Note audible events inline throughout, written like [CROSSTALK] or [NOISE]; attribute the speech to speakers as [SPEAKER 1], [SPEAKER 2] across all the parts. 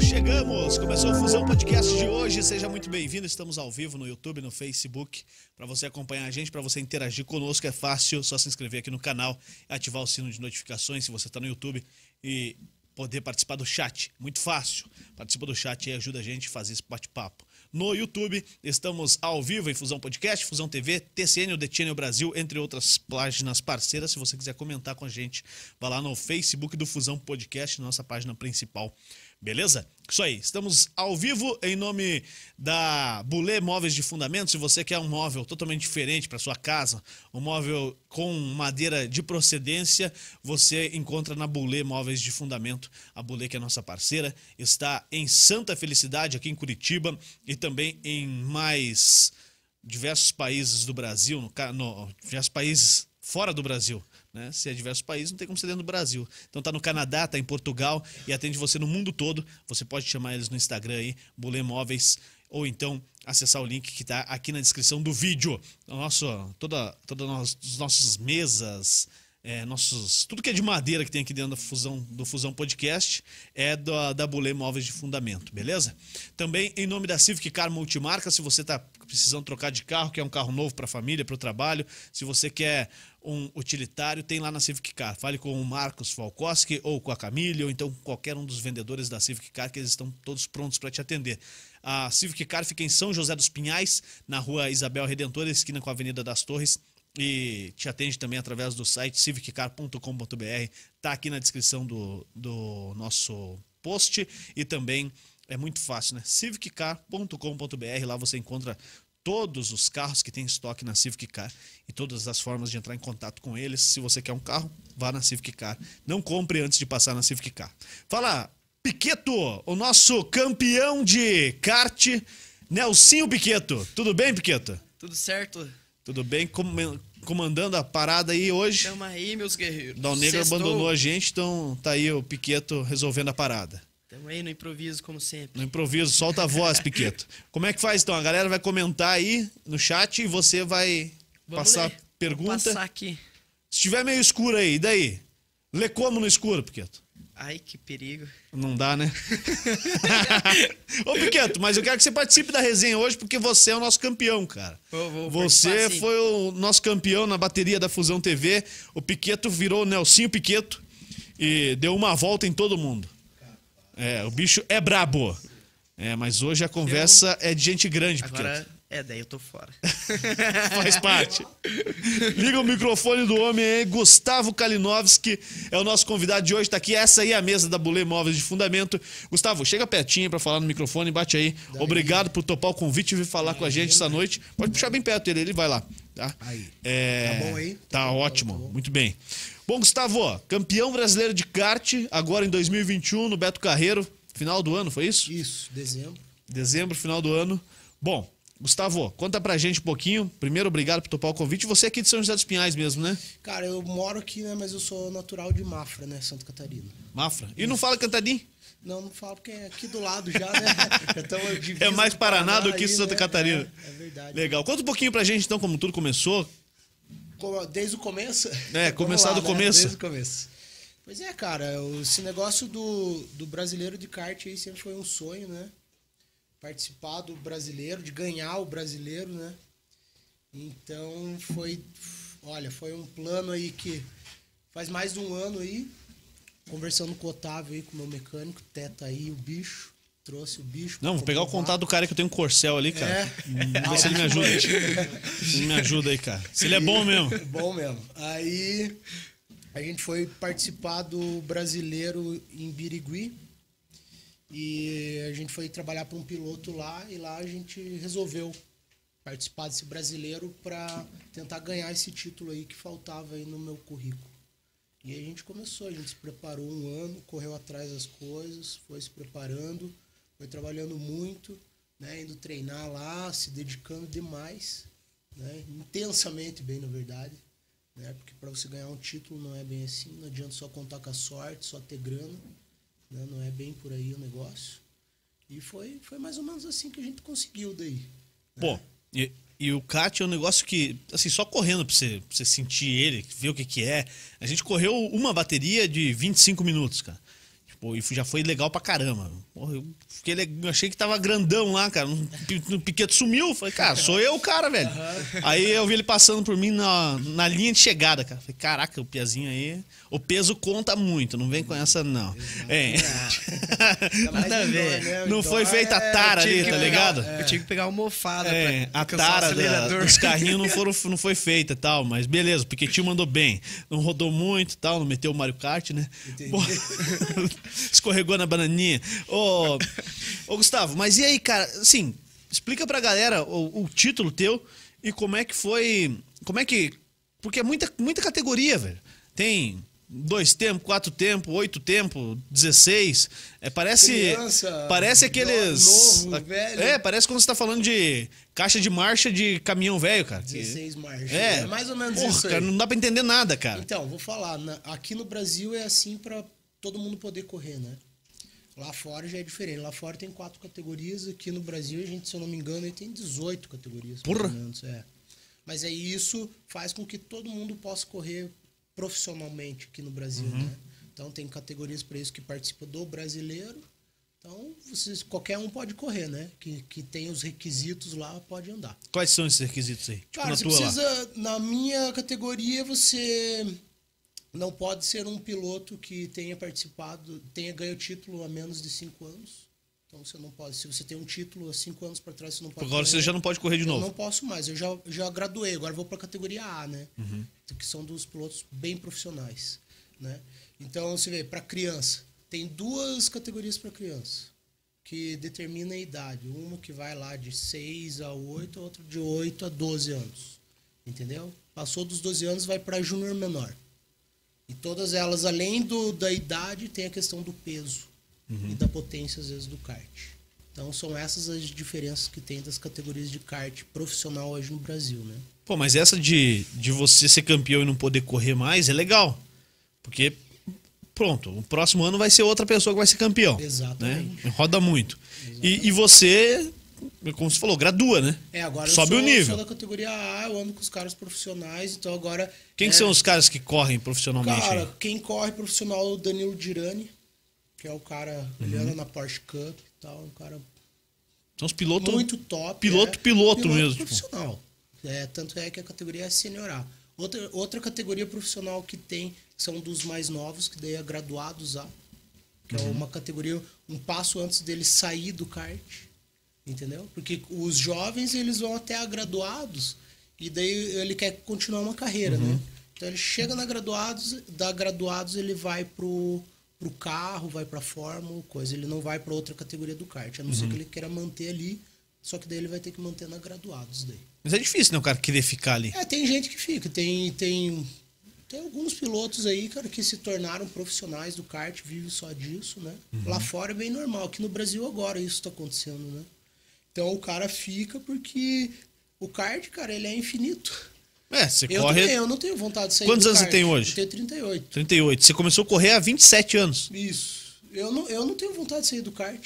[SPEAKER 1] Chegamos! Começou o Fusão Podcast de hoje. Seja muito bem-vindo. Estamos ao vivo no YouTube, no Facebook. Para você acompanhar a gente, para você interagir conosco, é fácil. Só se inscrever aqui no canal, ativar o sino de notificações se você está no YouTube e poder participar do chat. Muito fácil. Participa do chat e ajuda a gente a fazer esse bate-papo. No YouTube, estamos ao vivo em Fusão Podcast, Fusão TV, TCN, o The Channel Brasil, entre outras páginas parceiras. Se você quiser comentar com a gente, vá lá no Facebook do Fusão Podcast, nossa página principal. Beleza? Isso aí, estamos ao vivo em nome da Bulê Móveis de Fundamento. Se você quer um móvel totalmente diferente para sua casa, um móvel com madeira de procedência, você encontra na Bulê Móveis de Fundamento. A Bulê, que é nossa parceira, está em Santa Felicidade, aqui em Curitiba, e também em mais diversos países do Brasil, no, ca- no diversos países fora do Brasil. Né? Se é diversos países, não tem como ser dentro do Brasil. Então tá no Canadá, tá em Portugal e atende você no mundo todo. Você pode chamar eles no Instagram aí, Bulê Móveis, ou então acessar o link que tá aqui na descrição do vídeo. Nosso, toda, toda nós, as nossas mesas, é, nossos, tudo que é de madeira que tem aqui dentro da fusão, do Fusão Podcast é da, da Bulê Móveis de Fundamento, beleza? Também em nome da Civic Car Multimarca, se você está precisando trocar de carro, quer um carro novo para a família, para o trabalho, se você quer um utilitário, tem lá na Civic Car. Fale com o Marcos Falkowski ou com a Camille ou então com qualquer um dos vendedores da Civic Car que eles estão todos prontos para te atender. A Civic Car fica em São José dos Pinhais, na rua Isabel Redentora, esquina com a Avenida das Torres e te atende também através do site civiccar.com.br. Tá aqui na descrição do, do nosso post e também é muito fácil, né? civiccar.com.br, lá você encontra todos os carros que tem estoque na Civic Car e todas as formas de entrar em contato com eles. Se você quer um carro, vá na Civic Car. Não compre antes de passar na Civic Car. Fala, Piqueto, o nosso campeão de kart, Nelsinho Piqueto. Tudo bem, Piqueto?
[SPEAKER 2] Tudo certo?
[SPEAKER 1] Tudo bem? Comen- Comandando a parada aí hoje.
[SPEAKER 2] Tamo aí, meus guerreiros.
[SPEAKER 1] Dal Negro
[SPEAKER 2] Sextou.
[SPEAKER 1] abandonou a gente, então tá aí o Piqueto resolvendo a parada.
[SPEAKER 2] Tamo aí no improviso, como sempre.
[SPEAKER 1] No improviso, solta a
[SPEAKER 2] [LAUGHS]
[SPEAKER 1] voz, Piqueto. Como é que faz então? A galera vai comentar aí no chat e você vai
[SPEAKER 2] Vamos
[SPEAKER 1] passar
[SPEAKER 2] ler.
[SPEAKER 1] pergunta.
[SPEAKER 2] Vamos passar aqui.
[SPEAKER 1] Se tiver meio escuro aí, e daí? Lê como no escuro, Piqueto?
[SPEAKER 2] Ai, que perigo.
[SPEAKER 1] Não dá, né? [LAUGHS] Ô, Piqueto, mas eu quero que você participe da resenha hoje porque você é o nosso campeão, cara.
[SPEAKER 2] Vou- vou
[SPEAKER 1] você
[SPEAKER 2] participar, sim.
[SPEAKER 1] foi o nosso campeão na bateria da Fusão TV. O Piqueto virou o Nelsinho Piqueto e deu uma volta em todo mundo. É, o bicho é brabo. É, mas hoje a conversa é de gente grande,
[SPEAKER 2] Agora,
[SPEAKER 1] Piqueto.
[SPEAKER 2] é, daí eu
[SPEAKER 1] [LAUGHS]
[SPEAKER 2] tô fora.
[SPEAKER 1] Faz parte. Liga o microfone do homem aí, Gustavo Kalinowski é o nosso convidado de hoje, tá aqui. Essa aí é a mesa da Bulê Móveis de Fundamento. Gustavo, chega pertinho pra falar no microfone, bate aí. Obrigado por topar o convite e vir falar com a gente essa noite. Pode puxar bem perto ele, ele vai lá. Tá,
[SPEAKER 3] Aí.
[SPEAKER 1] É,
[SPEAKER 3] Tá bom aí?
[SPEAKER 1] Tá ótimo, muito bem. Bom, Gustavo, ó, campeão brasileiro de kart, agora em 2021, no Beto Carreiro, final do ano, foi isso?
[SPEAKER 3] Isso, dezembro.
[SPEAKER 1] Dezembro, final do ano. Bom, Gustavo, conta pra gente um pouquinho. Primeiro, obrigado por topar o convite. Você é aqui de São José dos Pinhais mesmo, né?
[SPEAKER 3] Cara, eu moro aqui, né? Mas eu sou natural de Mafra, né? Santa Catarina.
[SPEAKER 1] Mafra. E não fala cantadinho?
[SPEAKER 3] Não, não falo porque é aqui do lado já,
[SPEAKER 1] [LAUGHS]
[SPEAKER 3] né? Então eu diviso
[SPEAKER 1] É mais
[SPEAKER 3] com o
[SPEAKER 1] Paraná do que
[SPEAKER 3] aí,
[SPEAKER 1] Santa
[SPEAKER 3] né?
[SPEAKER 1] Catarina.
[SPEAKER 3] É, é verdade.
[SPEAKER 1] Legal. Conta um pouquinho pra gente, então, como tudo começou.
[SPEAKER 3] Como- Desde o começo?
[SPEAKER 1] É,
[SPEAKER 3] [LAUGHS] Vamos
[SPEAKER 1] começar do
[SPEAKER 3] né?
[SPEAKER 1] começo.
[SPEAKER 3] Desde o começo. Pois é, cara, o- esse negócio do, do brasileiro de kart aí sempre foi um sonho, né? Participar do brasileiro, de ganhar o brasileiro, né? Então foi. Olha, foi um plano aí que faz mais de um ano aí, conversando com o Otávio aí, com o meu mecânico, teta aí, o bicho, trouxe o bicho.
[SPEAKER 1] Não, vou pegar o
[SPEAKER 3] comprovar.
[SPEAKER 1] contato do cara que eu tenho um corcel ali, cara.
[SPEAKER 3] É.
[SPEAKER 1] Hum, Vê se ele me ajuda. Se ele me ajuda aí, cara. Se ele é bom mesmo.
[SPEAKER 3] É [LAUGHS] Bom mesmo. Aí a gente foi participar do brasileiro em Birigui. E a gente foi trabalhar para um piloto lá e lá a gente resolveu participar desse brasileiro para tentar ganhar esse título aí que faltava aí no meu currículo. E a gente começou, a gente se preparou um ano, correu atrás das coisas, foi se preparando, foi trabalhando muito, né, indo treinar lá, se dedicando demais, né, intensamente bem, na verdade, né, porque para você ganhar um título não é bem assim, não adianta só contar com a sorte, só ter grana, né, não é bem por aí o negócio. E foi, foi mais ou menos assim que a gente conseguiu daí.
[SPEAKER 1] Pô, e, e o kart é um negócio que, assim, só correndo pra você, pra você sentir ele, ver o que que é. A gente correu uma bateria de 25 minutos, cara. Pô, e fu- já foi legal pra caramba. Porra, eu fiquei, le- eu achei que tava grandão lá, cara. No, pi- no piquete sumiu. Falei, cara, sou eu o cara, velho. Aí eu vi ele passando por mim na, na linha de chegada, cara. Falei, caraca, o piazinho aí. O peso conta muito, não vem com essa, não. [LAUGHS] É.
[SPEAKER 2] Tá
[SPEAKER 3] Nada a ver.
[SPEAKER 1] Não foi feita a tara
[SPEAKER 2] Eu né? Então, é,
[SPEAKER 1] ali,
[SPEAKER 2] tive que
[SPEAKER 1] tá
[SPEAKER 2] pegar- é.
[SPEAKER 1] ligado?
[SPEAKER 2] Eu tive que pegar uma mofada
[SPEAKER 1] É,
[SPEAKER 2] pra
[SPEAKER 1] a
[SPEAKER 2] alcançar o
[SPEAKER 1] tara da-
[SPEAKER 2] acelerador.
[SPEAKER 1] dos carrinhos não, foram, não foi feita e tal, mas beleza, o Piquetinho mandou bem. Não rodou muito e tal, não meteu o Mario Kart, né? Pô, [LAUGHS] escorregou na bananinha. Ô, ô, Gustavo, mas e aí, cara? Assim, explica pra galera o, o título teu e como é que foi. Como é que. Porque é muita, muita categoria, velho. Tem. Dois tempos, quatro tempos, oito tempos, 16. É, parece.
[SPEAKER 3] Criança,
[SPEAKER 1] parece aqueles.
[SPEAKER 3] novo, velho.
[SPEAKER 1] É, Parece quando você tá falando de caixa de marcha de caminhão velho, cara. Que-
[SPEAKER 3] 16 marchas.
[SPEAKER 1] É.
[SPEAKER 3] É mais ou menos
[SPEAKER 1] Porra,
[SPEAKER 3] isso aí.
[SPEAKER 1] cara, não dá pra entender nada, cara.
[SPEAKER 3] Então, vou falar. na- aqui no Brasil é assim pra todo mundo poder correr, né? Lá fora já é diferente. Lá fora tem quatro categorias. Aqui no Brasil, a gente, se eu não me engano, aí tem 18 categorias.
[SPEAKER 1] Porra!
[SPEAKER 3] Pelo menos, é. Mas aí isso faz com que todo mundo possa correr profissionalmente aqui no Brasil,
[SPEAKER 1] Uhum.
[SPEAKER 3] né? Então tem categorias para isso que participa do brasileiro. Então, vocês, qualquer um pode correr, né? Que, que tem os requisitos lá, pode andar.
[SPEAKER 1] Quais são esses requisitos aí? Tipo,
[SPEAKER 3] Cara,
[SPEAKER 1] na
[SPEAKER 3] você
[SPEAKER 1] tua lá.
[SPEAKER 3] precisa. Na minha categoria, você não pode ser um piloto que tenha participado, tenha ganho título há menos de cinco anos. Então você não pode. Se você tem um título há cinco anos para trás, você não pode.
[SPEAKER 1] Agora você
[SPEAKER 3] correr.
[SPEAKER 1] já não pode correr de
[SPEAKER 3] Eu
[SPEAKER 1] novo.
[SPEAKER 3] não posso mais, eu já, já graduei, agora vou para a categoria A, né?
[SPEAKER 1] Uhum.
[SPEAKER 3] Que são dos pilotos bem profissionais, né? Então, você vê, para criança, tem duas categorias para criança, que determina a idade. Uma que vai lá de 6 a 8, a outra de 8 a 12 anos, entendeu? Passou dos 12 anos, vai para júnior menor. E todas elas, além do, da idade, tem a questão do peso e da potência, às vezes, do kart. Então, são essas as diferenças que tem das categorias de kart profissional hoje no Brasil, né?
[SPEAKER 1] Pô, mas essa de, de você ser campeão e não poder correr mais é legal. Porque, pronto, o próximo ano vai ser outra pessoa que vai ser campeão.
[SPEAKER 3] Exatamente.
[SPEAKER 1] Né? Roda muito. E, e você, como você falou, gradua, né?
[SPEAKER 3] É, agora
[SPEAKER 1] Sobe
[SPEAKER 3] eu
[SPEAKER 1] o
[SPEAKER 3] sou,
[SPEAKER 1] nível.
[SPEAKER 3] sou da categoria A, eu ando com os caras profissionais, então agora...
[SPEAKER 1] Quem que
[SPEAKER 3] é,
[SPEAKER 1] são os caras que correm profissionalmente
[SPEAKER 3] Cara,
[SPEAKER 1] aí?
[SPEAKER 3] quem corre profissional é o Danilo Girani, que é o cara, ele
[SPEAKER 1] Uhum.
[SPEAKER 3] anda na Porsche Cup e tal, um cara
[SPEAKER 1] São os pilotos.
[SPEAKER 3] muito top.
[SPEAKER 1] piloto,
[SPEAKER 3] é.
[SPEAKER 1] piloto mesmo, tipo.
[SPEAKER 3] profissional. É, tanto é que a categoria é senior A. Outra, outra categoria profissional que tem são dos mais novos, que daí é graduados A. Que
[SPEAKER 1] Uhum.
[SPEAKER 3] é uma categoria, um passo antes dele sair do kart. Entendeu? Porque os jovens, eles vão até a graduados e daí ele quer continuar uma carreira, né? Então ele chega na graduados, da graduados ele vai pro, pro carro, vai pra fórmula, coisa. Ele não vai pra outra categoria do kart. A não ser que ele queira manter ali, só que daí ele vai ter que manter na graduados daí.
[SPEAKER 1] Mas é difícil, né, o cara querer ficar ali.
[SPEAKER 3] É, tem gente que fica, tem tem tem alguns pilotos aí, cara, que se tornaram profissionais do kart, vivem só disso, né?
[SPEAKER 1] Uhum.
[SPEAKER 3] Lá fora é bem normal, aqui no Brasil agora isso tá acontecendo, né? Então o cara fica porque o kart, cara, ele é infinito.
[SPEAKER 1] É, você
[SPEAKER 3] Eu
[SPEAKER 1] corre.
[SPEAKER 3] também, eu não tenho vontade de sair
[SPEAKER 1] Quantos
[SPEAKER 3] do
[SPEAKER 1] anos você
[SPEAKER 3] kart.
[SPEAKER 1] tem hoje?
[SPEAKER 3] Eu tenho 38.
[SPEAKER 1] 38. Você começou a correr há 27 anos.
[SPEAKER 3] Isso. Eu não, eu não tenho vontade de sair do kart.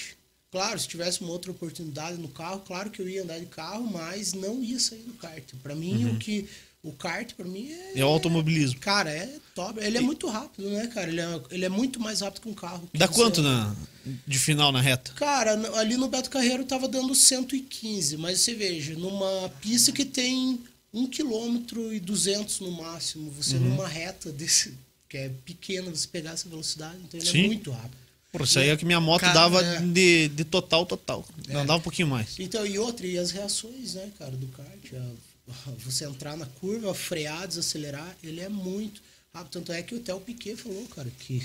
[SPEAKER 3] Claro, se tivesse uma outra oportunidade no carro, claro que eu ia andar de carro, mas não ia sair do kart. Pra mim, o que o kart para mim é
[SPEAKER 1] Uhum. É o automobilismo.
[SPEAKER 3] Cara, é top. Ele é muito rápido, né, cara? Ele é, ele é muito mais rápido que um carro.
[SPEAKER 1] Dá
[SPEAKER 3] Que
[SPEAKER 1] quanto né?
[SPEAKER 3] você-
[SPEAKER 1] na, de final na reta?
[SPEAKER 3] Cara, n- ali no Beto Carreiro tava dando 115, mas você veja, numa pista que tem 1 km e 200 no máximo, você
[SPEAKER 1] Uhum.
[SPEAKER 3] numa reta desse que é pequena, você pegar essa velocidade, então ele
[SPEAKER 1] Sim.
[SPEAKER 3] é muito rápido.
[SPEAKER 1] Porra, isso aí é o que minha moto
[SPEAKER 2] Cara,
[SPEAKER 1] dava
[SPEAKER 3] é.
[SPEAKER 1] de, de total, total. Não dava um pouquinho mais.
[SPEAKER 3] Então, e outra, e as reações, né, cara, do kart? a- você entrar na curva, frear, desacelerar, ele é muito rápido. Tanto é que até o Piquet falou, cara, que,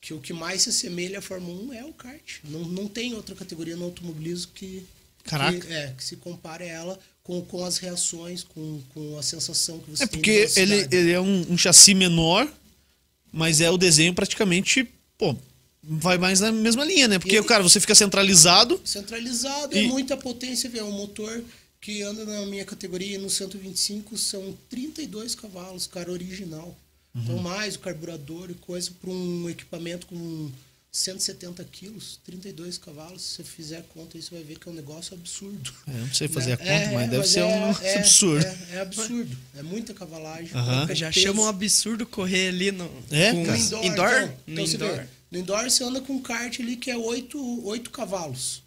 [SPEAKER 3] que o que mais se assemelha à Fórmula 1 é o kart. Não, não tem outra categoria no automobilismo que,
[SPEAKER 1] Caraca.
[SPEAKER 3] que, é, que se compare a ela com, com as reações, com, com a sensação que você
[SPEAKER 1] É
[SPEAKER 3] tem. de
[SPEAKER 1] porque ele,
[SPEAKER 3] velocidade.
[SPEAKER 1] ele é um, um chassi menor, mas é o desenho praticamente, pô, vai mais na mesma linha, né? Porque,
[SPEAKER 3] Ele-
[SPEAKER 1] cara, você fica centralizado.
[SPEAKER 3] centralizado
[SPEAKER 1] E-
[SPEAKER 3] é muita potência, vê, um motor que anda na minha categoria no 125 são 32 cavalos, cara, original. Então,
[SPEAKER 1] Uhum.
[SPEAKER 3] mais o carburador e coisa para um equipamento com 170 quilos, 32 cavalos. Se você fizer a conta aí, você vai ver que é um negócio absurdo.
[SPEAKER 1] É, eu não sei fazer a
[SPEAKER 3] Né?
[SPEAKER 1] conta, mas deve ser um
[SPEAKER 3] é,
[SPEAKER 1] absurdo.
[SPEAKER 3] É, é absurdo. É muita cavalagem.
[SPEAKER 1] Aham.
[SPEAKER 2] [LAUGHS]
[SPEAKER 3] pouco
[SPEAKER 2] Já
[SPEAKER 3] peso.
[SPEAKER 2] chama um absurdo correr ali no
[SPEAKER 1] É,
[SPEAKER 2] com
[SPEAKER 1] cara.
[SPEAKER 2] indoor.
[SPEAKER 3] Então,
[SPEAKER 2] No
[SPEAKER 3] então
[SPEAKER 1] [LAUGHS]
[SPEAKER 3] você
[SPEAKER 2] indoor.
[SPEAKER 3] vê, No indoor você anda com um kart ali que é 8, 8 cavalos.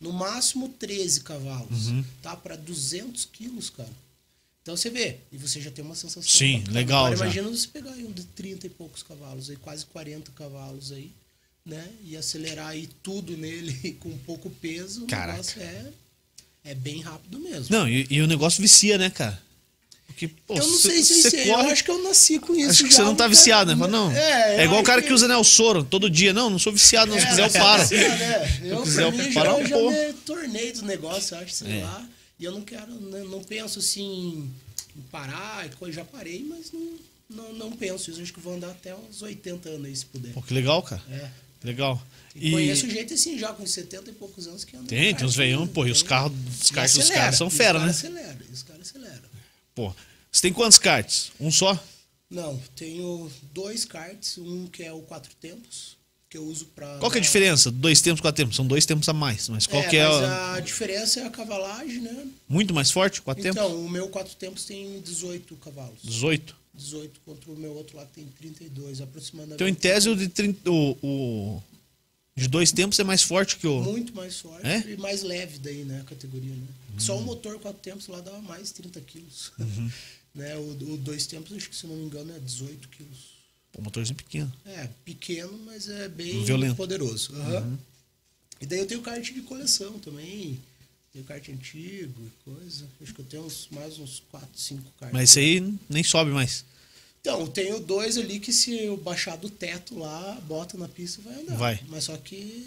[SPEAKER 3] No máximo 13 cavalos.
[SPEAKER 1] Uhum.
[SPEAKER 3] Tá? Para 200 quilos, cara. Então você vê, e você já tem uma sensação.
[SPEAKER 1] Sim,
[SPEAKER 3] bacana.
[SPEAKER 1] legal
[SPEAKER 3] Agora,
[SPEAKER 1] já.
[SPEAKER 3] imagina você pegar aí um de 30 e poucos cavalos, aí quase 40 cavalos aí, né? E acelerar aí tudo nele [LAUGHS] com pouco peso. o
[SPEAKER 1] Caraca.
[SPEAKER 3] negócio é, é bem rápido mesmo.
[SPEAKER 1] Não, e, e o negócio vicia, né, cara? Porque, pô,
[SPEAKER 3] eu não
[SPEAKER 1] cê-
[SPEAKER 3] sei se
[SPEAKER 1] cê
[SPEAKER 3] isso é.
[SPEAKER 1] corre-
[SPEAKER 3] Eu acho que eu nasci com isso.
[SPEAKER 1] Acho que
[SPEAKER 3] já,
[SPEAKER 1] você não tá
[SPEAKER 3] cara.
[SPEAKER 1] viciado, né? Fala, não.
[SPEAKER 3] É,
[SPEAKER 1] É,
[SPEAKER 3] eu
[SPEAKER 1] igual o
[SPEAKER 3] acho
[SPEAKER 1] cara
[SPEAKER 3] que-
[SPEAKER 1] que usa Nel Soro todo dia. Não, não sou viciado, não. Se quiser eu
[SPEAKER 3] [LAUGHS]
[SPEAKER 1] paro.
[SPEAKER 3] É, né? Eu,
[SPEAKER 1] quiser,
[SPEAKER 3] pra
[SPEAKER 1] eu
[SPEAKER 3] mim, já,
[SPEAKER 1] paro,
[SPEAKER 3] eu já
[SPEAKER 1] pô.
[SPEAKER 3] me tornei do negócio, eu acho, sei
[SPEAKER 1] É.
[SPEAKER 3] lá. E eu não quero, né, não penso assim em parar, e coisa, já parei, mas não, não, não penso isso. Acho que vou andar até uns 80 anos aí, se puder.
[SPEAKER 1] Pô, que legal, cara.
[SPEAKER 3] É.
[SPEAKER 1] Legal.
[SPEAKER 3] E
[SPEAKER 1] E
[SPEAKER 3] conheço gente assim já, com 70 e poucos anos que anda. de
[SPEAKER 1] tem,
[SPEAKER 3] kart,
[SPEAKER 1] tem uns veião,
[SPEAKER 3] né?
[SPEAKER 1] pô, e os
[SPEAKER 3] Então,
[SPEAKER 1] carros, os
[SPEAKER 3] e
[SPEAKER 1] karts dos
[SPEAKER 3] acelera,
[SPEAKER 1] caras são
[SPEAKER 3] e os
[SPEAKER 1] fera,
[SPEAKER 3] caras
[SPEAKER 1] né?
[SPEAKER 3] Acelera, e os caras aceleram.
[SPEAKER 1] Pô, você tem quantos karts? Um só?
[SPEAKER 3] Não, tenho dois karts, um que é o quatro tempos, que eu uso pra.
[SPEAKER 1] Qual que é a
[SPEAKER 3] dar-
[SPEAKER 1] diferença? Dois tempos, quatro tempos? São dois tempos a mais, mas qual que é
[SPEAKER 3] mas
[SPEAKER 1] a-
[SPEAKER 3] a diferença é a cavalagem, né?
[SPEAKER 1] muito mais forte? Quatro
[SPEAKER 3] então,
[SPEAKER 1] tempos?
[SPEAKER 3] o meu quatro tempos tem 18 cavalos.
[SPEAKER 1] 18.
[SPEAKER 3] 18 contra o meu outro lá que tem 32, aproximadamente.
[SPEAKER 1] Então, em tese, o de, 30, o, o de dois tempos é mais forte que o.
[SPEAKER 3] Muito mais forte
[SPEAKER 1] É? Hum.
[SPEAKER 3] e mais leve daí, né? A categoria, né? Só o motor quatro tempos lá dava mais 30 quilos.
[SPEAKER 1] Uhum.
[SPEAKER 3] [LAUGHS] né? o, o dois tempos, acho que se não me engano, é 18 quilos.
[SPEAKER 1] Pô, motorzinho pequeno.
[SPEAKER 3] É, pequeno, mas é bem
[SPEAKER 1] Violento. Uhum.
[SPEAKER 3] poderoso. Aham. E daí eu tenho kart de coleção também. Tenho kart antigo e coisa. Acho que eu tenho uns, mais uns 4, 5 karts.
[SPEAKER 1] Mas isso aí nem sobe mais.
[SPEAKER 3] Então, eu tenho dois ali que se eu baixar do teto lá, bota na pista e vai andar.
[SPEAKER 1] Vai.
[SPEAKER 3] Mas só que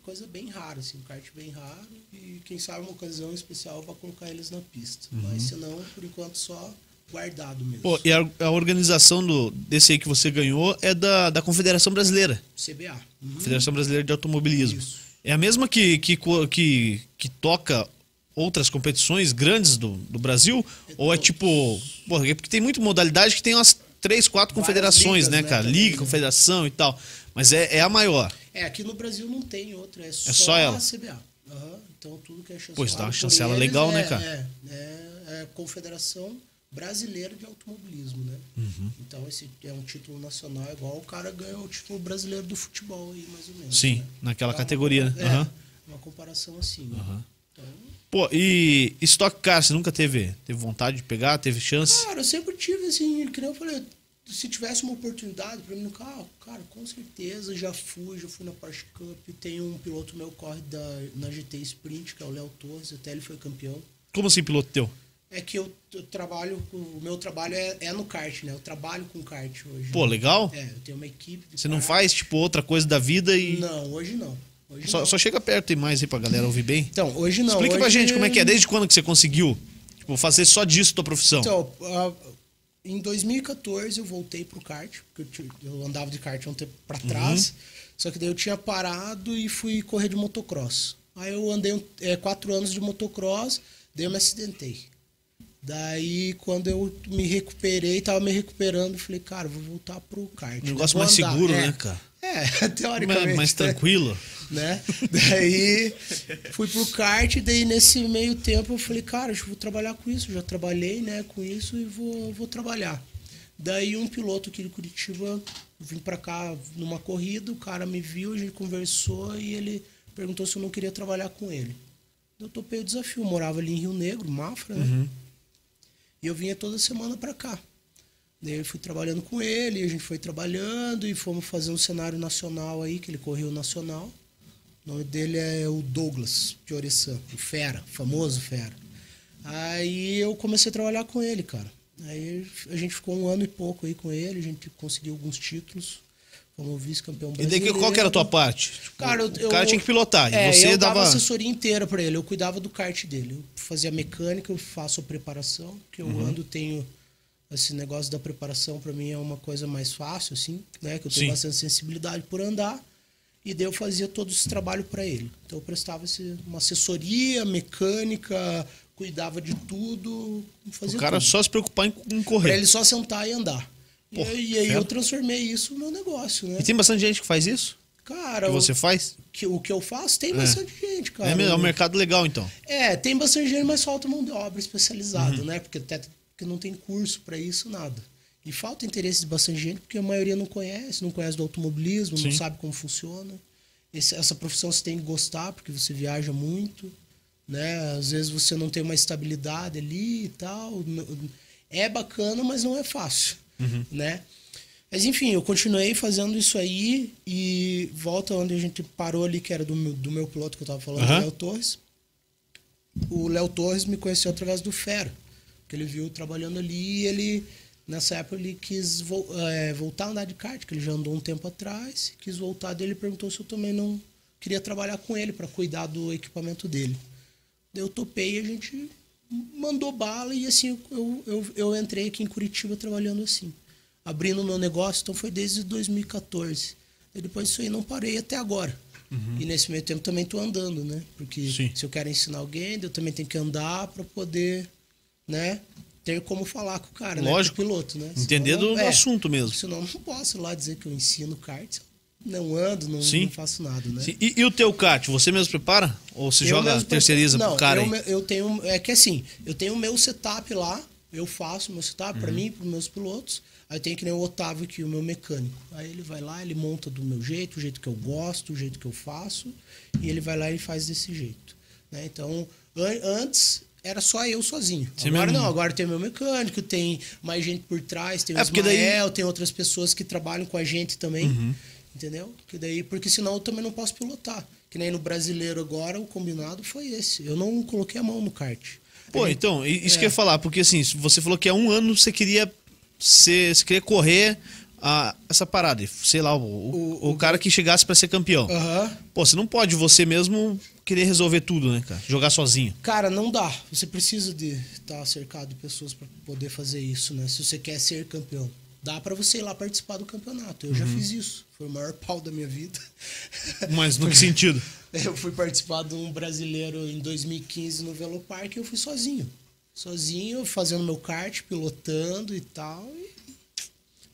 [SPEAKER 3] é coisa bem rara, assim, um kart bem raro. E quem sabe uma ocasião especial vai colocar eles na pista. Mas se não, por enquanto só guardado mesmo.
[SPEAKER 1] Uhum. Pô, e a, a organização do, desse aí que você ganhou é da, da Confederação Brasileira.
[SPEAKER 3] CBA. Uhum.
[SPEAKER 1] Federação Brasileira de Automobilismo.
[SPEAKER 3] Isso.
[SPEAKER 1] É a mesma que, que, co- que, que toca outras competições grandes do, do Brasil? ou é
[SPEAKER 3] todos.
[SPEAKER 1] tipo. Porra, é porque tem muita modalidade que tem umas três, quatro
[SPEAKER 3] Várias
[SPEAKER 1] confederações,
[SPEAKER 3] ligas,
[SPEAKER 1] né,
[SPEAKER 3] né,
[SPEAKER 1] cara?
[SPEAKER 3] também,
[SPEAKER 1] Liga,
[SPEAKER 3] né?
[SPEAKER 1] confederação e tal. Mas é, é a maior.
[SPEAKER 3] É, aqui no Brasil não tem outra, é só,
[SPEAKER 1] só ela?
[SPEAKER 3] a CBA. Aham, Então tudo que é chancelado.
[SPEAKER 1] Pois dá uma
[SPEAKER 3] por
[SPEAKER 1] chancela legal,
[SPEAKER 3] é,
[SPEAKER 1] né, cara?
[SPEAKER 3] É, é, é a Confederação Brasileira de Automobilismo, né?
[SPEAKER 1] Uhum.
[SPEAKER 3] Então esse é um título nacional, é igual o cara ganhou o título brasileiro do futebol aí, mais ou menos.
[SPEAKER 1] Sim,
[SPEAKER 3] né?
[SPEAKER 1] naquela
[SPEAKER 3] Dá
[SPEAKER 1] categoria, né?
[SPEAKER 3] Uma, é,
[SPEAKER 1] Aham.
[SPEAKER 3] uma comparação assim. né? Então,
[SPEAKER 1] Pô, e Stock Car, você nunca teve? Teve vontade de pegar? Teve chance?
[SPEAKER 3] Cara, eu sempre tive, assim, que nem eu falei, se tivesse uma oportunidade pra mim no carro, cara, com certeza já fui, já fui na Porsche Cup. Tem um piloto meu que corre da, na GT Sprint, que é o Léo Torres, até ele foi campeão.
[SPEAKER 1] Como assim, piloto teu?
[SPEAKER 3] É que eu, eu trabalho, com- o meu trabalho é, é no kart, né? Eu trabalho com kart hoje.
[SPEAKER 1] Pô, legal.
[SPEAKER 3] É, eu tenho uma equipe. de
[SPEAKER 1] Você não
[SPEAKER 3] kart.
[SPEAKER 1] faz, tipo, outra coisa da vida e.
[SPEAKER 3] É. Não, hoje não. Hoje
[SPEAKER 1] Só,
[SPEAKER 3] não.
[SPEAKER 1] só chega perto e mais aí pra galera ouvir bem.
[SPEAKER 3] Então, hoje não.
[SPEAKER 1] Explica pra
[SPEAKER 3] hoje-
[SPEAKER 1] gente como é que é, desde quando que você conseguiu tipo, fazer só disso tua profissão?
[SPEAKER 3] Então, ah, em 2014 eu voltei pro kart, porque eu, ti- eu andava de kart há um tempo pra
[SPEAKER 1] Uhum.
[SPEAKER 3] trás. Só que daí eu tinha parado e fui correr de motocross. Aí eu andei um- eh, quatro anos de motocross, daí eu me acidentei. Daí, quando eu me recuperei, tava me recuperando, falei, cara, vou voltar pro kart.
[SPEAKER 1] Um negócio
[SPEAKER 3] Vou
[SPEAKER 1] mais
[SPEAKER 3] andar.
[SPEAKER 1] seguro,
[SPEAKER 3] É.
[SPEAKER 1] né, cara?
[SPEAKER 3] É, [LAUGHS]
[SPEAKER 1] Ma-
[SPEAKER 3] teoricamente.
[SPEAKER 1] mais,
[SPEAKER 3] né?
[SPEAKER 1] tranquilo.
[SPEAKER 3] né? [LAUGHS] Daí fui pro kart, daí nesse meio tempo eu falei, cara, acho que vou trabalhar com isso, já trabalhei, né, com isso e vou, vou trabalhar. Daí um piloto aqui de Curitiba vim pra cá numa corrida, o cara me viu, a gente conversou e ele perguntou se eu não queria trabalhar com ele. Eu topei o desafio, morava ali em Rio Negro, Mafra, né?
[SPEAKER 1] Uhum.
[SPEAKER 3] E eu vinha toda semana pra cá. Daí eu fui trabalhando com ele, a gente foi trabalhando e fomos fazer um cenário nacional aí, que ele correu nacional. O nome dele é o Douglas Pioressan, o Fera, o famoso Fera. Aí eu comecei a trabalhar com ele, cara. Aí a gente ficou um ano e pouco aí com ele, a gente conseguiu alguns títulos, como vice-campeão
[SPEAKER 1] E
[SPEAKER 3] brasileiro.
[SPEAKER 1] daí, qual que era a tua parte? Tipo,
[SPEAKER 3] Cara, eu,
[SPEAKER 1] o cara
[SPEAKER 3] eu-
[SPEAKER 1] tinha que pilotar.
[SPEAKER 3] é,
[SPEAKER 1] e você
[SPEAKER 3] eu dava
[SPEAKER 1] dava.
[SPEAKER 3] assessoria inteira pra ele. Eu cuidava do kart dele. Eu fazia mecânica, eu faço a preparação, que eu
[SPEAKER 1] Uhum.
[SPEAKER 3] ando, tenho esse negócio da preparação pra mim é uma coisa mais fácil assim, né, que eu tenho
[SPEAKER 1] Sim.
[SPEAKER 3] bastante sensibilidade por andar. E daí eu fazia todo esse trabalho pra ele. Então eu prestava esse- uma assessoria mecânica, cuidava de tudo, fazia
[SPEAKER 1] o cara
[SPEAKER 3] tudo.
[SPEAKER 1] só se preocupar em, em
[SPEAKER 3] Pra
[SPEAKER 1] correr.
[SPEAKER 3] ele só sentar e andar. E-
[SPEAKER 1] Porra,
[SPEAKER 3] e, aí
[SPEAKER 1] fera.
[SPEAKER 3] eu transformei isso no meu negócio, né?
[SPEAKER 1] E tem bastante gente que faz isso?
[SPEAKER 3] Cara,
[SPEAKER 1] que você
[SPEAKER 3] o,
[SPEAKER 1] faz?
[SPEAKER 3] que, o que eu faço tem bastante gente, cara.
[SPEAKER 1] é, mesmo, é um mercado legal, então.
[SPEAKER 3] É, tem
[SPEAKER 1] Uhum.
[SPEAKER 3] bastante dinheiro, mas falta mão de obra especializada, né? Porque até porque não tem curso pra isso, nada. E falta interesse de bastante gente, porque a maioria não conhece, não conhece do automobilismo, não
[SPEAKER 1] Sim.
[SPEAKER 3] sabe como funciona. Esse- essa profissão você tem que gostar, porque você viaja muito, né? Às vezes você não tem uma estabilidade ali e tal. N- É bacana, mas não é fácil,
[SPEAKER 1] Uhum.
[SPEAKER 3] né? Mas enfim, eu continuei fazendo isso aí e volta onde a gente parou ali, que era do meu, do meu piloto que eu tava falando,
[SPEAKER 1] Aham.
[SPEAKER 3] o Léo Torres. O Léo Torres me conheceu através do Fero, que ele viu eu trabalhando ali e ele, nessa época, ele quis vo- eh, voltar a andar de kart, que ele já andou um tempo atrás, quis voltar dele e perguntou se eu também não queria trabalhar com ele para cuidar do equipamento dele. Daí eu topei e a gente mandou bala e assim eu, eu, eu entrei aqui em Curitiba trabalhando assim, abrindo o meu negócio, então foi desde 2014. E depois disso aí não parei até agora. E nesse meio tempo também tô andando, né? Porque
[SPEAKER 1] Uhum. Sim.
[SPEAKER 3] se eu quero ensinar alguém, eu também tenho que andar para poder, né? Ter como falar com o cara,
[SPEAKER 1] Lógico.
[SPEAKER 3] né? Com o piloto, né? Senão
[SPEAKER 1] Entender
[SPEAKER 3] não-
[SPEAKER 1] do assunto mesmo.
[SPEAKER 3] Senão eu não posso lá dizer que eu ensino kart, não ando, não,
[SPEAKER 1] Sim.
[SPEAKER 3] não faço nada, né?
[SPEAKER 1] Sim. E, e o teu kart, você mesmo prepara? Ou se
[SPEAKER 3] Eu
[SPEAKER 1] joga,
[SPEAKER 3] mesmo
[SPEAKER 1] terceiriza
[SPEAKER 3] preparo-
[SPEAKER 1] pro cara
[SPEAKER 3] eu,
[SPEAKER 1] aí?
[SPEAKER 3] me- eu tenho. É que assim, eu tenho o meu setup lá, eu faço o meu setup pra
[SPEAKER 1] Uhum.
[SPEAKER 3] mim, pros meus pilotos. Aí tem que nem o Otávio aqui, o meu mecânico. Aí ele vai lá, ele monta do meu jeito, o jeito que eu gosto, o jeito que eu faço, e ele vai lá e faz desse jeito. né? Então, an- antes era só eu sozinho.
[SPEAKER 1] Você
[SPEAKER 3] agora
[SPEAKER 1] mesmo-
[SPEAKER 3] não, agora tem meu mecânico, tem mais gente por trás, tem o
[SPEAKER 1] É, porque daí-
[SPEAKER 3] Ismael, tem outras pessoas que trabalham com a gente também.
[SPEAKER 1] Uhum.
[SPEAKER 3] Entendeu? Que daí, porque senão eu também não posso pilotar. Que nem no brasileiro agora, o combinado foi esse. Eu não coloquei a mão no kart.
[SPEAKER 1] Pô,
[SPEAKER 3] Aí,
[SPEAKER 1] então, i- isso
[SPEAKER 3] é.
[SPEAKER 1] que eu ia falar, porque assim, se você falou que há um ano você queria ser, você queria correr a, essa parada, e sei lá, o, o,
[SPEAKER 3] O-
[SPEAKER 1] o cara que chegasse pra ser campeão.
[SPEAKER 3] Aham.
[SPEAKER 1] Pô, você não pode você mesmo querer resolver tudo, né, cara? Jogar sozinho.
[SPEAKER 3] Cara, não dá. Você precisa de estar cercado de pessoas para poder fazer isso, né? Se você quer ser campeão. Dá para você ir lá participar do campeonato. Eu
[SPEAKER 1] Uhum.
[SPEAKER 3] já fiz isso. Foi o maior pau da minha vida.
[SPEAKER 1] Mas no que
[SPEAKER 3] é.
[SPEAKER 1] sentido?
[SPEAKER 3] [LAUGHS] Eu fui participar de um brasileiro em 2015 no Velopark e eu fui sozinho. Sozinho, fazendo meu kart, pilotando e tal. E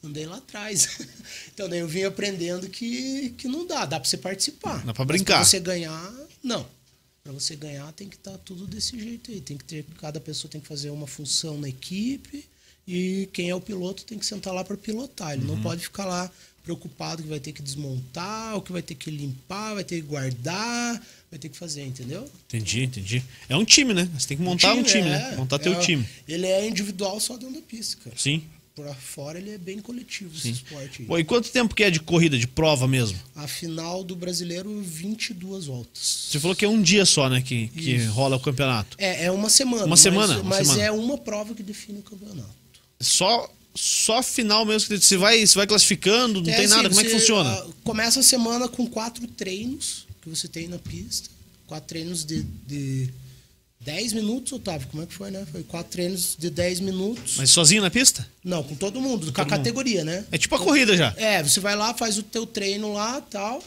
[SPEAKER 3] andei lá atrás. [LAUGHS] Então daí eu vim aprendendo que, que não dá, dá pra você participar.
[SPEAKER 1] Dá pra
[SPEAKER 3] Mas
[SPEAKER 1] brincar.
[SPEAKER 3] Pra você ganhar, não. Pra você ganhar tem que estar tudo desse jeito aí. Tem que ter, cada pessoa tem que fazer uma função na equipe e quem é o piloto tem que sentar lá pra pilotar. Ele
[SPEAKER 1] Uhum.
[SPEAKER 3] não pode ficar lá preocupado que vai ter que desmontar, o que vai ter que limpar, vai ter que guardar, vai ter que fazer, entendeu?
[SPEAKER 1] Entendi, entendi. É um time, né? Você tem que montar um time, né?
[SPEAKER 3] é-
[SPEAKER 1] Montar teu
[SPEAKER 3] é-
[SPEAKER 1] time.
[SPEAKER 3] Ele é individual só dentro da pista, cara.
[SPEAKER 1] Sim.
[SPEAKER 3] Por fora ele é bem coletivo
[SPEAKER 1] Sim.
[SPEAKER 3] esse esporte. aí.
[SPEAKER 1] Pô, e quanto tempo que é de corrida, de prova mesmo?
[SPEAKER 3] A final do brasileiro, 22 voltas.
[SPEAKER 1] Você falou que é um dia só, né, que, que rola o campeonato.
[SPEAKER 3] É, é uma semana.
[SPEAKER 1] Uma
[SPEAKER 3] mas-
[SPEAKER 1] semana,
[SPEAKER 3] Mas,
[SPEAKER 1] uma semana.
[SPEAKER 3] é uma prova que define o campeonato.
[SPEAKER 1] Só só final mesmo que você vai, você vai classificando, não
[SPEAKER 3] É
[SPEAKER 1] tem
[SPEAKER 3] assim,
[SPEAKER 1] nada, como é que
[SPEAKER 3] você,
[SPEAKER 1] funciona?
[SPEAKER 3] ah, começa a semana com quatro treinos que você tem na pista. Quatro treinos de, de 10 minutos, Otávio. Como é que foi, né? Foi quatro treinos de 10 minutos.
[SPEAKER 1] Mas sozinho na pista?
[SPEAKER 3] Não, com todo mundo, com a
[SPEAKER 1] mundo.
[SPEAKER 3] categoria, né?
[SPEAKER 1] É tipo a corrida já.
[SPEAKER 3] É, você vai lá, faz o teu treino lá tal.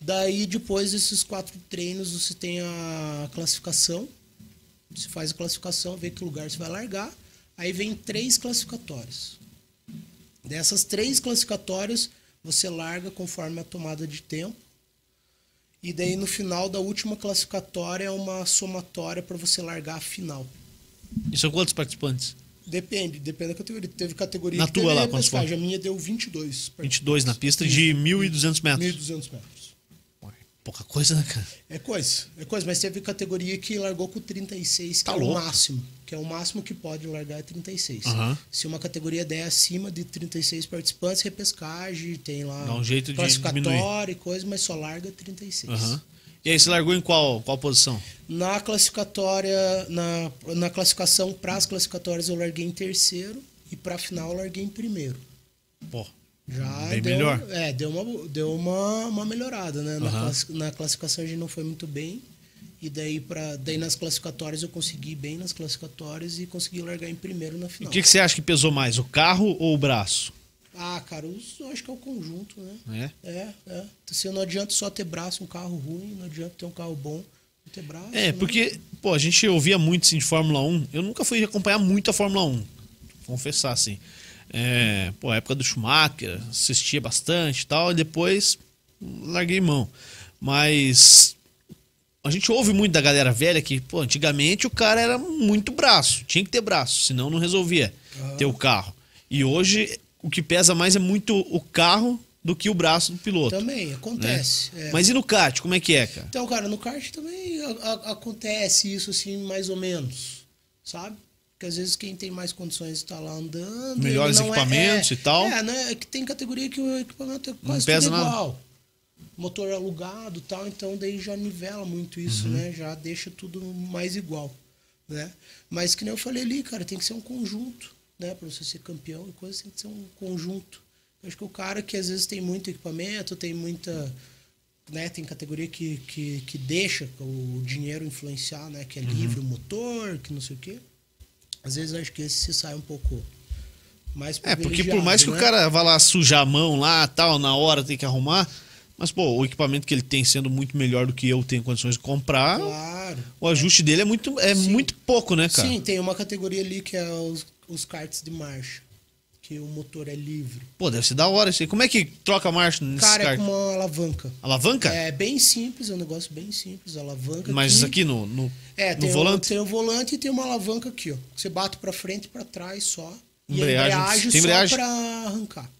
[SPEAKER 3] Daí, depois desses quatro treinos, você tem a classificação. Você faz a classificação, vê que lugar você vai largar. Aí vem três classificatórias. Dessas três classificatórias, você larga conforme a tomada de tempo. E daí, no final da última classificatória, é uma somatória para você largar a final.
[SPEAKER 1] E são quantos participantes?
[SPEAKER 3] Depende, depende da categoria. Teve categoria
[SPEAKER 1] Na
[SPEAKER 3] que
[SPEAKER 1] tua
[SPEAKER 3] teve
[SPEAKER 1] lá, quantos
[SPEAKER 3] repescagem. A minha deu 22.
[SPEAKER 1] 22 na pista de 1.200 metros.
[SPEAKER 3] 1.200 metros.
[SPEAKER 1] Pouca coisa, né, cara?
[SPEAKER 3] É coisa, é coisa, mas teve categoria que largou com 36, que
[SPEAKER 1] Tá
[SPEAKER 3] é
[SPEAKER 1] louco.
[SPEAKER 3] o máximo. Que é o máximo que pode largar é 36.
[SPEAKER 1] Aham.
[SPEAKER 3] Se uma categoria der acima de 36 participantes, repescagem, tem lá
[SPEAKER 1] Dá um jeito de
[SPEAKER 3] classificatória e coisa, mas só larga 36.
[SPEAKER 1] Aham. E aí, você largou em qual, qual posição?
[SPEAKER 3] Na classificatória, na, na classificação, para as classificatórias eu larguei em terceiro e para a final eu larguei em primeiro.
[SPEAKER 1] Pô,
[SPEAKER 3] Já
[SPEAKER 1] bem
[SPEAKER 3] deu,
[SPEAKER 1] melhor.
[SPEAKER 3] É, deu uma, deu uma, uma melhorada, né? Na,
[SPEAKER 1] Aham.
[SPEAKER 3] classi- na classificação a gente não foi muito bem. E daí, pra, daí nas classificatórias eu consegui ir bem nas classificatórias e consegui largar em primeiro na
[SPEAKER 1] E
[SPEAKER 3] final.
[SPEAKER 1] o que, que você acha que pesou mais, o carro ou o braço?
[SPEAKER 3] Ah, cara, os- eu acho que é o conjunto, né?
[SPEAKER 1] É?
[SPEAKER 3] É, é. Assim, não adianta só ter braço, um carro ruim, não adianta ter um carro bom, não ter braço.
[SPEAKER 1] É,
[SPEAKER 3] né?
[SPEAKER 1] porque, pô, a gente ouvia muito assim, de Fórmula 1. Eu nunca fui acompanhar muito a Fórmula 1, confessar assim. É, pô, a época do Schumacher, assistia bastante e tal, e depois larguei mão. Mas a gente ouve muito da galera velha que, pô, antigamente o cara era muito braço, tinha que ter braço, senão não resolvia ter o carro. E hoje o que pesa mais é muito o carro do que o braço do piloto.
[SPEAKER 3] Também,
[SPEAKER 1] né?
[SPEAKER 3] acontece. é.
[SPEAKER 1] Mas e no kart, como é que é, cara?
[SPEAKER 3] Então, cara, no kart também a- a- acontece isso, assim, mais ou menos, sabe? Porque às vezes quem tem mais condições está lá andando.
[SPEAKER 1] Melhores
[SPEAKER 3] ele não é-
[SPEAKER 1] equipamentos
[SPEAKER 3] é-
[SPEAKER 1] e tal.
[SPEAKER 3] É, né? É que tem categoria que o equipamento é quase
[SPEAKER 1] pesa
[SPEAKER 3] tudo
[SPEAKER 1] nada.
[SPEAKER 3] igual. Motor alugado e tal, então daí já nivela muito isso,
[SPEAKER 1] Uhum.
[SPEAKER 3] né? Já deixa tudo mais igual, né? Mas que nem eu falei ali, cara, tem que ser um conjunto, né? Pra você ser campeão e coisa, tem que ser um conjunto. Eu acho que o cara que às vezes tem muito equipamento, tem muita né, tem categoria que, que, que deixa o dinheiro influenciar, né,
[SPEAKER 1] Uhum.
[SPEAKER 3] que é livre o motor, que não sei o quê. Às vezes acho que esse se sai um pouco mais
[SPEAKER 1] É, porque por mais que o
[SPEAKER 3] privilegiado, né?
[SPEAKER 1] cara vá lá sujar a mão lá, tal, na hora tem que arrumar, mas pô, o equipamento que ele tem sendo muito melhor do que eu tenho condições de comprar,
[SPEAKER 3] Claro.
[SPEAKER 1] o ajuste dele é muito é
[SPEAKER 3] Sim.
[SPEAKER 1] muito pouco, né, cara?
[SPEAKER 3] Sim, tem uma categoria ali que é os, os karts de marcha, que o motor é livre.
[SPEAKER 1] Pô, deve ser da hora isso aí. Como é que troca a marcha nesse
[SPEAKER 3] Cara, é
[SPEAKER 1] kart?
[SPEAKER 3] com uma alavanca.
[SPEAKER 1] Alavanca?
[SPEAKER 3] É bem simples, é um negócio bem simples, alavanca
[SPEAKER 1] Mas
[SPEAKER 3] aqui.
[SPEAKER 1] aqui no, no,
[SPEAKER 3] É,
[SPEAKER 1] no
[SPEAKER 3] tem O,
[SPEAKER 1] volante?
[SPEAKER 3] tem o volante e tem uma alavanca aqui, ó. que Você bate pra frente e pra trás só. E
[SPEAKER 1] Embreagem.
[SPEAKER 3] a embreagem
[SPEAKER 1] Tem
[SPEAKER 3] só
[SPEAKER 1] embreagem?
[SPEAKER 3] pra arrancar.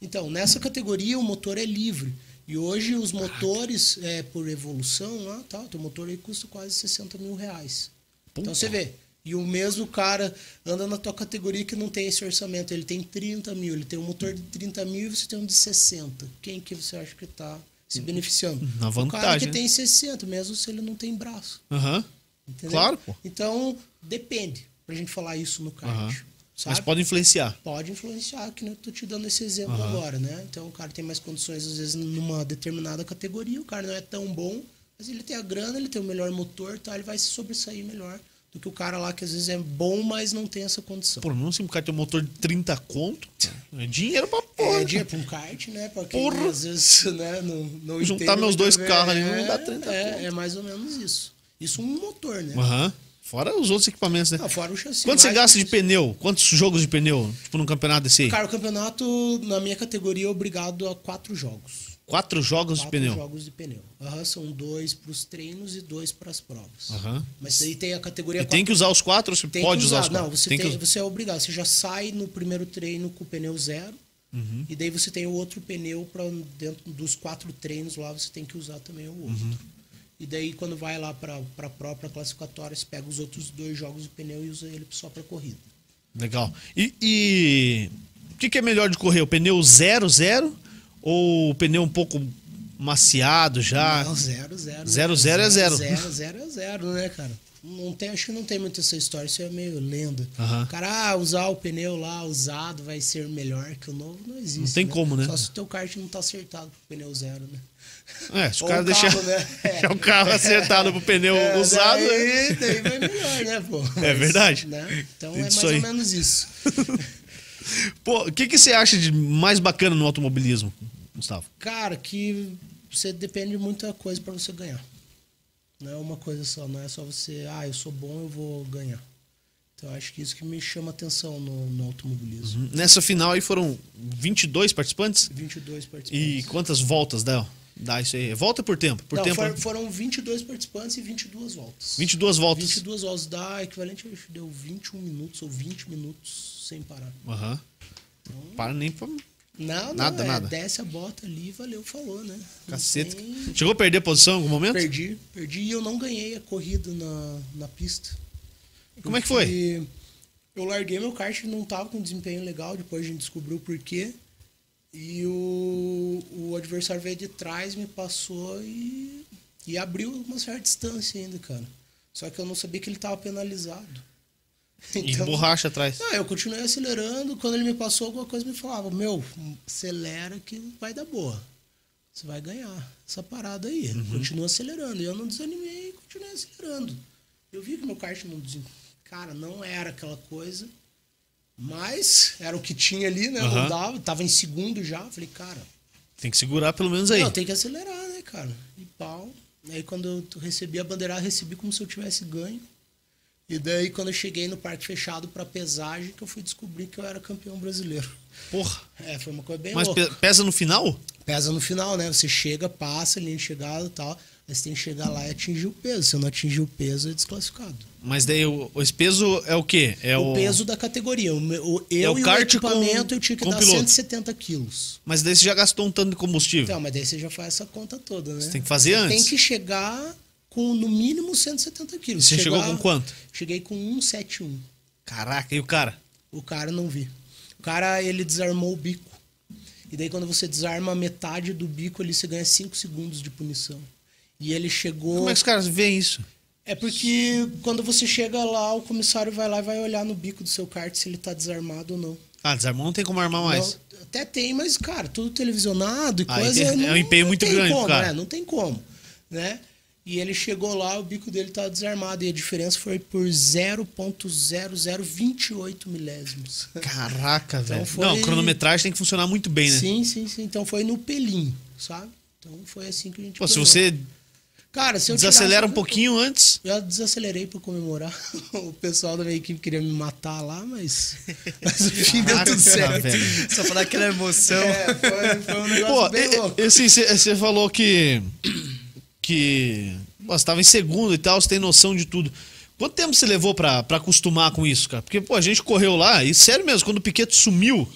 [SPEAKER 3] Então, nessa categoria o motor é livre. E hoje os motores, é, por evolução lá, tal, teu motor aí custa quase 60 mil reais.
[SPEAKER 1] Puta.
[SPEAKER 3] Então você vê. E o mesmo cara anda na tua categoria que não tem esse orçamento. Ele tem 30 mil, ele tem um motor de 30 mil e você tem um de 60. Quem que você acha que tá se beneficiando?
[SPEAKER 1] Na
[SPEAKER 3] O cara
[SPEAKER 1] vantagem,
[SPEAKER 3] que
[SPEAKER 1] né?
[SPEAKER 3] tem 60, mesmo se ele não tem braço.
[SPEAKER 1] Aham.
[SPEAKER 3] Entendeu?
[SPEAKER 1] Claro, pô.
[SPEAKER 3] Então, depende pra gente falar isso no kart.
[SPEAKER 1] Aham.
[SPEAKER 3] Sabe?
[SPEAKER 1] Mas
[SPEAKER 3] pode...
[SPEAKER 1] pode influenciar.
[SPEAKER 3] influenciar, que nem eu tô te dando esse exemplo agora, né? Então, o cara tem mais condições, às vezes, numa determinada categoria, o cara não é tão bom, mas ele tem a grana, ele tem o melhor motor, tá? ele vai se sobressair melhor do que o cara lá que às vezes é bom, mas não tem essa condição.
[SPEAKER 1] Pô, não se o cara tem um motor de 30 conto, cara, é dinheiro pra porra.
[SPEAKER 3] é dia
[SPEAKER 1] cara.
[SPEAKER 3] pra um kart, né? Pra quem
[SPEAKER 1] Porra.
[SPEAKER 3] às vezes [LAUGHS] né, não, não
[SPEAKER 1] Juntar meus
[SPEAKER 3] entende muito
[SPEAKER 1] dois
[SPEAKER 3] bem,
[SPEAKER 1] carros ali não
[SPEAKER 3] é,
[SPEAKER 1] dá 30
[SPEAKER 3] é,
[SPEAKER 1] conto.
[SPEAKER 3] é mais ou menos isso. Isso um motor, né?
[SPEAKER 1] Aham. Fora os outros equipamentos, né?
[SPEAKER 3] Ah, fora o chassi.
[SPEAKER 1] Quanto você
[SPEAKER 3] mais-
[SPEAKER 1] gasta de pneu? Quantos jogos de pneu? Tipo, num campeonato desse aí?
[SPEAKER 3] Cara, o campeonato, na minha categoria, é obrigado a quatro jogos.
[SPEAKER 1] Quatro jogos
[SPEAKER 3] quatro
[SPEAKER 1] de pneu.
[SPEAKER 3] jogos de pneu. Aham, são dois pros treinos e dois pras provas.
[SPEAKER 1] Aham.
[SPEAKER 3] Mas aí tem a categoria...
[SPEAKER 1] E tem que usar os quatro? Você
[SPEAKER 3] tem que
[SPEAKER 1] pode usar, os quatro?
[SPEAKER 3] Não, você,
[SPEAKER 1] tem
[SPEAKER 3] tem
[SPEAKER 1] que usar.
[SPEAKER 3] você é obrigado. Você já sai no primeiro treino com o pneu zero.
[SPEAKER 1] Uhum.
[SPEAKER 3] E daí você tem o outro pneu para dentro dos quatro treinos lá, você tem que usar também o outro.
[SPEAKER 1] Uhum.
[SPEAKER 3] E daí quando vai lá para a própria classificatória, você pega os outros dois jogos de pneu e usa ele só para corrida.
[SPEAKER 1] Legal. E, e o que, que é melhor de correr? O pneu zero, zero? Ou o pneu um pouco maciado já?
[SPEAKER 3] Não, zero, zero.
[SPEAKER 1] Zero, zero é zero.
[SPEAKER 3] Zero, zero é zero, né, cara? Não tem, acho que não tem muito essa história, isso é meio lenda.
[SPEAKER 1] Aham.
[SPEAKER 3] O Cara, ah, usar o pneu lá usado vai ser melhor que o novo, não existe.
[SPEAKER 1] Não tem como, né?
[SPEAKER 3] Só se o teu kart não tá acertado com o pneu zero, né?
[SPEAKER 1] É, se o
[SPEAKER 3] Ou
[SPEAKER 1] cara
[SPEAKER 3] o
[SPEAKER 1] deixar,
[SPEAKER 3] carro, né?
[SPEAKER 1] [LAUGHS] deixar o carro acertado pro pneu
[SPEAKER 3] É,
[SPEAKER 1] usado, né?
[SPEAKER 3] Daí, daí vai melhor, né, pô?
[SPEAKER 1] É verdade.
[SPEAKER 3] né? Então
[SPEAKER 1] Tem
[SPEAKER 3] é
[SPEAKER 1] disso
[SPEAKER 3] mais
[SPEAKER 1] aí.
[SPEAKER 3] ou menos isso.
[SPEAKER 1] Pô, o que, que você acha de mais bacana no automobilismo, Gustavo?
[SPEAKER 3] Cara, que você depende de muita coisa para você ganhar. Não é uma coisa só, não é só você, ah, eu sou bom, eu vou ganhar. Então acho que isso que me chama atenção no, no automobilismo.
[SPEAKER 1] Nessa final aí foram 22 participantes?
[SPEAKER 3] 22 participantes.
[SPEAKER 1] Uhum. E quantas voltas dá, dá isso aí? Volta por tempo? Por
[SPEAKER 3] não,
[SPEAKER 1] tempo?
[SPEAKER 3] for-
[SPEAKER 1] né?
[SPEAKER 3] foram 22 participantes e 22 voltas.
[SPEAKER 1] 22 voltas.
[SPEAKER 3] 22 voltas dá equivalente, acho que deu 21 minutos ou 20 minutos sem parar.
[SPEAKER 1] Aham.
[SPEAKER 3] Hum.
[SPEAKER 1] Para nem pra
[SPEAKER 3] Não, não,
[SPEAKER 1] Nada,
[SPEAKER 3] é,
[SPEAKER 1] nada.
[SPEAKER 3] desce a bota ali, valeu, falou, né? Não
[SPEAKER 1] caceta.
[SPEAKER 3] tem-
[SPEAKER 1] Chegou a perder a posição em algum momento?
[SPEAKER 3] Perdi, perdi e eu não ganhei a corrida na, na pista.
[SPEAKER 1] Como é que foi?
[SPEAKER 3] Porque Eu larguei meu kart, não tava com desempenho legal, depois a gente descobriu o porquê. E o, o adversário veio de trás, me passou e, e abriu uma certa distância ainda, cara. Só que eu não sabia que ele tava penalizado. Então,
[SPEAKER 1] E borracha atrás.
[SPEAKER 3] Não, eu continuei acelerando. Quando ele me passou alguma coisa, me falava: Meu, acelera que vai dar boa. Você vai ganhar essa parada aí. Continua acelerando. E eu não desanimei e continuei acelerando. Eu vi que meu kart não des... Cara, não era aquela coisa. Mas era o que tinha ali, né?
[SPEAKER 1] Aham.
[SPEAKER 3] Não dava. Tava em segundo já. Falei, cara,
[SPEAKER 1] Tem que segurar pelo menos aí.
[SPEAKER 3] não, tem que acelerar, né, cara? E pau. Aí quando eu t- recebi a bandeirada, recebi como se eu tivesse ganho. E daí quando eu cheguei no parque fechado pra pesagem, que eu fui descobrir que eu era campeão brasileiro. [LAUGHS]
[SPEAKER 1] Porra.
[SPEAKER 3] É, foi uma coisa bem
[SPEAKER 1] Mas
[SPEAKER 3] louca.
[SPEAKER 1] pe- pesa no final?
[SPEAKER 3] Pesa no final, né? Você chega, passa, linha de chegada e tal. Mas tem que chegar lá e atingir o peso. Se eu não atingir o peso, é desclassificado.
[SPEAKER 1] Mas daí o, esse peso é o quê? É
[SPEAKER 3] o peso da categoria. O, meu- o- eu e o
[SPEAKER 1] kart com-
[SPEAKER 3] equipamento eu tinha que
[SPEAKER 1] com
[SPEAKER 3] dar
[SPEAKER 1] piloto.
[SPEAKER 3] 170 quilos.
[SPEAKER 1] Mas daí você já gastou um tanto de combustível.
[SPEAKER 3] Então, mas daí você já faz essa conta toda, né?
[SPEAKER 1] Você tem que fazer antes.
[SPEAKER 3] Tem que chegar com no mínimo 170 quilos.
[SPEAKER 1] Você
[SPEAKER 3] Se
[SPEAKER 1] chegou
[SPEAKER 3] chegar-
[SPEAKER 1] com quanto?
[SPEAKER 3] Cheguei com 171.
[SPEAKER 1] Caraca, e o cara?
[SPEAKER 3] O cara não vi. O cara, ele desarmou o bico. E daí quando você desarma metade do bico, ali você ganha 5 segundos de punição. E ele chegou...
[SPEAKER 1] Como é que os caras veem isso?
[SPEAKER 3] É porque quando você chega lá, o comissário vai lá e vai olhar no bico do seu kart se ele tá desarmado ou não.
[SPEAKER 1] Ah, desarmou não tem como armar mais.
[SPEAKER 3] Não, até tem, mas, cara, tudo televisionado e
[SPEAKER 1] Aí
[SPEAKER 3] coisa.
[SPEAKER 1] tem-
[SPEAKER 3] não,
[SPEAKER 1] é um empenho
[SPEAKER 3] não
[SPEAKER 1] muito
[SPEAKER 3] tem
[SPEAKER 1] grande pro
[SPEAKER 3] como,
[SPEAKER 1] cara.
[SPEAKER 3] né? Não tem como, né? E ele chegou lá, o bico dele tava desarmado. E a diferença foi por 0,0028 milésimos.
[SPEAKER 1] Caraca, velho.
[SPEAKER 3] Então foi-
[SPEAKER 1] Não, cronometragem tem que funcionar muito bem, né?
[SPEAKER 3] Sim, sim, sim. Então foi no pelinho, sabe? Então foi assim que a gente.
[SPEAKER 1] Pô, se
[SPEAKER 3] ganhou.
[SPEAKER 1] você
[SPEAKER 3] Cara, se eu
[SPEAKER 1] desacelera
[SPEAKER 3] tirasse-
[SPEAKER 1] um pouquinho antes.
[SPEAKER 3] Eu desacelerei pra comemorar. [LAUGHS] O pessoal da minha equipe queria me matar
[SPEAKER 1] [LAUGHS]
[SPEAKER 3] lá, mas. Mas no fim deu
[SPEAKER 1] Caraca,
[SPEAKER 3] tudo certo.
[SPEAKER 1] velho.
[SPEAKER 2] [LAUGHS] Só pra dar aquela emoção.
[SPEAKER 3] É, foi, foi um negócio
[SPEAKER 1] Pô, é,
[SPEAKER 3] bem louco.
[SPEAKER 1] você falou que. Que. Pô, você tava em segundo e tal, você tem noção de tudo. Quanto tempo você levou pra, pra acostumar com isso, cara? Porque, pô, a gente correu lá e, sério mesmo, quando o Piquet sumiu,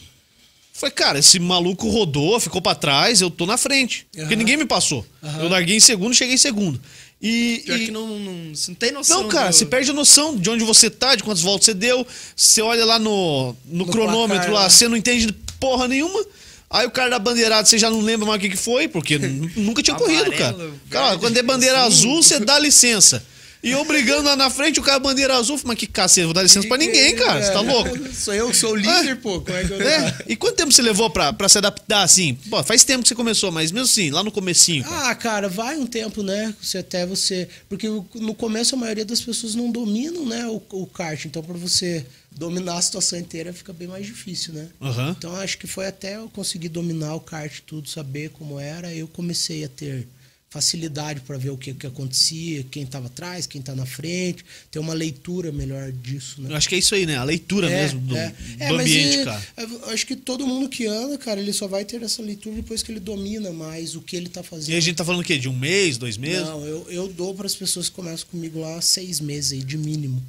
[SPEAKER 1] foi, cara, esse maluco rodou, ficou pra trás, eu tô na frente. Porque
[SPEAKER 3] Aham.
[SPEAKER 1] ninguém me passou. Eu larguei em segundo, cheguei em segundo. E.
[SPEAKER 2] Pior
[SPEAKER 1] e-
[SPEAKER 2] que não, não, você não tem noção.
[SPEAKER 1] Não, cara,
[SPEAKER 2] do-
[SPEAKER 1] você perde a noção de onde você tá, de quantas voltas você deu. Você olha lá no, no,
[SPEAKER 3] No
[SPEAKER 1] cronômetro
[SPEAKER 3] placar,
[SPEAKER 1] lá,
[SPEAKER 3] né?
[SPEAKER 1] você não entende porra nenhuma. Aí o cara da bandeirada, você já não lembra mais o que, que foi, porque
[SPEAKER 3] [LAUGHS]
[SPEAKER 1] n- nunca tinha corrido, cara.
[SPEAKER 2] Amarelo,
[SPEAKER 1] Cara,
[SPEAKER 2] verde,
[SPEAKER 1] quando é bandeira
[SPEAKER 2] azul.
[SPEAKER 1] azul, você dá licença. E eu brigando lá na frente, o cara bandeira azul, fala, mas que cacete, vou dar licença pra
[SPEAKER 3] É,
[SPEAKER 1] ninguém, cara. Você tá
[SPEAKER 3] [LAUGHS]
[SPEAKER 1] louco? Ah.
[SPEAKER 3] Sou eu, sou o líder, pô. Como é que eu
[SPEAKER 1] Né? E quanto tempo você levou pra, pra se adaptar, assim? Pô, faz tempo que você começou, mas mesmo assim, lá no comecinho, cara.
[SPEAKER 3] Ah, cara, vai um tempo, né? Você até você. Porque o- no começo a maioria das pessoas não dominam, né, o, o kart. Então, pra você dominar a situação inteira fica bem mais difícil, né?
[SPEAKER 1] Aham.
[SPEAKER 3] Então, acho que foi até eu conseguir dominar o kart, tudo, saber como era, eu comecei a ter facilidade para ver o que, que acontecia, quem tava atrás, quem tá na frente, ter uma leitura melhor disso, né?
[SPEAKER 1] Eu acho que é isso aí, né? A leitura mesmo do, do
[SPEAKER 3] é. mas
[SPEAKER 1] ambiente,
[SPEAKER 3] e-
[SPEAKER 1] cara.
[SPEAKER 3] eu Acho que todo mundo que anda, cara, ele só vai ter essa leitura depois que ele domina mais o que ele tá fazendo.
[SPEAKER 1] E a gente tá falando o quê? De um mês, dois meses?
[SPEAKER 3] Não, eu, eu dou para as pessoas que começam comigo lá seis meses aí, de mínimo.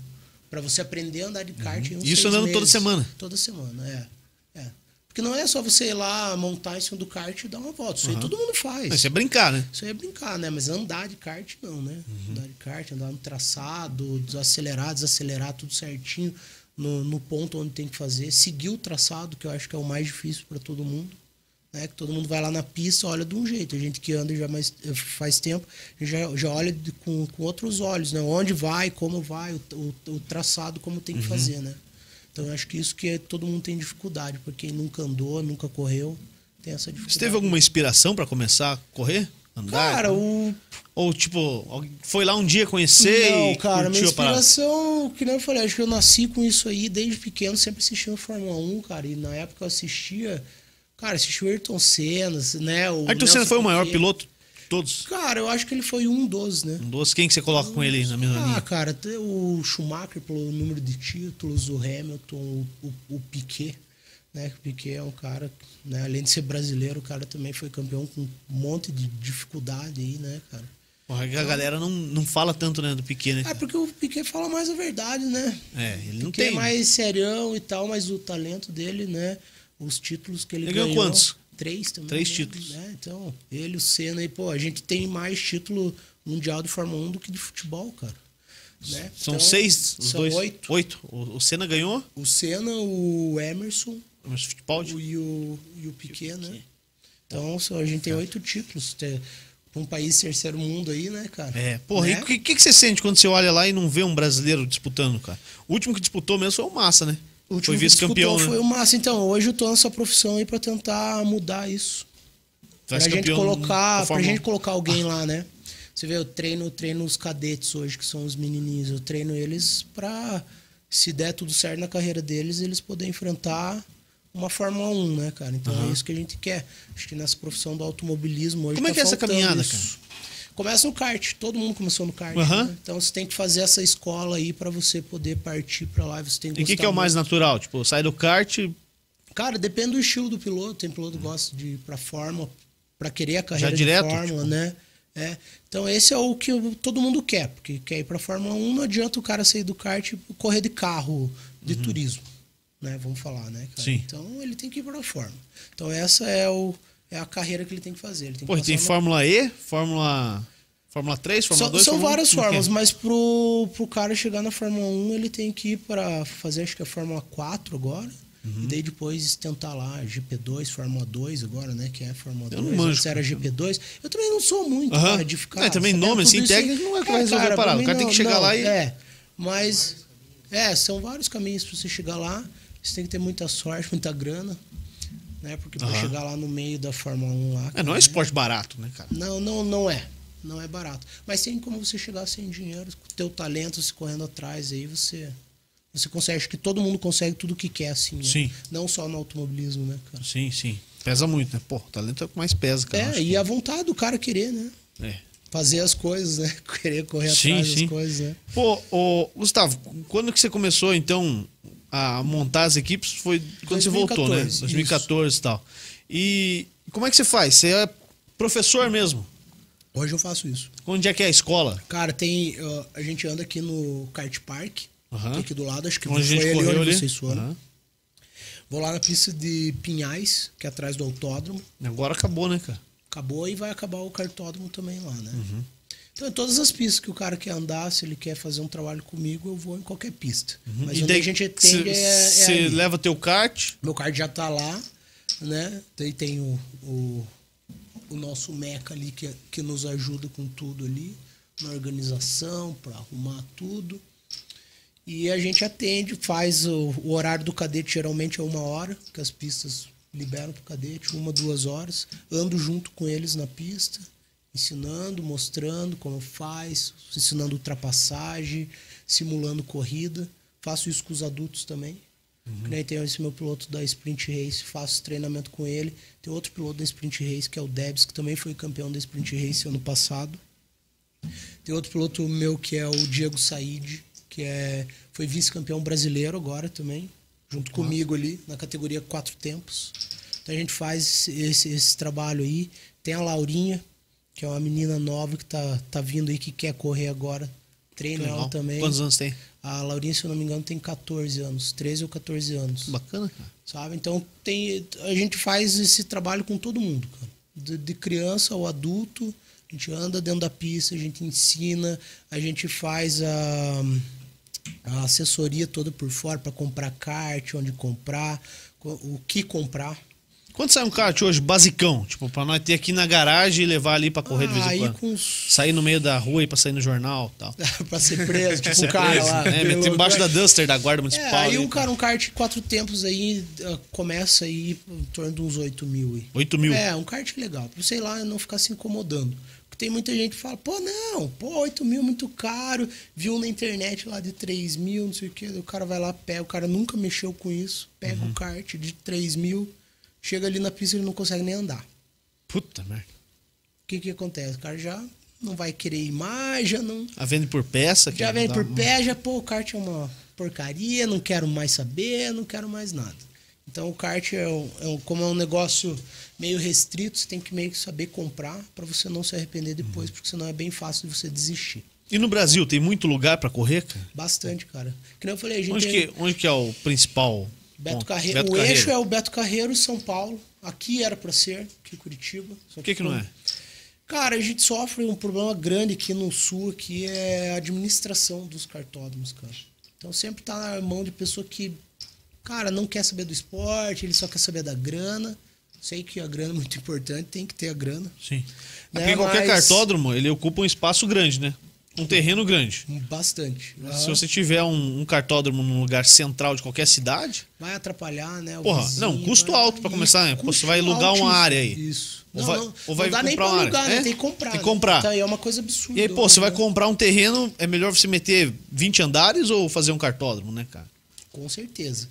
[SPEAKER 3] Para você aprender a andar de kart em uns
[SPEAKER 1] Uhum. Isso
[SPEAKER 3] seis
[SPEAKER 1] andando toda
[SPEAKER 3] meses.
[SPEAKER 1] semana?
[SPEAKER 3] Toda semana, é. É. Porque não é só você ir lá montar em cima do kart e dar uma volta. Isso aí todo mundo faz.
[SPEAKER 1] Mas Isso é brincar, né?
[SPEAKER 3] Isso aí é brincar, né? Mas andar de kart não, né?
[SPEAKER 1] Uhum.
[SPEAKER 3] Andar de kart, andar no traçado, desacelerar, desacelerar tudo certinho no, no ponto onde tem que fazer. Seguir o traçado, que eu acho que é o mais difícil para todo mundo. Né? Que todo mundo vai lá na pista, olha de um jeito. A gente que anda já mais, faz tempo, já, já olha de- com, com outros olhos, né? Onde vai, como vai, o, o- o traçado, como tem
[SPEAKER 1] Uhum.
[SPEAKER 3] que fazer, né? Então eu acho que isso que é- todo mundo tem dificuldade, para quem nunca andou, nunca correu, tem essa dificuldade.
[SPEAKER 1] Você teve alguma inspiração pra começar a correr? Andar?
[SPEAKER 3] Cara, um- o
[SPEAKER 1] Ou tipo, alguém foi lá um dia conhecer
[SPEAKER 3] Não,
[SPEAKER 1] e
[SPEAKER 3] cara, minha
[SPEAKER 1] curtiu a parada?
[SPEAKER 3] inspiração, que nem eu falei, acho que eu nasci com isso aí desde pequeno, sempre assistindo Fórmula 1, cara. E na época eu assistia, cara, assistia o Ayrton Senna, né? O
[SPEAKER 1] Ayrton
[SPEAKER 3] Nelson
[SPEAKER 1] Senna foi o maior
[SPEAKER 3] Piquet.
[SPEAKER 1] piloto de todos?
[SPEAKER 3] Cara, eu acho que ele foi um dos, né?
[SPEAKER 1] Um doce? Quem que você coloca com ele na mesma
[SPEAKER 3] Ah,
[SPEAKER 1] linha?
[SPEAKER 3] cara, até o Schumacher pelo número de títulos, o Hamilton, o, o, o Piquet, né? que O Piquet é um cara, né? Além de ser brasileiro, o cara também foi campeão com um monte de dificuldade aí, né, cara?
[SPEAKER 1] Porra, que a galera não, não fala tanto, né, do Piquet, né?
[SPEAKER 3] É porque o Piquet fala mais a verdade, né?
[SPEAKER 1] É, ele não
[SPEAKER 3] Porque
[SPEAKER 1] tem.
[SPEAKER 3] é mais serião e tal, mas o talento dele, né? Os títulos que ele,
[SPEAKER 1] Ele ganhou
[SPEAKER 3] ganhou.
[SPEAKER 1] quantos?
[SPEAKER 3] Três também.
[SPEAKER 1] Três
[SPEAKER 3] né?
[SPEAKER 1] títulos.
[SPEAKER 3] É, então, ele, o Senna e, pô, a gente tem mais título mundial de Fórmula 1 do que de futebol, cara. né?
[SPEAKER 1] São
[SPEAKER 3] Então,
[SPEAKER 1] seis, os
[SPEAKER 3] são
[SPEAKER 1] dois.
[SPEAKER 3] oito.
[SPEAKER 1] O, o Senna ganhou,
[SPEAKER 3] O Senna, o Emerson
[SPEAKER 1] mas Fittipaldi.
[SPEAKER 3] o, e, o, e o Piquet, né? Então, só, a
[SPEAKER 1] Tá.
[SPEAKER 3] gente tem oito títulos. Ter, pra um país terceiro mundo aí, né, cara?
[SPEAKER 1] É, porra, e
[SPEAKER 3] né?
[SPEAKER 1] o que, que, que você sente quando você olha lá e não vê um brasileiro disputando, cara? O último que disputou mesmo foi o Massa, né?
[SPEAKER 3] O último
[SPEAKER 1] foi
[SPEAKER 3] que
[SPEAKER 1] vice-campeão,
[SPEAKER 3] disputou
[SPEAKER 1] né?
[SPEAKER 3] Foi o Massa. Então, hoje eu tô nessa profissão aí pra tentar mudar isso. Pra gente
[SPEAKER 1] Vice-campeão
[SPEAKER 3] colocar,
[SPEAKER 1] da
[SPEAKER 3] pra
[SPEAKER 1] Fórmula
[SPEAKER 3] gente
[SPEAKER 1] 1.
[SPEAKER 3] colocar alguém
[SPEAKER 1] [LAUGHS]
[SPEAKER 3] lá, né? Você vê, eu treino, eu treino os cadetes hoje, que são os menininhos. Eu treino eles pra, se der tudo certo na carreira deles, eles poderem enfrentar uma Fórmula 1, né, cara? Então é isso que a gente quer. Acho que nessa profissão do automobilismo hoje
[SPEAKER 1] Como é
[SPEAKER 3] tá
[SPEAKER 1] que é essa
[SPEAKER 3] faltando
[SPEAKER 1] caminhada,
[SPEAKER 3] isso. Começa no kart, todo mundo começou no kart.
[SPEAKER 1] Aham.
[SPEAKER 3] né? Então você tem que fazer essa escola aí pra você poder partir pra lá. Você
[SPEAKER 1] E
[SPEAKER 3] tem
[SPEAKER 1] o que,
[SPEAKER 3] gostar
[SPEAKER 1] que é o
[SPEAKER 3] muito.
[SPEAKER 1] mais natural? Tipo, sai do kart,
[SPEAKER 3] Cara, depende do estilo do piloto. Tem piloto que gosta de ir pra fórmula, pra querer a carreira
[SPEAKER 1] direto, tipo?
[SPEAKER 3] de fórmula, né? É, então esse é o que eu- todo mundo quer, porque quer ir para Fórmula 1, não adianta o cara sair do kart e correr de carro de turismo, né? Vamos falar, né, cara?
[SPEAKER 1] Uhum. Sim.
[SPEAKER 3] Então ele tem que ir para a Fórmula. Então essa é o é a carreira que ele tem que fazer, ele tem
[SPEAKER 1] Pô,
[SPEAKER 3] que
[SPEAKER 1] tem
[SPEAKER 3] passar uma-
[SPEAKER 1] Fórmula E, Fórmula. Fórmula 3, Fórmula
[SPEAKER 3] são,
[SPEAKER 1] 2.
[SPEAKER 3] são
[SPEAKER 1] Fórmula um,
[SPEAKER 3] várias
[SPEAKER 1] como é que é?
[SPEAKER 3] formas, mas pro, pro cara chegar na Fórmula 1, ele tem que ir para fazer, acho que é a Fórmula 4 agora. E daí depois tentar lá GP2, Fórmula 2 agora, né? Que é a Fórmula
[SPEAKER 1] Eu
[SPEAKER 3] 2,
[SPEAKER 1] não manjo.
[SPEAKER 3] antes era GP2. Eu também não sou muito,
[SPEAKER 1] Aham.
[SPEAKER 3] cara, de ficar...
[SPEAKER 1] É, também
[SPEAKER 3] sabendo
[SPEAKER 1] nome,
[SPEAKER 3] tudo
[SPEAKER 1] assim,
[SPEAKER 3] isso aí.
[SPEAKER 1] técnico não é que vai resolver a parada.
[SPEAKER 3] pra mim
[SPEAKER 1] O cara tem que chegar lá e-
[SPEAKER 3] É, mas... É, são vários caminhos pra você chegar lá. Você tem que ter muita sorte, muita grana, né? Porque pra
[SPEAKER 1] Aham.
[SPEAKER 3] chegar lá no meio da Fórmula 1 lá...
[SPEAKER 1] É, não é
[SPEAKER 3] cara,
[SPEAKER 1] esporte barato, né, cara?
[SPEAKER 3] não, não, não é. Não é barato. Mas tem como você chegar sem dinheiro, com o teu talento, se correndo atrás, aí você. Você consegue. Acho que todo mundo consegue tudo que quer, assim. né?
[SPEAKER 1] Sim.
[SPEAKER 3] Não só no automobilismo, né, cara?
[SPEAKER 1] Sim, sim. Pesa muito, né? Pô, o talento é o que mais pesa, cara. Acho
[SPEAKER 3] é, e
[SPEAKER 1] que-
[SPEAKER 3] a vontade do cara querer, né?
[SPEAKER 1] é.
[SPEAKER 3] Fazer as coisas, né? [LAUGHS] Querer correr
[SPEAKER 1] Sim,
[SPEAKER 3] atrás
[SPEAKER 1] sim.
[SPEAKER 3] das coisas, né?
[SPEAKER 1] Pô, ô, Gustavo, quando que você começou, então, a montar as equipes? Foi quando você voltou, né?
[SPEAKER 3] 2014,
[SPEAKER 1] 2014 e tal. E como é que você faz? Você é professor mesmo?
[SPEAKER 3] Hoje eu faço isso.
[SPEAKER 1] Onde é que é a escola?
[SPEAKER 3] Cara, tem. ó, a gente anda aqui no kart park,
[SPEAKER 1] Aham.
[SPEAKER 3] tem aqui do lado, acho que
[SPEAKER 1] Onde a gente
[SPEAKER 3] foi ali
[SPEAKER 1] correu
[SPEAKER 3] onde
[SPEAKER 1] ali?
[SPEAKER 3] vocês foram.
[SPEAKER 1] Aham.
[SPEAKER 3] Vou lá na pista de Pinhais, que é atrás do autódromo.
[SPEAKER 1] Agora acabou, né, cara?
[SPEAKER 3] acabou e vai acabar o cartódromo também lá, né? Então, em todas as pistas que o cara quer andar, se ele quer fazer um trabalho comigo, eu vou em qualquer pista.
[SPEAKER 1] Uhum.
[SPEAKER 3] Mas onde a gente tende é, é
[SPEAKER 1] Você
[SPEAKER 3] ali.
[SPEAKER 1] leva teu kart,
[SPEAKER 3] Meu card já tá lá, né? Daí tem o, o, o nosso Meca ali que, que nos ajuda com tudo ali, na organização, para arrumar tudo. E a gente atende, faz o, o horário do cadete geralmente é uma hora, que as pistas liberam pro cadete, uma, duas horas. Ando junto com eles na pista, ensinando, mostrando como faz, ensinando ultrapassagem, simulando corrida. Faço isso com os adultos também. Que
[SPEAKER 1] Uhum.
[SPEAKER 3] nem tem esse meu piloto da Sprint Race, faço treinamento com ele. Tem outro piloto da Sprint Race, que é o Debs, que também foi campeão da Sprint Race ano passado. Tem outro piloto meu que é o Diego Said, que é, foi vice-campeão brasileiro agora também, junto comigo ali, na categoria quatro tempos. Então a gente faz esse, esse trabalho aí. Tem a Laurinha, que é uma menina nova que tá, tá vindo aí, que quer correr agora. Treina
[SPEAKER 1] Legal.
[SPEAKER 3] ela também.
[SPEAKER 1] Quantos anos tem?
[SPEAKER 3] A Laurinha, se eu não me engano, tem 14 anos, 13 ou 14 anos
[SPEAKER 1] Bacana, cara.
[SPEAKER 3] sabe? Então tem, a gente faz esse trabalho com todo mundo, cara. De, de criança ao adulto, a gente anda dentro da pista, a gente ensina, a gente faz a, a assessoria toda por fora para comprar kart, onde comprar, co- o que comprar.
[SPEAKER 1] Quanto sai um kart hoje, basicão? Tipo, pra nós ter aqui na garagem e levar ali pra correr de vez
[SPEAKER 3] Ah,
[SPEAKER 1] em
[SPEAKER 3] aí
[SPEAKER 1] quando.
[SPEAKER 3] com os... [LAUGHS]
[SPEAKER 1] Sair no meio da rua e pra sair no jornal e tal.
[SPEAKER 3] pra ser preso,
[SPEAKER 1] [LAUGHS]
[SPEAKER 3] tipo
[SPEAKER 1] Você
[SPEAKER 3] o cara
[SPEAKER 1] preso,
[SPEAKER 3] lá.
[SPEAKER 1] Né? Meter
[SPEAKER 3] pelo-
[SPEAKER 1] embaixo da Duster, da Guarda
[SPEAKER 3] É,
[SPEAKER 1] Municipal.
[SPEAKER 3] aí
[SPEAKER 1] ali,
[SPEAKER 3] um cara, um kart quatro tempos aí eh, começa aí em torno de uns 8 mil aí.
[SPEAKER 1] 8 mil.
[SPEAKER 3] É, um kart legal. Pra sei lá não ficar se incomodando. Porque tem muita gente que fala, pô, não, pô, 8 mil é muito caro. Viu na internet lá de 3 mil, não sei o quê. daí O cara vai lá, pega, o cara nunca mexeu com isso. Pega o kart de 3 mil, chega ali na pista e ele não consegue nem andar.
[SPEAKER 1] Puta merda.
[SPEAKER 3] O que que acontece? O cara já não vai querer ir mais, já não...
[SPEAKER 1] A vende por peça. que
[SPEAKER 3] Já vem
[SPEAKER 1] dá
[SPEAKER 3] por
[SPEAKER 1] um-
[SPEAKER 3] pé, já, pô, o kart é uma porcaria, não quero mais saber, não quero mais nada. Então o kart, é um, é um- como é um negócio meio restrito, você tem que meio que saber comprar para você não se arrepender depois, porque senão é bem fácil de você desistir.
[SPEAKER 1] E no Brasil, tem muito lugar pra correr, cara?
[SPEAKER 3] Bastante, cara. Que nem eu falei, a gente
[SPEAKER 1] Onde
[SPEAKER 3] tem
[SPEAKER 1] que, onde que é o principal?
[SPEAKER 3] Beto
[SPEAKER 1] ponto?
[SPEAKER 3] Carreiro.
[SPEAKER 1] Beto
[SPEAKER 3] o
[SPEAKER 1] Carreiro.
[SPEAKER 3] eixo é o Beto Carreiro, São Paulo. Aqui era para ser, aqui em Curitiba.
[SPEAKER 1] Por que, que não é?
[SPEAKER 3] Cara, a gente sofre um problema grande aqui no sul, que é a administração dos cartódromos, cara. Então sempre tá na mão de pessoa que, cara, não quer saber do esporte, ele só quer saber da grana. Sei que a grana é muito importante, tem que ter a grana.
[SPEAKER 1] Sim. É
[SPEAKER 3] Né,
[SPEAKER 1] porque qualquer
[SPEAKER 3] mas-
[SPEAKER 1] cartódromo, ele ocupa um espaço grande, né? Um terreno grande.
[SPEAKER 3] Bastante.
[SPEAKER 1] Se você tiver um, um cartódromo num lugar central de qualquer cidade,
[SPEAKER 3] Vai atrapalhar, né? o
[SPEAKER 1] Porra,
[SPEAKER 3] vizinho,
[SPEAKER 1] não, custo
[SPEAKER 3] vai-
[SPEAKER 1] alto pra começar, né? Pô,
[SPEAKER 3] Custo
[SPEAKER 1] você vai alugar
[SPEAKER 3] altíssimo.
[SPEAKER 1] uma área aí.
[SPEAKER 3] Isso.
[SPEAKER 1] Ou
[SPEAKER 3] não,
[SPEAKER 1] vai-
[SPEAKER 3] não,
[SPEAKER 1] ou vai
[SPEAKER 3] não dá nem
[SPEAKER 1] comprar
[SPEAKER 3] pra
[SPEAKER 1] uma área.
[SPEAKER 3] alugar,
[SPEAKER 1] É?
[SPEAKER 3] né? Tem que comprar.
[SPEAKER 1] Tem que
[SPEAKER 3] né?
[SPEAKER 1] comprar.
[SPEAKER 3] Então, aí é uma coisa absurda.
[SPEAKER 1] e aí, pô, você vai
[SPEAKER 3] né?
[SPEAKER 1] comprar um terreno, é melhor você meter 20 andares ou fazer um cartódromo, né, cara?
[SPEAKER 3] Com certeza.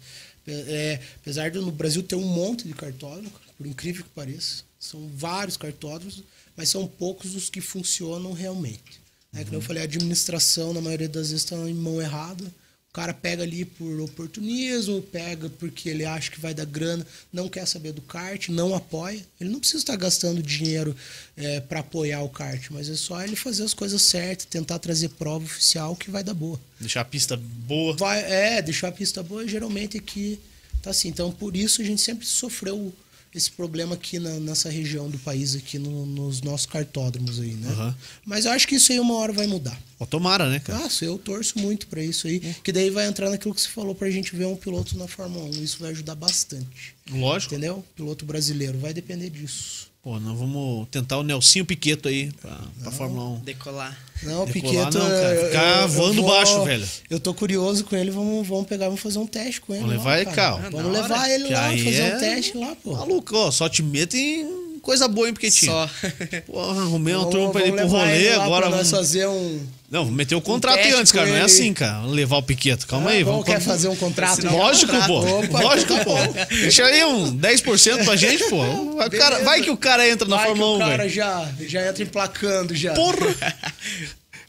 [SPEAKER 3] É, é, apesar de no Brasil ter um monte de cartódromo, cara, por incrível que pareça, são vários cartódromos, mas são poucos os que funcionam realmente. É que nem eu falei, a administração, na maioria das vezes, está em tá mão errada. O cara pega ali por oportunismo, pega porque ele acha que vai dar grana, não quer saber do kart, não apoia. Ele não precisa estar gastando dinheiro é, para apoiar o kart, mas é só ele fazer as coisas certas, tentar trazer prova oficial que vai dar boa.
[SPEAKER 1] Deixar a pista boa.
[SPEAKER 3] Vai, é, deixar a pista boa geralmente aqui tá assim. Então por isso a gente sempre sofreu esse problema aqui na, nessa região do país, aqui no- nos nossos cartódromos aí, né?
[SPEAKER 1] Aham.
[SPEAKER 3] Mas eu acho que isso aí uma hora vai mudar.
[SPEAKER 1] Ó, tomara, né, cara?
[SPEAKER 3] Nossa, eu torço muito pra isso aí, que daí vai entrar naquilo que você falou pra gente ver um piloto na Fórmula 1. Isso vai ajudar bastante,
[SPEAKER 1] Lógico.
[SPEAKER 3] entendeu? Piloto brasileiro, vai depender disso.
[SPEAKER 1] Pô, nós vamos tentar o Nelsinho Piqueto aí pra, pra Fórmula 1.
[SPEAKER 2] Decolar.
[SPEAKER 1] Decolar
[SPEAKER 3] Não, Piqueto...
[SPEAKER 1] não, cara.
[SPEAKER 3] eu-
[SPEAKER 1] Ficar
[SPEAKER 3] eu- eu
[SPEAKER 1] voando baixo, velho.
[SPEAKER 3] Eu tô curioso com ele, vamos, vamos pegar, vamos fazer um teste com ele
[SPEAKER 1] Vamos
[SPEAKER 3] lá,
[SPEAKER 1] levar ele,
[SPEAKER 3] cara.
[SPEAKER 1] cara.
[SPEAKER 2] Ah,
[SPEAKER 3] Vamos
[SPEAKER 2] na hora.
[SPEAKER 3] levar ele
[SPEAKER 1] Que
[SPEAKER 3] lá,
[SPEAKER 1] aí
[SPEAKER 3] fazer
[SPEAKER 1] é-
[SPEAKER 3] um teste lá, pô.
[SPEAKER 1] Maluco, ó, só te meto em coisa boa, hein, Piquetinho?
[SPEAKER 2] Só. [LAUGHS]
[SPEAKER 1] Porra, arrumei uma
[SPEAKER 3] Vamos-
[SPEAKER 1] turma pra ele ir pro
[SPEAKER 3] vamos levar
[SPEAKER 1] rolê,
[SPEAKER 3] ele lá
[SPEAKER 1] agora
[SPEAKER 3] pra nós
[SPEAKER 1] vamos...
[SPEAKER 3] fazer um.
[SPEAKER 1] Não, vou meter o contrato aí
[SPEAKER 2] teste
[SPEAKER 1] antes,
[SPEAKER 2] com
[SPEAKER 1] cara, não é
[SPEAKER 2] ele.
[SPEAKER 1] assim, cara, levar o Piqueto, calma aí.
[SPEAKER 3] vamos quer fazer um contrato?
[SPEAKER 1] Lógico,
[SPEAKER 2] um
[SPEAKER 1] pô,
[SPEAKER 3] contrato. Opa,
[SPEAKER 1] lógico,
[SPEAKER 3] então tá
[SPEAKER 1] pô. Deixa aí um 10% pra gente, pô. O cara- vai que o cara entra tá na
[SPEAKER 3] Vai que
[SPEAKER 1] Fórmula
[SPEAKER 3] o
[SPEAKER 1] 1,
[SPEAKER 3] cara
[SPEAKER 1] velho.
[SPEAKER 3] já, já entra emplacando já.
[SPEAKER 1] Porra!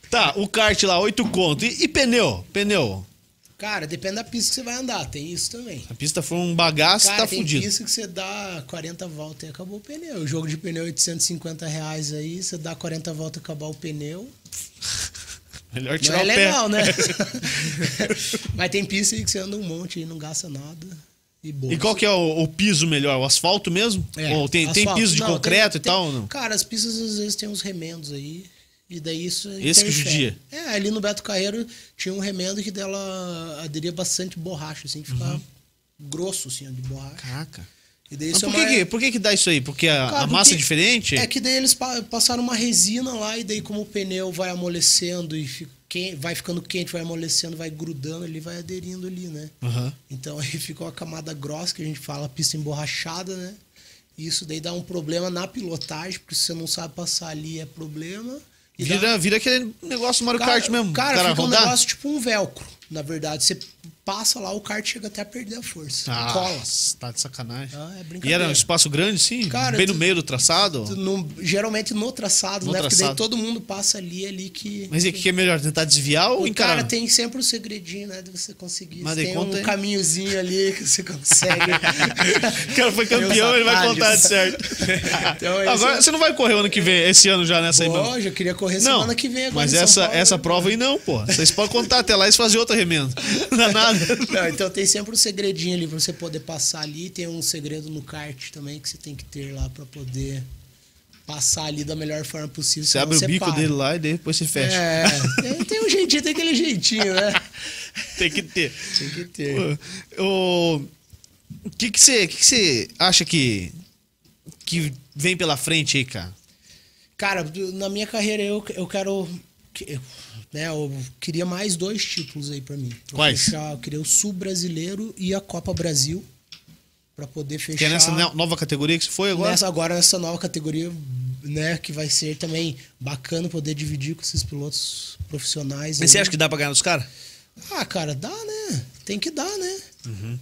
[SPEAKER 1] Tá, o kart lá, 8 conto. E, e pneu? Pneu.
[SPEAKER 3] Cara, depende da pista que você vai andar, tem isso também.
[SPEAKER 1] A pista foi um bagaço,
[SPEAKER 3] Cara,
[SPEAKER 1] tá
[SPEAKER 3] tem
[SPEAKER 1] fudido.
[SPEAKER 3] pista que você dá 40 voltas e acabou o pneu. O jogo de pneu é 850 reais aí, você dá 40 voltas e acabar o pneu.
[SPEAKER 1] Melhor
[SPEAKER 3] Não
[SPEAKER 1] tirar
[SPEAKER 3] é
[SPEAKER 1] o pé. [LAUGHS]
[SPEAKER 3] legal, né? Mas tem pista aí que você anda um monte e não gasta nada. E boa.
[SPEAKER 1] E qual que é o, o piso melhor? O asfalto mesmo?
[SPEAKER 3] É,
[SPEAKER 1] Ou tem, tem
[SPEAKER 3] asfalto.
[SPEAKER 1] piso de
[SPEAKER 3] Não,
[SPEAKER 1] concreto
[SPEAKER 3] tem-
[SPEAKER 1] e tal?
[SPEAKER 3] tem-
[SPEAKER 1] ou Não?
[SPEAKER 3] Cara, as pistas às vezes tem uns remendos aí. E daí isso.
[SPEAKER 1] Esse que
[SPEAKER 3] interfere. É, ali no Beto Carreiro tinha um remendo que dela aderia bastante borracha, assim, que ficava grosso, assim, de borracha.
[SPEAKER 1] Caraca.
[SPEAKER 3] E daí
[SPEAKER 1] Uhum. Mas
[SPEAKER 3] isso
[SPEAKER 1] por,
[SPEAKER 3] é
[SPEAKER 1] que,
[SPEAKER 3] uma-
[SPEAKER 1] que, por que que dá isso aí? Porque a,
[SPEAKER 3] Cara,
[SPEAKER 1] a massa
[SPEAKER 3] porque-
[SPEAKER 1] é diferente?
[SPEAKER 3] É que daí eles pa- passaram uma resina lá, e daí como o pneu vai amolecendo e fi- quem- vai ficando quente, vai amolecendo, vai grudando, ele vai aderindo ali, né?
[SPEAKER 1] Aham.
[SPEAKER 3] Então [LAUGHS] aí ficou a camada grossa, que a gente fala pista emborrachada, né? E Isso daí dá um problema na pilotagem, porque se você não sabe passar ali é problema. E dá-
[SPEAKER 1] Vira, vira aquele negócio Mario Kart mesmo.
[SPEAKER 3] Cara,
[SPEAKER 1] o cara
[SPEAKER 3] fica um
[SPEAKER 1] rodar.
[SPEAKER 3] negócio tipo um velcro, na verdade. Você passa lá, o kart chega até a perder a força.
[SPEAKER 1] Ah,
[SPEAKER 3] Cola.
[SPEAKER 1] Tá de sacanagem.
[SPEAKER 3] Ah, é
[SPEAKER 1] e
[SPEAKER 3] brincadeira.
[SPEAKER 1] era um espaço grande, sim?
[SPEAKER 3] Cara,
[SPEAKER 1] Bem no
[SPEAKER 3] tu-
[SPEAKER 1] meio do traçado?
[SPEAKER 3] No- geralmente no traçado,
[SPEAKER 1] No
[SPEAKER 3] né? Porque
[SPEAKER 1] traçado.
[SPEAKER 3] daí todo mundo passa ali, é ali que...
[SPEAKER 1] Mas e o que que é melhor? Tentar desviar ou
[SPEAKER 3] O
[SPEAKER 1] encarar?
[SPEAKER 3] cara tem sempre um segredinho, né? De você conseguir.
[SPEAKER 1] Mas de
[SPEAKER 3] tem
[SPEAKER 1] conta,
[SPEAKER 3] um
[SPEAKER 1] hein?
[SPEAKER 3] caminhozinho ali que você
[SPEAKER 1] [LAUGHS]
[SPEAKER 3] consegue.
[SPEAKER 1] [LAUGHS] O cara foi campeão,
[SPEAKER 2] Meus
[SPEAKER 1] ele vai
[SPEAKER 2] atalhos.
[SPEAKER 1] contar de certo.
[SPEAKER 3] [LAUGHS] Então,
[SPEAKER 1] Agora,
[SPEAKER 3] esse-
[SPEAKER 1] você não vai correr o ano que vem, esse ano já nessa aí mesmo.
[SPEAKER 3] Hoje, eu queria correr
[SPEAKER 1] Não,
[SPEAKER 3] semana que vem agora.
[SPEAKER 1] mas
[SPEAKER 3] em São
[SPEAKER 1] essa,
[SPEAKER 3] Paulo,
[SPEAKER 1] essa
[SPEAKER 3] né?
[SPEAKER 1] prova aí não, pô. Vocês podem contar até lá e fazer outra remenda. Não é
[SPEAKER 3] [LAUGHS]
[SPEAKER 1] nada.
[SPEAKER 3] Não, então tem sempre um segredinho ali pra você poder passar ali. Tem um segredo no kart também que você tem que ter lá pra poder passar ali da melhor forma possível.
[SPEAKER 1] Você
[SPEAKER 3] senão
[SPEAKER 1] abre o bico
[SPEAKER 3] para.
[SPEAKER 1] dele lá e depois você fecha.
[SPEAKER 3] É, tem, tem um jeitinho, tem aquele jeitinho, né?
[SPEAKER 1] [LAUGHS] Tem que ter.
[SPEAKER 3] Tem que ter.
[SPEAKER 1] O o que que você que que você acha que, que vem pela frente aí, cara?
[SPEAKER 3] Cara, do- na minha carreira eu, eu quero. que- eu, Né, eu queria mais dois títulos aí pra mim. Pra
[SPEAKER 1] Quais?
[SPEAKER 3] Fechar, eu queria o Sul Brasileiro e a Copa Brasil. Pra poder fechar.
[SPEAKER 1] Que é nessa ne- nova categoria que você foi agora?
[SPEAKER 3] Nessa- agora nessa nova categoria, né, que vai ser também bacana poder dividir com esses pilotos profissionais.
[SPEAKER 1] Mas você
[SPEAKER 3] aí.
[SPEAKER 1] acha que dá pra ganhar nos caras?
[SPEAKER 3] Ah, cara, dá, né? Tem que dar, né?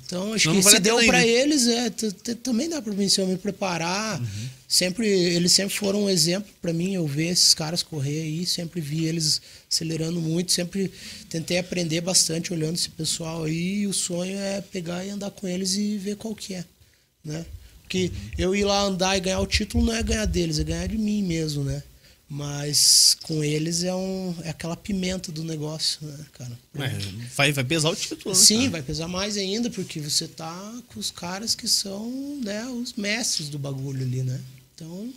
[SPEAKER 3] Então, acho
[SPEAKER 1] Uhum. Senão não vale
[SPEAKER 3] que se
[SPEAKER 1] a pena
[SPEAKER 3] deu
[SPEAKER 1] ir,
[SPEAKER 3] pra
[SPEAKER 1] né?
[SPEAKER 3] eles, é, t- t- também dá pra mim, se eu me preparar.
[SPEAKER 1] Uhum.
[SPEAKER 3] Sempre, eles sempre foram um exemplo pra mim, eu ver esses caras correr aí, sempre vi eles acelerando muito, sempre tentei aprender bastante olhando esse pessoal aí, e o sonho é pegar e andar com eles e ver qual que é, né? Porque
[SPEAKER 1] Uhum.
[SPEAKER 3] eu ir lá andar e ganhar o título não é ganhar deles, é ganhar de mim mesmo, né? Mas com eles é, um, é aquela pimenta do negócio, né, cara?
[SPEAKER 1] É, vai, vai pesar o título, né?
[SPEAKER 3] Sim,
[SPEAKER 1] cara?
[SPEAKER 3] vai pesar mais ainda, porque você tá com os caras que são né, os mestres do bagulho ali, né? Então,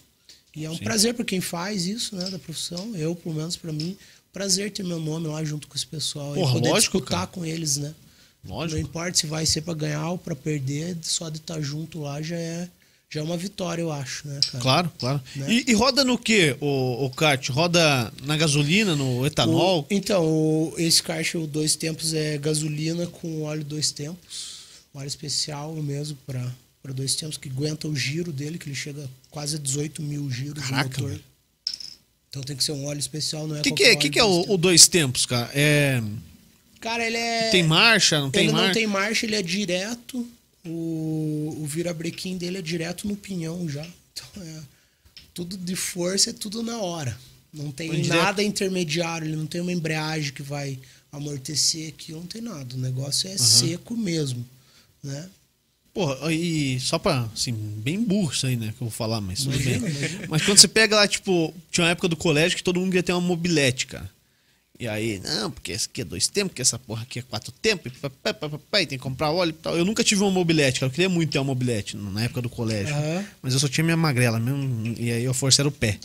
[SPEAKER 3] e é um prazer pra quem faz isso, né, da profissão. Eu, pelo menos pra mim, prazer ter meu nome lá junto com esse pessoal
[SPEAKER 1] Porra,
[SPEAKER 3] e poder
[SPEAKER 1] lógico, cara.
[SPEAKER 3] disputar com eles, né? Não
[SPEAKER 1] Lógico.
[SPEAKER 3] importa se vai ser pra ganhar ou pra perder, só de estar junto lá já é, já é uma vitória, eu acho, né, cara?
[SPEAKER 1] Claro, claro.
[SPEAKER 3] Né?
[SPEAKER 1] E, e roda no que o, o kart? Roda na gasolina, no etanol?
[SPEAKER 3] O- então, o- esse kart, o dois tempos, é gasolina com óleo dois tempos. um Óleo especial mesmo para dois tempos, que aguenta o giro dele, que ele chega quase a 18 mil giros
[SPEAKER 1] Caraca,
[SPEAKER 3] no motor.
[SPEAKER 1] velho.
[SPEAKER 3] Então tem que ser um óleo especial, não é
[SPEAKER 1] O que, que
[SPEAKER 3] qualquer
[SPEAKER 1] é,
[SPEAKER 3] óleo
[SPEAKER 1] que que é
[SPEAKER 3] dois
[SPEAKER 1] o,
[SPEAKER 3] tempos.
[SPEAKER 1] o dois tempos, cara? É,
[SPEAKER 3] Cara, ele é...
[SPEAKER 1] tem marcha, não tem
[SPEAKER 3] ele
[SPEAKER 1] marcha?
[SPEAKER 3] não tem marcha, ele é direto. O, o virabrequim dele é direto no pinhão já. Então é tudo de força, é tudo na hora. Não tem
[SPEAKER 1] Foi direto.
[SPEAKER 3] nada intermediário, ele não tem uma embreagem que vai amortecer aqui não tem nada. O negócio é seco mesmo, né?
[SPEAKER 1] Porra, e só pra, assim, bem burro isso aí, né? Que eu vou falar, mas tudo bem.
[SPEAKER 3] Imagina, imagina.
[SPEAKER 1] Mas quando você pega lá, tipo, tinha uma época do colégio que todo mundo ia ter uma mobilete, cara. E aí, não, porque essa aqui é dois tempos, porque essa porra aqui é quatro tempos, e, papapá, papapá, e tem que comprar óleo e tal. Eu nunca tive uma mobilete, cara. Eu queria muito ter uma mobilete na época do colégio.
[SPEAKER 3] Aham.
[SPEAKER 1] Mas eu só tinha minha magrela mesmo, e aí a força era o pé.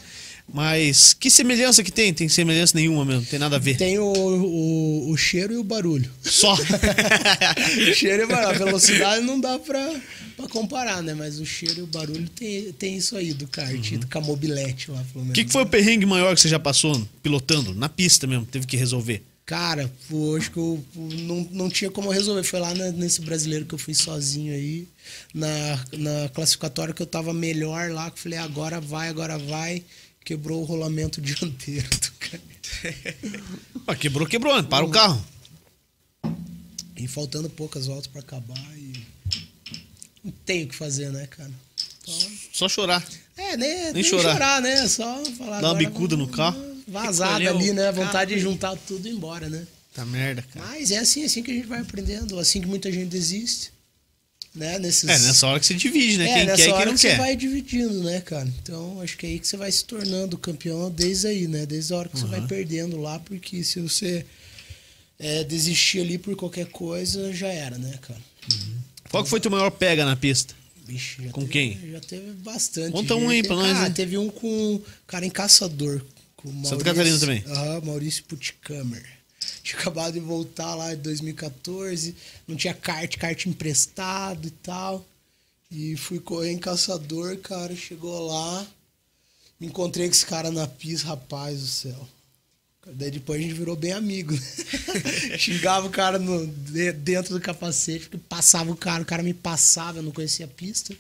[SPEAKER 1] Mas que semelhança que tem? Tem semelhança nenhuma mesmo, não tem nada a ver.
[SPEAKER 3] Tem o, o, o cheiro e o barulho. [LAUGHS]
[SPEAKER 1] Só.
[SPEAKER 3] O cheiro e o barulho. A velocidade não dá pra, pra comparar, né? Mas o cheiro e o barulho tem, tem isso aí do kart, do camobilete lá, pelo
[SPEAKER 1] O
[SPEAKER 3] menos.
[SPEAKER 1] Uhum. que, que foi o perrengue maior que você já passou pilotando? Na pista mesmo, teve que resolver.
[SPEAKER 3] Cara, pô, acho que eu pô, não, não tinha como resolver. Foi lá na- nesse brasileiro que eu fui sozinho aí, na, na classificatória que eu tava melhor lá, que eu falei, agora vai, agora vai. Quebrou o rolamento [LAUGHS] dianteiro do cara.
[SPEAKER 1] Ah, quebrou, quebrou, né? para o carro.
[SPEAKER 3] E faltando poucas voltas pra acabar e. Não tem o que fazer, né, cara? Então,
[SPEAKER 1] Só chorar.
[SPEAKER 3] é, nem, nem,
[SPEAKER 1] chorar.
[SPEAKER 3] chorar. né? Só falar.
[SPEAKER 1] Dar uma
[SPEAKER 3] agora
[SPEAKER 1] bicuda
[SPEAKER 3] vamos-
[SPEAKER 1] no carro.
[SPEAKER 3] Vazada
[SPEAKER 2] Escolher o
[SPEAKER 3] ali, né?
[SPEAKER 2] carro.
[SPEAKER 3] Vontade de juntar tudo e ir embora, né?
[SPEAKER 1] Tá merda, cara.
[SPEAKER 3] Mas é assim, assim que a gente vai aprendendo, assim que muita gente desiste, né? Nesses...
[SPEAKER 1] É, nessa hora que você divide, né?
[SPEAKER 3] É,
[SPEAKER 1] quem
[SPEAKER 3] nessa
[SPEAKER 1] quer e
[SPEAKER 3] hora
[SPEAKER 1] quem não
[SPEAKER 3] que
[SPEAKER 1] quer.
[SPEAKER 3] você vai dividindo, né, cara? Então, acho que é aí que você vai se tornando campeão desde aí, né? Desde a hora que
[SPEAKER 1] Uhum.
[SPEAKER 3] você vai perdendo lá, porque se você é, desistir ali por qualquer coisa, já era, né, cara?
[SPEAKER 1] Qual que foi teu maior pega na pista?
[SPEAKER 3] Vixe, já
[SPEAKER 1] Com
[SPEAKER 3] teve,
[SPEAKER 1] quem?
[SPEAKER 3] Já teve bastante.
[SPEAKER 1] Conta um aí pra
[SPEAKER 3] Teve-
[SPEAKER 1] nós,
[SPEAKER 3] Ah,
[SPEAKER 1] né?
[SPEAKER 3] teve um com cara em Caçador. Com o
[SPEAKER 1] Santa
[SPEAKER 3] Maurício-
[SPEAKER 1] Catarina também?
[SPEAKER 3] Aham, Maurício Putikamer. [LAUGHS] Tinha acabado de voltar lá em 2014. Não tinha kart, kart emprestado e tal. E fui correr em Caçador, cara. Chegou lá. Me encontrei com esse cara na pista, rapaz do céu. Daí depois a gente virou bem amigo. [LAUGHS] né? Xingava o cara no, de- dentro do capacete, porque passava o cara, o cara me passava, eu não conhecia a pista.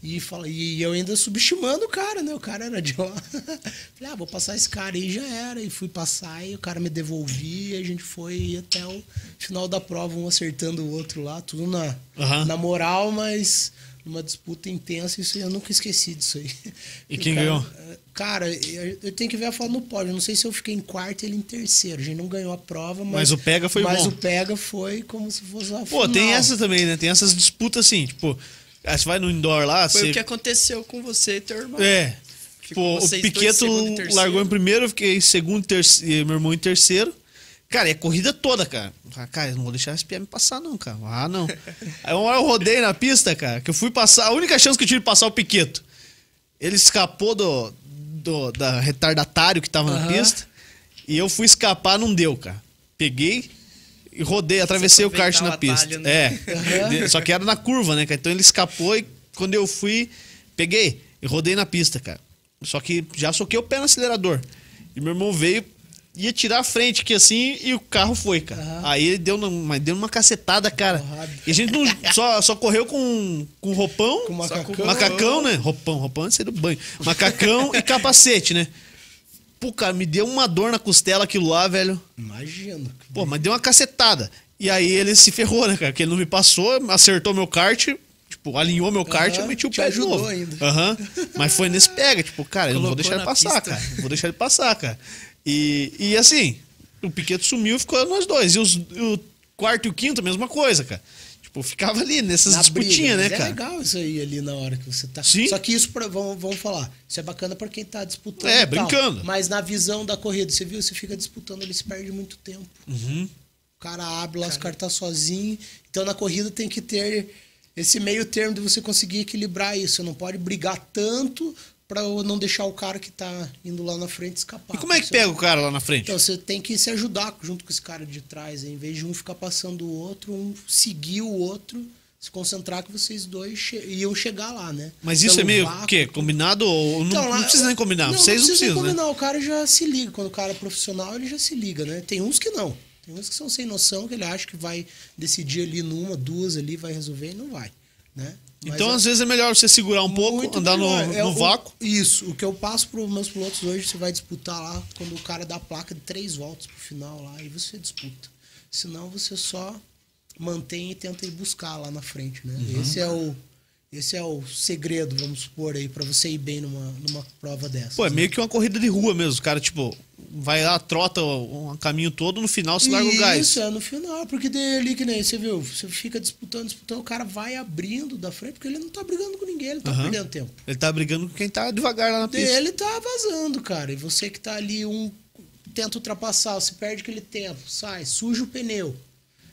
[SPEAKER 3] E, fala, e eu ainda subestimando o cara, né? O cara era de lá. [LAUGHS] Falei, ah, vou passar esse cara aí, já era. E fui passar, e o cara me devolvia, e a gente foi até o final da prova, um acertando o outro lá, tudo na,
[SPEAKER 1] Aham.
[SPEAKER 3] na moral, mas numa disputa intensa, isso eu nunca esqueci disso aí.
[SPEAKER 1] E quem
[SPEAKER 3] cara, é,
[SPEAKER 1] ganhou?
[SPEAKER 3] Cara, eu eu tenho que ver a foto no pódio. Não sei se eu fiquei em quarto e ele em terceiro. A gente não ganhou a prova, mas.
[SPEAKER 1] Mas o pega foi
[SPEAKER 3] mas
[SPEAKER 1] bom.
[SPEAKER 3] o pega foi como se fosse uma
[SPEAKER 1] Pô, tem
[SPEAKER 3] final.
[SPEAKER 1] essa também, né? Tem essas disputas assim, tipo, ah, você vai no indoor lá,
[SPEAKER 2] Foi
[SPEAKER 1] você.
[SPEAKER 2] o que aconteceu com você e teu irmão.
[SPEAKER 1] É.
[SPEAKER 2] Ficou
[SPEAKER 1] tipo, o
[SPEAKER 2] vocês dois,
[SPEAKER 1] Piqueto
[SPEAKER 2] segundo e terceiro.
[SPEAKER 1] largou em primeiro, eu fiquei em segundo terceiro, e meu irmão em terceiro. Cara, e a corrida toda, cara. Ah, cara, eu não vou deixar esse piá me passar, não, cara. Ah,
[SPEAKER 2] [LAUGHS]
[SPEAKER 1] não. Aí uma hora eu rodei na pista, cara, que eu fui passar. A única chance que eu tive de passar o Piqueto. Ele escapou do, do da retardatário que tava na
[SPEAKER 3] Aham.
[SPEAKER 1] pista. E eu fui escapar, não deu, cara. Peguei e rodei, atravessei o kart na
[SPEAKER 2] aproveitar
[SPEAKER 1] pista.
[SPEAKER 2] o atalho, né?
[SPEAKER 1] É.
[SPEAKER 2] [LAUGHS]
[SPEAKER 1] De- Só que era na curva, né, cara? Então ele escapou e quando eu fui, peguei e rodei na pista, cara. Só que já soquei o pé no acelerador. E meu irmão veio, ia tirar a frente aqui assim e o carro foi, cara. Aí ele deu, num- mas deu uma cacetada, cara.
[SPEAKER 3] Porrada.
[SPEAKER 1] E a gente não, só, só correu com, com roupão,
[SPEAKER 3] Com
[SPEAKER 1] só com
[SPEAKER 3] macacão.
[SPEAKER 1] macacão, né? Roupão, roupão antes de sair do banho. Macacão e capacete, né? Pô, cara, me deu uma dor na costela aquilo lá, velho.
[SPEAKER 3] Imagino.
[SPEAKER 1] Pô, mas deu uma cacetada. E aí ele se ferrou, né, cara? Porque ele não me passou, acertou meu kart, tipo, alinhou meu kart
[SPEAKER 3] Aham,
[SPEAKER 1] e meti o
[SPEAKER 3] te
[SPEAKER 1] pé de
[SPEAKER 3] ajudou
[SPEAKER 1] novo.
[SPEAKER 3] ainda.
[SPEAKER 1] Aham. Mas foi nesse pega, tipo, cara, eu não vou
[SPEAKER 2] Colocou
[SPEAKER 1] deixar ele
[SPEAKER 2] na
[SPEAKER 1] passar,
[SPEAKER 2] pista.
[SPEAKER 1] cara. Não vou deixar ele passar, cara. E, e assim, o Piqueto sumiu e ficou nós dois. E, os- e o quarto e o quinto, a mesma coisa, cara. Tipo, ficava ali nessas
[SPEAKER 3] Na
[SPEAKER 1] disputinhas,
[SPEAKER 3] briga,
[SPEAKER 1] né,
[SPEAKER 3] mas
[SPEAKER 1] cara?
[SPEAKER 3] É legal isso aí ali na hora que você tá.
[SPEAKER 1] Sim.
[SPEAKER 3] Só que isso, pra, vamos, vamos falar, isso é bacana pra quem tá disputando.
[SPEAKER 1] É,
[SPEAKER 3] e tal.
[SPEAKER 1] brincando.
[SPEAKER 3] Mas na visão da corrida, você viu? Você fica disputando, ele se perde muito tempo.
[SPEAKER 1] Uhum.
[SPEAKER 3] O cara abre lá, os caras tá sozinho. Então na corrida tem que ter esse meio termo de você conseguir equilibrar isso. Você não pode brigar tanto pra não deixar o cara que tá indo lá na frente escapar.
[SPEAKER 1] E como é que
[SPEAKER 3] Você-
[SPEAKER 1] pega o cara lá na frente?
[SPEAKER 3] então você tem que se ajudar junto com esse cara de trás. Em vez de um ficar passando o outro, um seguir o outro, se concentrar que vocês dois che iam chegar lá, né?
[SPEAKER 1] Mas isso
[SPEAKER 3] Pelo
[SPEAKER 1] é meio
[SPEAKER 3] vácuo.
[SPEAKER 1] o quê? Combinado ou não,
[SPEAKER 3] Então, lá-
[SPEAKER 1] não precisa nem combinar?
[SPEAKER 3] Não,
[SPEAKER 1] Vocês não
[SPEAKER 3] precisa nem
[SPEAKER 1] precisam, né?
[SPEAKER 3] combinar. O cara já se liga. Quando o cara é profissional, ele já se liga, né? Tem uns que não. Tem uns que são sem noção, que ele acha que vai decidir ali numa, duas ali, vai resolver e não vai, né? Mas
[SPEAKER 1] Então,
[SPEAKER 3] é-
[SPEAKER 1] às vezes é melhor você segurar um pouco,
[SPEAKER 3] muito
[SPEAKER 1] andar no,
[SPEAKER 3] melhor. É
[SPEAKER 1] no
[SPEAKER 3] o-
[SPEAKER 1] vácuo.
[SPEAKER 3] Isso, o que eu passo para os meus pilotos hoje, você vai disputar lá quando o cara dá a placa de três voltas pro final lá, e você disputa.
[SPEAKER 1] Uhum.
[SPEAKER 3] Senão você só mantém e tenta ir buscar lá na frente, né? Esse é o Esse é o segredo, vamos supor, aí, para você ir bem numa, numa prova dessa.
[SPEAKER 1] Pô, é meio que uma corrida de rua mesmo. O cara, tipo, vai lá, trota o um caminho todo, no final se larga o gás.
[SPEAKER 3] Isso, é no final, porque dele que nem você viu, você fica disputando, disputando, o cara vai abrindo da frente, porque ele não tá brigando com ninguém, ele tá
[SPEAKER 1] Aham.
[SPEAKER 3] perdendo tempo.
[SPEAKER 1] Ele tá brigando com quem tá devagar lá na pista.
[SPEAKER 3] Ele tá vazando, cara, e você que tá ali, um tenta ultrapassar, você perde aquele tempo, sai, suja o pneu.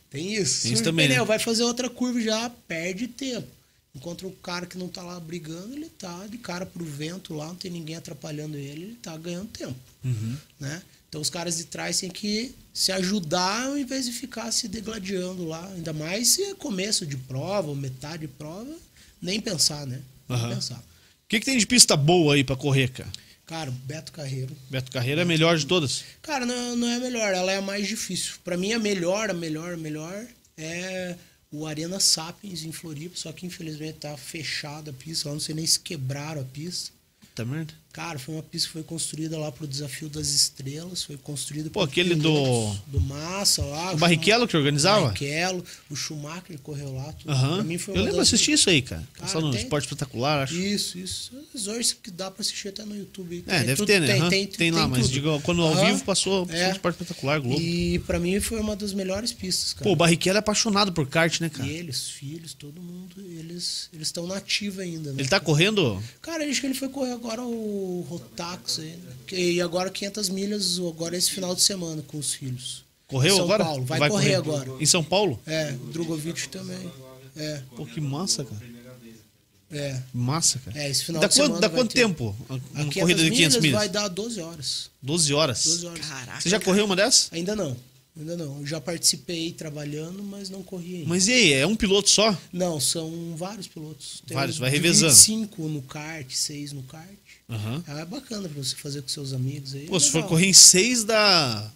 [SPEAKER 3] Tem
[SPEAKER 1] Tem
[SPEAKER 3] isso. suja
[SPEAKER 1] isso
[SPEAKER 3] o
[SPEAKER 1] também,
[SPEAKER 3] pneu,
[SPEAKER 1] né?
[SPEAKER 3] vai fazer outra curva e já, perde tempo. Enquanto o cara que não tá lá brigando, ele tá de cara pro vento lá, não tem ninguém atrapalhando ele, ele tá ganhando tempo.
[SPEAKER 1] Uhum.
[SPEAKER 3] Né? Então os caras de trás têm que se ajudar ao invés de ficar se degladiando lá. Ainda mais se é começo de prova, ou metade de prova, nem pensar, né? Nem
[SPEAKER 1] Aham.
[SPEAKER 3] pensar.
[SPEAKER 1] O que, que tem de pista boa aí pra correr, cara?
[SPEAKER 3] Cara, o Beto Carreiro.
[SPEAKER 1] Beto Carreira é a melhor de todas.
[SPEAKER 3] Cara, não, não é a melhor, ela é a mais difícil. Pra mim, a melhor, a melhor, a melhor é o Arena Sapiens em Floripa, só que infelizmente tá fechada a pista, lá não sei nem se quebraram a pista.
[SPEAKER 1] Puta merda.
[SPEAKER 3] Cara, foi uma pista que foi construída lá pro Desafio das Estrelas, foi construída
[SPEAKER 1] Pô,
[SPEAKER 3] por
[SPEAKER 1] aquele do-
[SPEAKER 3] pilotos do Massa lá.
[SPEAKER 1] O Barrichello que organizava?
[SPEAKER 3] Barrichello, o Schumacher correu lá. tudo.
[SPEAKER 1] Aham.
[SPEAKER 3] Pra mim foi
[SPEAKER 1] Eu
[SPEAKER 3] uma
[SPEAKER 1] lembro de
[SPEAKER 3] das-
[SPEAKER 1] assistir isso aí, cara.
[SPEAKER 3] Cara,
[SPEAKER 1] Passava no
[SPEAKER 3] tem-
[SPEAKER 1] esporte espetacular, acho.
[SPEAKER 3] Isso, isso. Os hoje que dá pra assistir até no YouTube.
[SPEAKER 1] É,
[SPEAKER 3] Tem
[SPEAKER 1] deve
[SPEAKER 3] tudo,
[SPEAKER 1] ter, né?
[SPEAKER 3] Tem,
[SPEAKER 1] Aham.
[SPEAKER 3] tem,
[SPEAKER 1] Tem lá, mas
[SPEAKER 3] tudo.
[SPEAKER 1] digo, quando ao
[SPEAKER 3] Aham. É.
[SPEAKER 1] vivo passou- passou no Esporte Espetacular, Globo.
[SPEAKER 3] E pra mim foi uma das melhores pistas, cara.
[SPEAKER 1] Pô, o Barrichello é apaixonado por kart, né,
[SPEAKER 3] e
[SPEAKER 1] cara?
[SPEAKER 3] eles, filhos, todo mundo, eles eles estão na ativa ainda, né?
[SPEAKER 1] Ele tá correndo.
[SPEAKER 3] Cara, acho que ele foi correr agora o Rotax aí. né? E agora 500 milhas, agora esse final de semana com os filhos.
[SPEAKER 1] Correu
[SPEAKER 3] Em São
[SPEAKER 1] agora?
[SPEAKER 3] Paulo, vai, correr agora.
[SPEAKER 1] Em São Paulo?
[SPEAKER 3] É, o Drogovic também. É,
[SPEAKER 1] Pô, que massa, cara.
[SPEAKER 3] é.
[SPEAKER 1] Massa, cara.
[SPEAKER 3] É, esse final
[SPEAKER 1] dá
[SPEAKER 3] de
[SPEAKER 1] quanto,
[SPEAKER 3] semana
[SPEAKER 1] Dá
[SPEAKER 3] vai
[SPEAKER 1] quanto
[SPEAKER 3] ter. é
[SPEAKER 1] tempo? Uma
[SPEAKER 3] A
[SPEAKER 1] corrida de 500 milhas?
[SPEAKER 3] vai dar 12 horas.
[SPEAKER 1] 12 horas.
[SPEAKER 3] 12 horas.
[SPEAKER 2] Caraca.
[SPEAKER 1] Você já correu uma dessas?
[SPEAKER 3] Ainda não. Ainda não. Eu já participei trabalhando, mas não corri ainda.
[SPEAKER 1] Mas e aí, é um piloto só?
[SPEAKER 3] Não, são vários pilotos. um
[SPEAKER 1] Vários, vai
[SPEAKER 3] de
[SPEAKER 1] revezando.
[SPEAKER 3] 25 no kart, 6 no kart.
[SPEAKER 1] Aham.
[SPEAKER 3] Ah, É bacana pra você fazer com seus amigos aí.
[SPEAKER 1] Pô, se for
[SPEAKER 3] Legal.
[SPEAKER 1] correr em 6, dá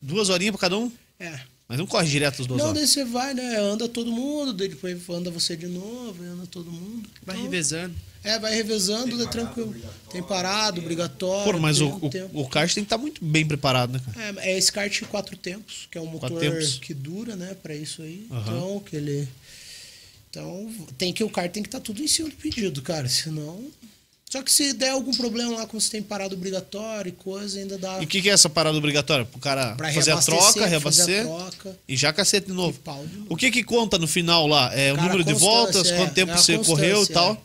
[SPEAKER 1] duas horinhas pra cada um.
[SPEAKER 3] É.
[SPEAKER 1] Mas não corre direto as duas
[SPEAKER 3] Não,
[SPEAKER 1] horas.
[SPEAKER 3] daí você vai, né? Anda todo mundo, daí depois anda você de novo, anda todo mundo.
[SPEAKER 2] Vai
[SPEAKER 3] Então,
[SPEAKER 2] revezando.
[SPEAKER 3] É, vai revezando, é tranquilo. Tem parado, obrigatório.
[SPEAKER 1] Pô, mas
[SPEAKER 3] tem
[SPEAKER 1] o,
[SPEAKER 3] um tempo.
[SPEAKER 1] o, o kart tem que estar muito bem preparado, né, cara?
[SPEAKER 3] É, é esse kart de quatro tempos, que é um
[SPEAKER 1] Quatro
[SPEAKER 3] motor
[SPEAKER 1] tempos.
[SPEAKER 3] que dura, né, pra isso aí.
[SPEAKER 1] Aham.
[SPEAKER 3] Então, que ele. Então, tem que, o kart tem que estar tudo em cima do pedido, cara. Senão. Só que se der algum problema lá com você tem parado obrigatório e coisa, ainda dá.
[SPEAKER 1] E o que, que é essa parada obrigatória? Pro cara
[SPEAKER 3] Pra
[SPEAKER 1] fazer a troca,
[SPEAKER 3] reabastecer,
[SPEAKER 1] reabastecer
[SPEAKER 3] fazer a troca.
[SPEAKER 1] e já cacete de novo.
[SPEAKER 3] E pau de novo.
[SPEAKER 1] O que que conta no final lá? É o
[SPEAKER 3] Cara,
[SPEAKER 1] número de
[SPEAKER 3] constância,
[SPEAKER 1] voltas,
[SPEAKER 3] é.
[SPEAKER 1] quanto tempo
[SPEAKER 3] É a
[SPEAKER 1] você correu e
[SPEAKER 3] constância,
[SPEAKER 1] tal.
[SPEAKER 3] é.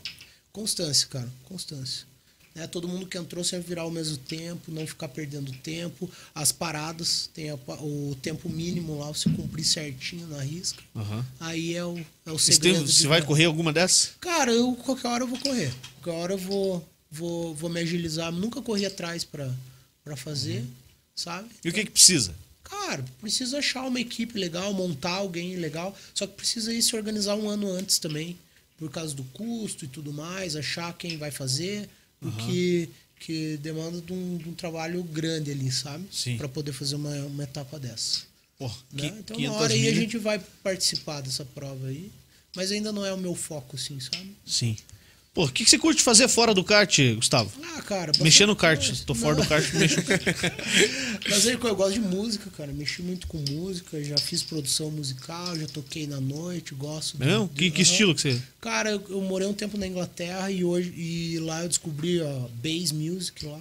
[SPEAKER 3] Constância, cara, constância. Né, todo mundo que entrou sempre virar ao mesmo tempo, não ficar perdendo tempo. As paradas, tem a pa- o tempo mínimo lá, você cumprir certinho na risca.
[SPEAKER 1] Aham.
[SPEAKER 3] Aí é o, é o
[SPEAKER 1] Você, tem-
[SPEAKER 3] segredo. de
[SPEAKER 1] você vai
[SPEAKER 3] ganhar.
[SPEAKER 1] correr alguma dessas?
[SPEAKER 3] Cara, eu qualquer hora eu vou correr. Qualquer hora eu vou, vou, vou me agilizar. Nunca corri atrás pra, pra fazer, sabe?
[SPEAKER 1] Uhum. E o que que precisa?
[SPEAKER 3] Cara, precisa achar uma equipe legal, montar alguém legal, só que precisa ir se organizar um ano antes também, por causa do custo e tudo mais, achar quem vai fazer, porque que demanda de um, de um trabalho grande ali, sabe?
[SPEAKER 1] Sim.
[SPEAKER 3] Pra poder fazer uma, uma etapa dessa.
[SPEAKER 1] Pô,
[SPEAKER 3] né?
[SPEAKER 1] que,
[SPEAKER 3] Então, uma
[SPEAKER 1] 500
[SPEAKER 3] hora aí
[SPEAKER 1] milhas.
[SPEAKER 3] a gente vai participar dessa prova aí, mas ainda não é o meu foco, assim, sabe?
[SPEAKER 1] Sim. Pô, o que, que você curte fazer fora do kart, Gustavo?
[SPEAKER 3] Ah, cara.
[SPEAKER 1] Mexer
[SPEAKER 3] bastante
[SPEAKER 1] no kart.
[SPEAKER 3] coisa.
[SPEAKER 1] Tô fora
[SPEAKER 3] Não.
[SPEAKER 1] do kart,
[SPEAKER 3] [LAUGHS]
[SPEAKER 1] mexo no kart.
[SPEAKER 3] Mas aí, eu gosto de música, cara. Mexi muito com música, já fiz produção musical, já toquei na noite, gosto.
[SPEAKER 1] É mesmo? Que, que
[SPEAKER 3] Aham.
[SPEAKER 1] estilo que você.
[SPEAKER 3] Cara, eu, eu morei um tempo na Inglaterra e hoje e lá eu descobri a bass music lá,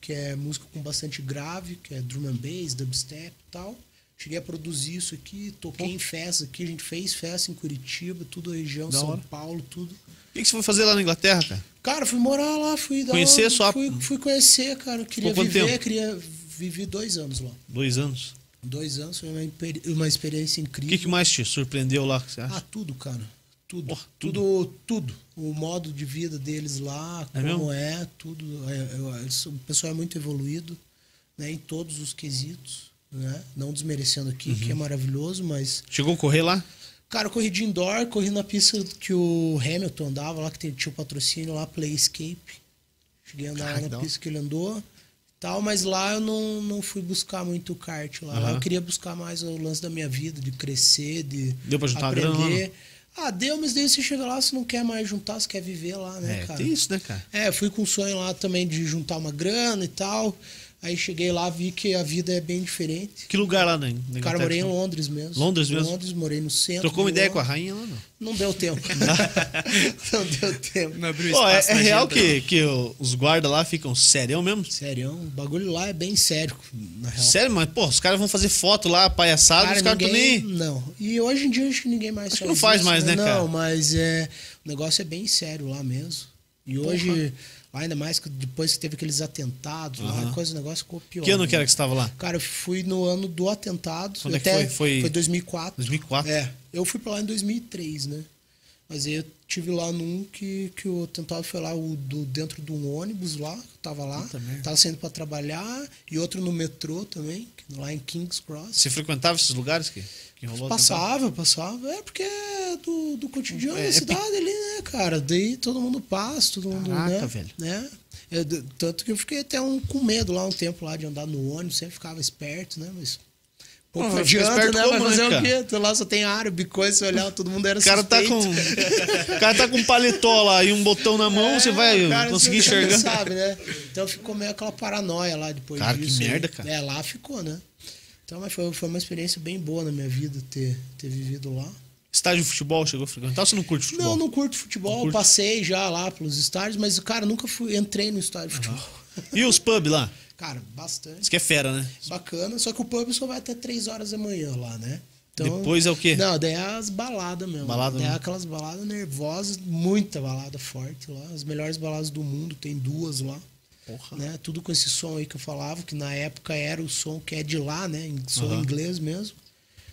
[SPEAKER 3] que é música com bastante grave, que é drum and bass, dubstep e tal. Cheguei a produzir isso aqui, toquei em festa aqui, a gente fez festa em Curitiba, tudo a região,
[SPEAKER 1] Da
[SPEAKER 3] São
[SPEAKER 1] hora.
[SPEAKER 3] Paulo, tudo.
[SPEAKER 1] O que, que você foi fazer lá na Inglaterra, cara?
[SPEAKER 3] Cara, fui morar lá, fui dar
[SPEAKER 1] Conhecer
[SPEAKER 3] uma-
[SPEAKER 1] só-
[SPEAKER 3] fui, fui conhecer, cara. eu Queria
[SPEAKER 1] quanto
[SPEAKER 3] viver,
[SPEAKER 1] tempo?
[SPEAKER 3] queria viver dois anos lá.
[SPEAKER 1] Dois anos.
[SPEAKER 3] Dois anos foi uma, imperi- uma experiência
[SPEAKER 1] O
[SPEAKER 3] incrível.
[SPEAKER 1] que, que mais te surpreendeu lá? que você acha?
[SPEAKER 3] Ah, tudo, cara. Tudo.
[SPEAKER 1] Porra,
[SPEAKER 3] tudo. Tudo. O modo de vida deles lá,
[SPEAKER 1] É mesmo?
[SPEAKER 3] como é, tudo. É, é, é, o pessoal é muito evoluído, né? Em todos os quesitos, né? Não desmerecendo aqui, que
[SPEAKER 1] Uhum.
[SPEAKER 3] é maravilhoso, mas...
[SPEAKER 1] Chegou a correr lá?
[SPEAKER 3] Cara, eu corri de indoor, corri na pista que o Hamilton andava lá, que tem- tinha o patrocínio lá, Playscape. Cheguei a andar
[SPEAKER 1] Caraca,
[SPEAKER 3] lá
[SPEAKER 1] da
[SPEAKER 3] na
[SPEAKER 1] hora.
[SPEAKER 3] pista que ele andou tal, mas lá eu não, não fui buscar muito o kart lá. Lá
[SPEAKER 1] Aham.
[SPEAKER 3] eu queria buscar mais o lance da minha vida, de crescer, de
[SPEAKER 1] Deu pra juntar uma grana
[SPEAKER 3] aprender.
[SPEAKER 1] lá,
[SPEAKER 3] ah, deu, mas daí você chega lá, você não quer mais juntar, você quer viver lá, né,
[SPEAKER 1] É,
[SPEAKER 3] cara?
[SPEAKER 1] tem isso, né, cara?
[SPEAKER 3] É, fui com o sonho lá também de juntar uma grana e tal. Aí cheguei lá, vi que a vida é bem diferente.
[SPEAKER 1] Que lugar lá na, na Inglaterra?
[SPEAKER 3] Cara, morei em
[SPEAKER 1] então?
[SPEAKER 3] Londres mesmo.
[SPEAKER 1] Londres mesmo?
[SPEAKER 3] Londres, né? morei no centro.
[SPEAKER 1] Trocou uma
[SPEAKER 3] de
[SPEAKER 1] ideia com a
[SPEAKER 3] Londres.
[SPEAKER 1] rainha lá, não?
[SPEAKER 3] Não
[SPEAKER 1] [LAUGHS]
[SPEAKER 3] deu tempo. não deu tempo.
[SPEAKER 2] Não abriu
[SPEAKER 1] Pô, é,
[SPEAKER 2] espaço
[SPEAKER 1] é
[SPEAKER 2] na
[SPEAKER 1] real
[SPEAKER 2] agenda,
[SPEAKER 1] que, que o- os guardas lá ficam sério mesmo?
[SPEAKER 3] Sério, o bagulho lá é bem sério, na real.
[SPEAKER 1] Sério, mas, pô, os caras vão fazer foto lá, palhaçada, os caras tão
[SPEAKER 3] ninguém-
[SPEAKER 1] nem.
[SPEAKER 3] Não. E hoje em dia acho que ninguém mais
[SPEAKER 1] que não faz mais, né,
[SPEAKER 3] Não,
[SPEAKER 1] cara?
[SPEAKER 3] mas é, o negócio é bem sério lá mesmo. E hoje, lá ainda mais que depois que teve aqueles atentados, lá,
[SPEAKER 1] Aham.
[SPEAKER 3] a coisa, o negócio ficou pior.
[SPEAKER 1] Que ano
[SPEAKER 3] né?
[SPEAKER 1] que era que você tava lá?
[SPEAKER 3] Cara, eu fui no ano do atentado.
[SPEAKER 1] Quando é que
[SPEAKER 3] Até-
[SPEAKER 1] foi? Foi-
[SPEAKER 3] Foi 2004.
[SPEAKER 1] 2004?
[SPEAKER 3] É. Eu fui pra lá em 2003, né? Mas aí eu tive lá num que, que o atentado foi lá o do, dentro de um ônibus lá, que eu tava lá. Tava saindo pra trabalhar. E outro no metrô também, que- lá em King's Cross.
[SPEAKER 1] Você frequentava esses lugares que, que rolou? o atentado?
[SPEAKER 3] Passava, passava. É porque é do, do cotidiano
[SPEAKER 1] É, é
[SPEAKER 3] da cidade ali, né, cara? Daí todo mundo passa, todo mundo.
[SPEAKER 1] Caraca,
[SPEAKER 3] né?
[SPEAKER 1] velho.
[SPEAKER 3] Né? Eu d- tanto que eu fiquei até um, com medo lá um tempo lá de andar no ônibus, sempre ficava esperto, né? Mas. Pouco
[SPEAKER 1] vai ficar
[SPEAKER 3] adianta,
[SPEAKER 1] esperto
[SPEAKER 3] né? Vai
[SPEAKER 1] como,
[SPEAKER 3] fazer
[SPEAKER 1] né,
[SPEAKER 3] o
[SPEAKER 1] cara?
[SPEAKER 3] quê? Tu lá só tem árabe, coisa, se olhar, todo mundo era
[SPEAKER 1] O cara, tá com,
[SPEAKER 3] suspeito.
[SPEAKER 1] o cara tá com um paletó lá e um botão na mão, você vai
[SPEAKER 3] É, cara,
[SPEAKER 1] conseguir
[SPEAKER 3] você
[SPEAKER 1] enxergar.
[SPEAKER 3] Sabe, né? Então ficou meio aquela paranoia lá depois
[SPEAKER 1] Cara, que
[SPEAKER 3] disso. aí.
[SPEAKER 1] merda, cara.
[SPEAKER 3] É, lá ficou, né? Então, mas foi, foi uma experiência bem boa na minha vida ter, ter vivido lá.
[SPEAKER 1] Estádio de futebol chegou a frequentar ou você não curte futebol?
[SPEAKER 3] Não, não curto futebol.
[SPEAKER 1] Não curte?
[SPEAKER 3] Passei já lá pelos estádios, mas, cara, nunca fui, entrei no estádio de futebol. [LAUGHS]
[SPEAKER 1] E os pubs lá?
[SPEAKER 3] Cara, bastante.
[SPEAKER 1] Isso que é fera, né?
[SPEAKER 3] Bacana. Só que o pub só vai até 3 horas da manhã lá, né?
[SPEAKER 1] Depois é o quê?
[SPEAKER 3] Não, daí é as baladas mesmo.
[SPEAKER 1] Balada
[SPEAKER 3] daí é
[SPEAKER 1] mesmo.
[SPEAKER 3] aquelas baladas nervosas, muita balada forte lá. As melhores baladas do mundo, tem duas lá.
[SPEAKER 1] Porra.
[SPEAKER 3] Né? Tudo com esse som aí que eu falava, que na época era o som que é de lá, né? Em- Som
[SPEAKER 1] Aham.
[SPEAKER 3] inglês mesmo.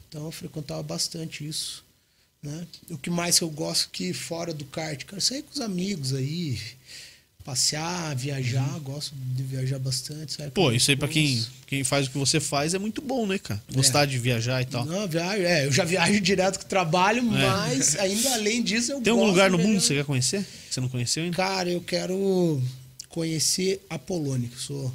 [SPEAKER 3] Então eu frequentava bastante isso. Né? O que mais que eu gosto que fora do kart, cara, sair com os amigos aí, passear, viajar, gosto de viajar bastante. sair
[SPEAKER 1] Uhum. Pô,
[SPEAKER 3] com
[SPEAKER 1] isso aí pra quem,
[SPEAKER 3] pessoas.
[SPEAKER 1] quem faz o que você faz é muito bom, né, cara? Gostar de viajar e tal.
[SPEAKER 3] Não, eu viajo, é, eu já viajo direto que trabalho, mas ainda além disso eu
[SPEAKER 1] É. Tem algum
[SPEAKER 3] gosto
[SPEAKER 1] lugar no
[SPEAKER 3] de
[SPEAKER 1] mundo que
[SPEAKER 3] viajar.
[SPEAKER 1] você quer conhecer? Que Você não conheceu ainda?
[SPEAKER 3] Cara, eu quero conhecer a Polônia, que eu sou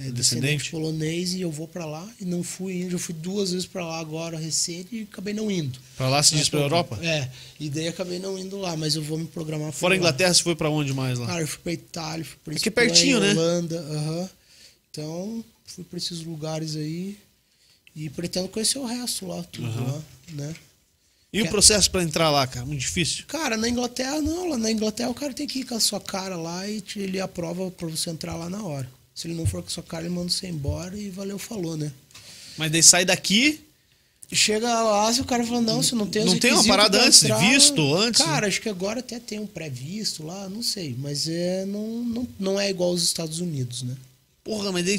[SPEAKER 3] é, descendente.
[SPEAKER 1] Descendente?
[SPEAKER 3] polonês e eu vou pra lá e não fui ainda. Eu fui duas vezes pra lá agora recente e acabei não indo.
[SPEAKER 1] Pra lá se diz pra
[SPEAKER 3] Então,
[SPEAKER 1] Europa?
[SPEAKER 3] É, e daí acabei não indo lá, mas eu vou me programar. pra
[SPEAKER 1] Fora a
[SPEAKER 3] lá.
[SPEAKER 1] Inglaterra, você foi pra onde mais lá?
[SPEAKER 3] Cara, eu fui pra Itália, fui pra
[SPEAKER 1] É que é
[SPEAKER 3] Espanha,
[SPEAKER 1] pertinho, né?
[SPEAKER 3] Holanda, aham. Então, fui pra esses lugares aí e pretendo conhecer o resto lá, tudo lá, né?
[SPEAKER 1] E o processo pra entrar lá, cara? Muito difícil?
[SPEAKER 3] Cara, na Inglaterra não, lá na Inglaterra o cara tem que ir com a sua cara lá e te- ele aprova pra você entrar lá na hora. Se ele não for com a sua cara, ele manda você embora e valeu, falou, né?
[SPEAKER 1] Mas daí sai daqui,
[SPEAKER 3] Chega lá, se o cara fala, não, você não tem os
[SPEAKER 1] Não tem uma
[SPEAKER 3] requisitos
[SPEAKER 1] parada
[SPEAKER 3] pra
[SPEAKER 1] antes, visto antes? né?"
[SPEAKER 3] Cara, acho que agora até tem um pré-visto lá, não sei, mas é, não, não, não é igual aos Estados Unidos, né?
[SPEAKER 1] porra, mas daí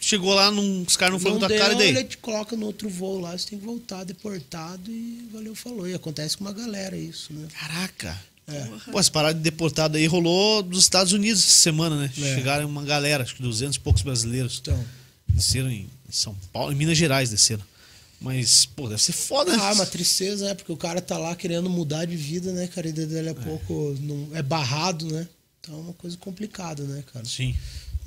[SPEAKER 1] chegou lá, não, os caras não foram com a
[SPEAKER 3] deu, né,
[SPEAKER 1] cara e daí?
[SPEAKER 3] ele te coloca no outro voo lá, você tem que voltar deportado e valeu, falou. E acontece com uma galera isso, né?
[SPEAKER 1] Caraca.
[SPEAKER 3] É.
[SPEAKER 1] Pô, essa parada de deportado aí rolou dos Estados Unidos essa semana, né?
[SPEAKER 3] É.
[SPEAKER 1] Chegaram uma galera, acho que 200 e poucos brasileiros.
[SPEAKER 3] Então.
[SPEAKER 1] Desceram em São Paulo, em Minas Gerais desceram. Mas, pô, deve ser foda.
[SPEAKER 3] [LAUGHS] Ah, uma tristeza, né? Porque o cara tá lá querendo mudar de vida, né, cara? E dele a pouco não, é barrado, né? Então é uma coisa complicada, né, cara?
[SPEAKER 1] Sim.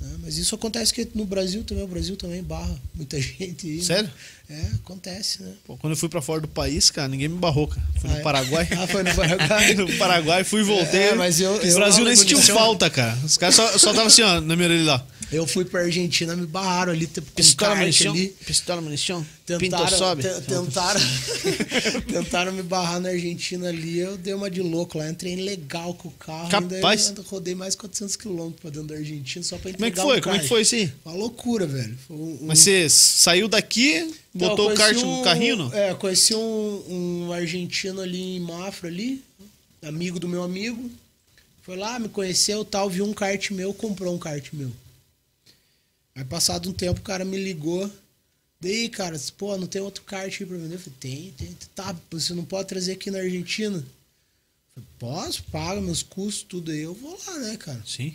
[SPEAKER 3] Né? Mas isso acontece que no Brasil também, o Brasil também barra muita [LAUGHS] gente. aí, né?
[SPEAKER 1] Sério?
[SPEAKER 3] É, acontece, né?
[SPEAKER 1] Pô, quando eu fui pra fora do país, cara, ninguém me barrou, cara. Fui
[SPEAKER 3] Ah,
[SPEAKER 1] no
[SPEAKER 3] é?
[SPEAKER 1] Paraguai.
[SPEAKER 3] [LAUGHS] Ah, foi no Paraguai?
[SPEAKER 1] no Paraguai, [LAUGHS] fui e voltei.
[SPEAKER 3] É, mas eu-
[SPEAKER 1] o
[SPEAKER 3] eu
[SPEAKER 1] Brasil
[SPEAKER 3] lá
[SPEAKER 1] nem
[SPEAKER 3] no
[SPEAKER 1] sentiu
[SPEAKER 3] Condição- Um
[SPEAKER 1] falta, cara. Os caras só, só tava assim, ó, na minha orelha lá.
[SPEAKER 3] Eu fui pra Argentina, me barraram ali, tipo, com
[SPEAKER 1] Pistola,
[SPEAKER 3] kart
[SPEAKER 1] munição.
[SPEAKER 3] ali.
[SPEAKER 1] Pistola, munição.
[SPEAKER 3] Tentaram,
[SPEAKER 1] Pinto sobe.
[SPEAKER 3] te- tentaram, [LAUGHS] tentaram me barrar na Argentina ali, eu dei uma de louco lá, entrei legal com o carro,
[SPEAKER 1] Capaz.
[SPEAKER 3] ainda eu rodei mais 400 quilômetros pra dentro da Argentina só pra
[SPEAKER 1] Como é que
[SPEAKER 3] entregar
[SPEAKER 1] foi?
[SPEAKER 3] o
[SPEAKER 1] Como é que
[SPEAKER 3] kart.
[SPEAKER 1] foi isso aí?
[SPEAKER 3] Uma loucura, velho. Foi um- um-
[SPEAKER 1] Mas você saiu daqui,
[SPEAKER 3] Então,
[SPEAKER 1] botou
[SPEAKER 3] eu
[SPEAKER 1] o
[SPEAKER 3] conheci
[SPEAKER 1] kart no carrinho, não?
[SPEAKER 3] É, eu conheci um, um argentino ali em Mafra, ali, amigo do meu amigo. Foi lá, me conheceu tal, viu um kart meu, comprou um kart meu. Aí passado um tempo o cara me ligou. Daí, cara, disse, pô, não tem outro kart aí pra vender? Eu falei, tem, tem. Tá, você não pode trazer aqui na Argentina? Eu falei, posso, paga meus custos, tudo aí. Eu vou lá, né, cara?
[SPEAKER 1] Sim.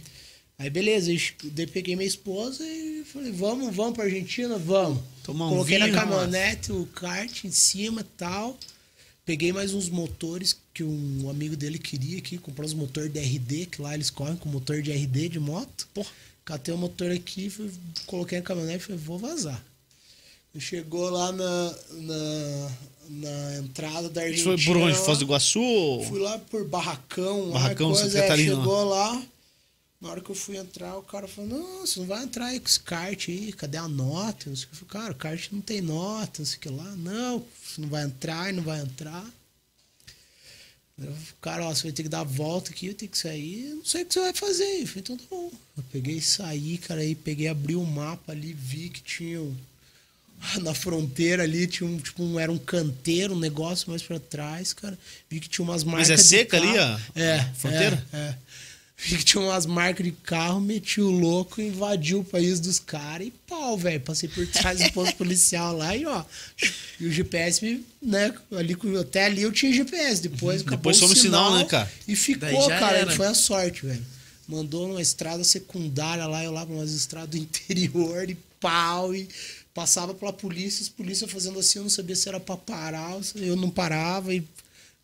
[SPEAKER 3] Aí beleza, eu che- daí peguei minha esposa e falei, vamos, vamos pra Argentina, vamos.
[SPEAKER 1] Tomar um
[SPEAKER 3] Coloquei
[SPEAKER 1] vinho,
[SPEAKER 3] na caminhonete o kart em cima e tal. Peguei mais uns motores que um amigo dele queria aqui, comprar uns motores de RD, que lá eles correm com motor de RD de moto.
[SPEAKER 1] Porra.
[SPEAKER 3] Catei o motor aqui, fui- coloquei na caminhonete e falei, vou vazar. Chegou lá na, na, na entrada da
[SPEAKER 1] Isso
[SPEAKER 3] Argentina.
[SPEAKER 1] foi por onde?
[SPEAKER 3] lá.
[SPEAKER 1] Foz do Iguaçu? ou-
[SPEAKER 3] Fui lá por Barracão, lá,
[SPEAKER 1] Barracão,
[SPEAKER 3] coisa,
[SPEAKER 1] Santa Catarina,
[SPEAKER 3] é, chegou lá. Na hora que eu fui entrar, o cara falou, não, você não vai entrar aí com esse kart aí, cadê a nota? Eu falei, cara, o kart não tem nota, não sei o que lá. Não, você não vai entrar, não vai entrar. Eu falei, cara, ó, você vai ter que dar a volta aqui, eu tenho que sair, eu não sei o que você vai fazer. Eu falei, então tá bom. Eu peguei e saí, cara, aí peguei, abri o mapa ali, vi que tinha um- [LAUGHS] na fronteira ali, tinha um, tipo, um, era um canteiro, um negócio mais pra trás, cara. Vi que tinha umas marcas
[SPEAKER 1] Mas é
[SPEAKER 3] de
[SPEAKER 1] seca ali,
[SPEAKER 3] carro.
[SPEAKER 1] ó,
[SPEAKER 3] É,
[SPEAKER 1] a fronteira?
[SPEAKER 3] É, é. Vi que tinha umas marcas de carro, meti o louco, invadiu o país dos caras e pau, velho. Passei por trás do posto policial lá e ó. E o GPS, me, né? Ali, com- até ali eu tinha GPS. Depois acabou
[SPEAKER 1] Depois some
[SPEAKER 3] o
[SPEAKER 1] o sinal,
[SPEAKER 3] sinal,
[SPEAKER 1] né, cara?
[SPEAKER 3] E
[SPEAKER 2] Daí
[SPEAKER 3] ficou,
[SPEAKER 2] já
[SPEAKER 3] cara.
[SPEAKER 2] era.
[SPEAKER 3] Foi a sorte, velho. Mandou numa estrada secundária lá, eu lá pra umas estradas do [LAUGHS] interior e pau. E passava pela polícia, as polícias fazendo assim, eu não sabia se era pra parar, eu não parava e.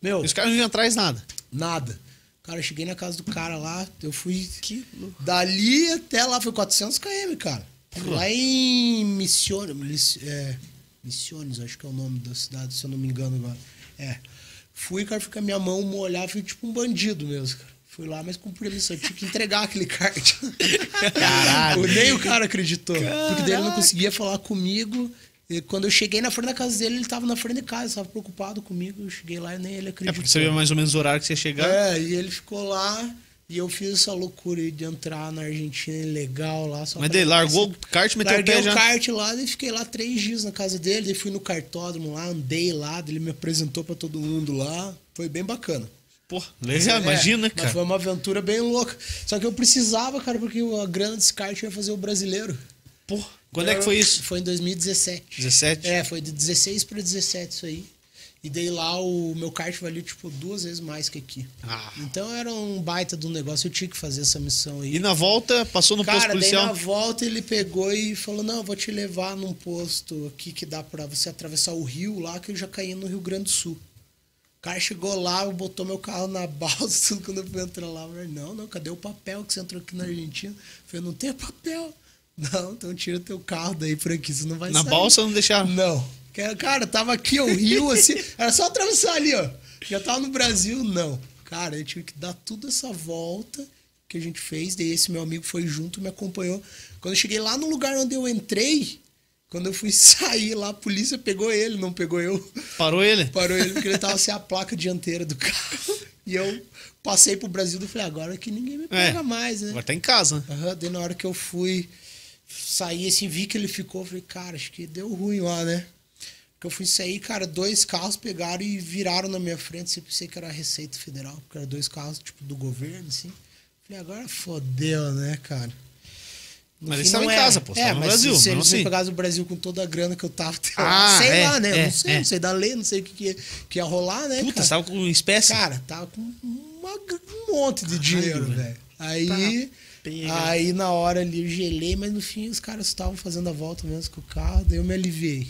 [SPEAKER 3] Meu,
[SPEAKER 1] Os caras não iam atrás nada.
[SPEAKER 3] Nada. Cara, eu cheguei na casa do cara lá, eu fui.
[SPEAKER 2] Que louco.
[SPEAKER 3] Dali até lá foi 400 km, cara. Fui Lá em Missiones, Miss- é, Missiones, acho que é o nome da cidade, se eu não me engano agora. É. Fui, cara, fui com a minha mão molhada, fui tipo um bandido mesmo, cara. Fui lá, mas cumpri a missão. Tive que entregar aquele kart.
[SPEAKER 1] Caralho.
[SPEAKER 3] Nem [LAUGHS] o cara acreditou. Porque daí ele não
[SPEAKER 2] Caraca.
[SPEAKER 3] conseguia falar comigo. E quando eu cheguei na frente da casa dele, ele tava na frente de casa, tava preocupado comigo. Eu cheguei lá e nem ele
[SPEAKER 1] É
[SPEAKER 3] acreditou.
[SPEAKER 1] porque sabia mais ou menos o horário que você ia chegar.
[SPEAKER 3] É, e ele ficou lá e eu fiz essa loucura aí de entrar na Argentina ilegal lá. Só
[SPEAKER 1] Mas
[SPEAKER 3] pra- assim,
[SPEAKER 1] daí largou o kart, meteu o
[SPEAKER 3] Larguei
[SPEAKER 1] pé
[SPEAKER 3] o
[SPEAKER 1] já.
[SPEAKER 3] kart lá e fiquei lá três dias na casa dele. Daí fui no cartódromo lá, andei lá, daí ele me apresentou pra todo mundo lá. Foi bem bacana.
[SPEAKER 1] Pô, legal,
[SPEAKER 3] É,
[SPEAKER 1] imagina, né,
[SPEAKER 3] Mas foi
[SPEAKER 1] cara.
[SPEAKER 3] uma aventura bem louca. Só que eu precisava, cara, porque a grana desse kart ia fazer o brasileiro.
[SPEAKER 1] Pô, quando é que foi isso?
[SPEAKER 3] Foi em 2017.
[SPEAKER 1] 17?
[SPEAKER 3] É, foi de 16 pra 17 isso aí. E daí lá o meu kart valia tipo duas vezes mais que aqui.
[SPEAKER 1] Ah.
[SPEAKER 3] Então era um baita do negócio, eu tinha que fazer essa missão aí.
[SPEAKER 1] E na volta, passou no posto
[SPEAKER 3] Cara, daí
[SPEAKER 1] policial.
[SPEAKER 3] na volta ele pegou e falou: Não, eu vou te levar num posto aqui que dá pra você atravessar o rio lá, que eu já caí no Rio Grande do Sul. O cara chegou lá, botou meu carro na balsa, [LAUGHS] tudo quando eu fui entrar lá. Eu falei: Não, não, cadê o papel que você entrou aqui na Argentina? Eu falei: Não tem papel. [LAUGHS] Não, então tira teu carro daí, franquia, você não vai
[SPEAKER 1] Na
[SPEAKER 3] sair.
[SPEAKER 1] balsa não deixaram.
[SPEAKER 3] Não. Cara, Cara, tava aqui o rio,
[SPEAKER 1] [LAUGHS]
[SPEAKER 3] assim. Era só atravessar ali, ó. Já tava no Brasil, não. Cara, eu tive que dar tudo essa volta que a gente fez. Daí esse meu amigo foi junto, me acompanhou. Quando eu cheguei lá no lugar onde eu entrei, quando eu fui [LAUGHS] sair lá, a polícia pegou ele, não pegou eu.
[SPEAKER 1] Parou ele?
[SPEAKER 3] Parou ele porque ele tava sem a placa dianteira do carro. E eu passei pro Brasil e falei, agora que ninguém me pega mais, né?
[SPEAKER 1] Agora tá em casa, né?
[SPEAKER 3] Aham, daí na hora que eu fui sair, assim, vi que ele ficou, eu falei, cara, acho que deu ruim lá, né? Que eu fui sair, cara, dois carros pegaram e viraram na minha frente, assim, eu pensei que era a Receita Federal, porque eram dois carros, tipo, do governo, assim. Falei, agora fodeu, né, cara? No
[SPEAKER 1] Mas eles
[SPEAKER 3] fim, não
[SPEAKER 1] estavam em
[SPEAKER 3] era.
[SPEAKER 1] casa, pô,
[SPEAKER 3] É,
[SPEAKER 1] estavam no
[SPEAKER 3] mas
[SPEAKER 1] Brasil,
[SPEAKER 3] se
[SPEAKER 1] mas
[SPEAKER 3] eles
[SPEAKER 1] não
[SPEAKER 3] me
[SPEAKER 1] assim.
[SPEAKER 3] pegassem o Brasil com toda a grana que eu tava, [LAUGHS] sei
[SPEAKER 1] Ah,
[SPEAKER 3] lá, sei
[SPEAKER 1] é,
[SPEAKER 3] lá, né? Eu
[SPEAKER 1] é,
[SPEAKER 3] não sei,
[SPEAKER 1] é.
[SPEAKER 3] não sei da lei, não sei o que, que, que ia rolar, né,
[SPEAKER 1] Puta,
[SPEAKER 3] cara?
[SPEAKER 1] você tava com espécie.
[SPEAKER 3] Cara, tava com uma gr- um monte de dinheiro,
[SPEAKER 1] velho. Tá
[SPEAKER 3] velho. Aí,
[SPEAKER 2] pega.
[SPEAKER 3] aí na hora ali eu gelei, mas no fim os caras estavam fazendo a volta mesmo com o carro, daí eu me aliviei.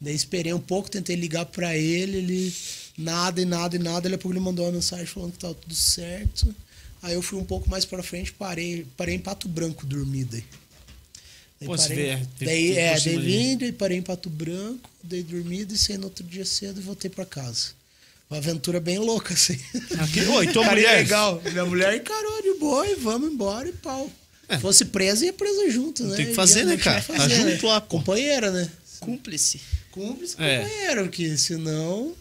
[SPEAKER 3] Daí esperei um pouco, tentei ligar pra ele, ele nada e nada e nada. Daqui a pouco ele mandou uma mensagem falando que tava tudo certo. Aí eu fui um pouco mais pra frente, parei, parei em Pato Branco dormir daí. Daí
[SPEAKER 1] Pô, você
[SPEAKER 3] parei,
[SPEAKER 1] vê, teve-
[SPEAKER 3] daí,
[SPEAKER 1] teve
[SPEAKER 3] é,
[SPEAKER 1] por cima
[SPEAKER 3] daí
[SPEAKER 1] ali.
[SPEAKER 3] vim, daí parei em Pato Branco, dei dormido e saí no outro dia cedo e voltei pra casa. Uma aventura bem louca, assim.
[SPEAKER 1] Aqui, ô, e tua
[SPEAKER 3] Cara,
[SPEAKER 1] mulher?
[SPEAKER 3] é legal. Minha [LAUGHS] mulher encarou de boa e vamos embora e pau.
[SPEAKER 1] É.
[SPEAKER 3] Se fosse presa, ia presa junto, né?
[SPEAKER 1] tem que fazer,
[SPEAKER 3] Ia-
[SPEAKER 1] né,
[SPEAKER 3] não tinha
[SPEAKER 1] cara?
[SPEAKER 3] que
[SPEAKER 1] Tá junto lá, pô.
[SPEAKER 3] Companheira, né?
[SPEAKER 2] Cúmplice.
[SPEAKER 3] Cúmplice
[SPEAKER 1] É.
[SPEAKER 3] companheira, porque senão...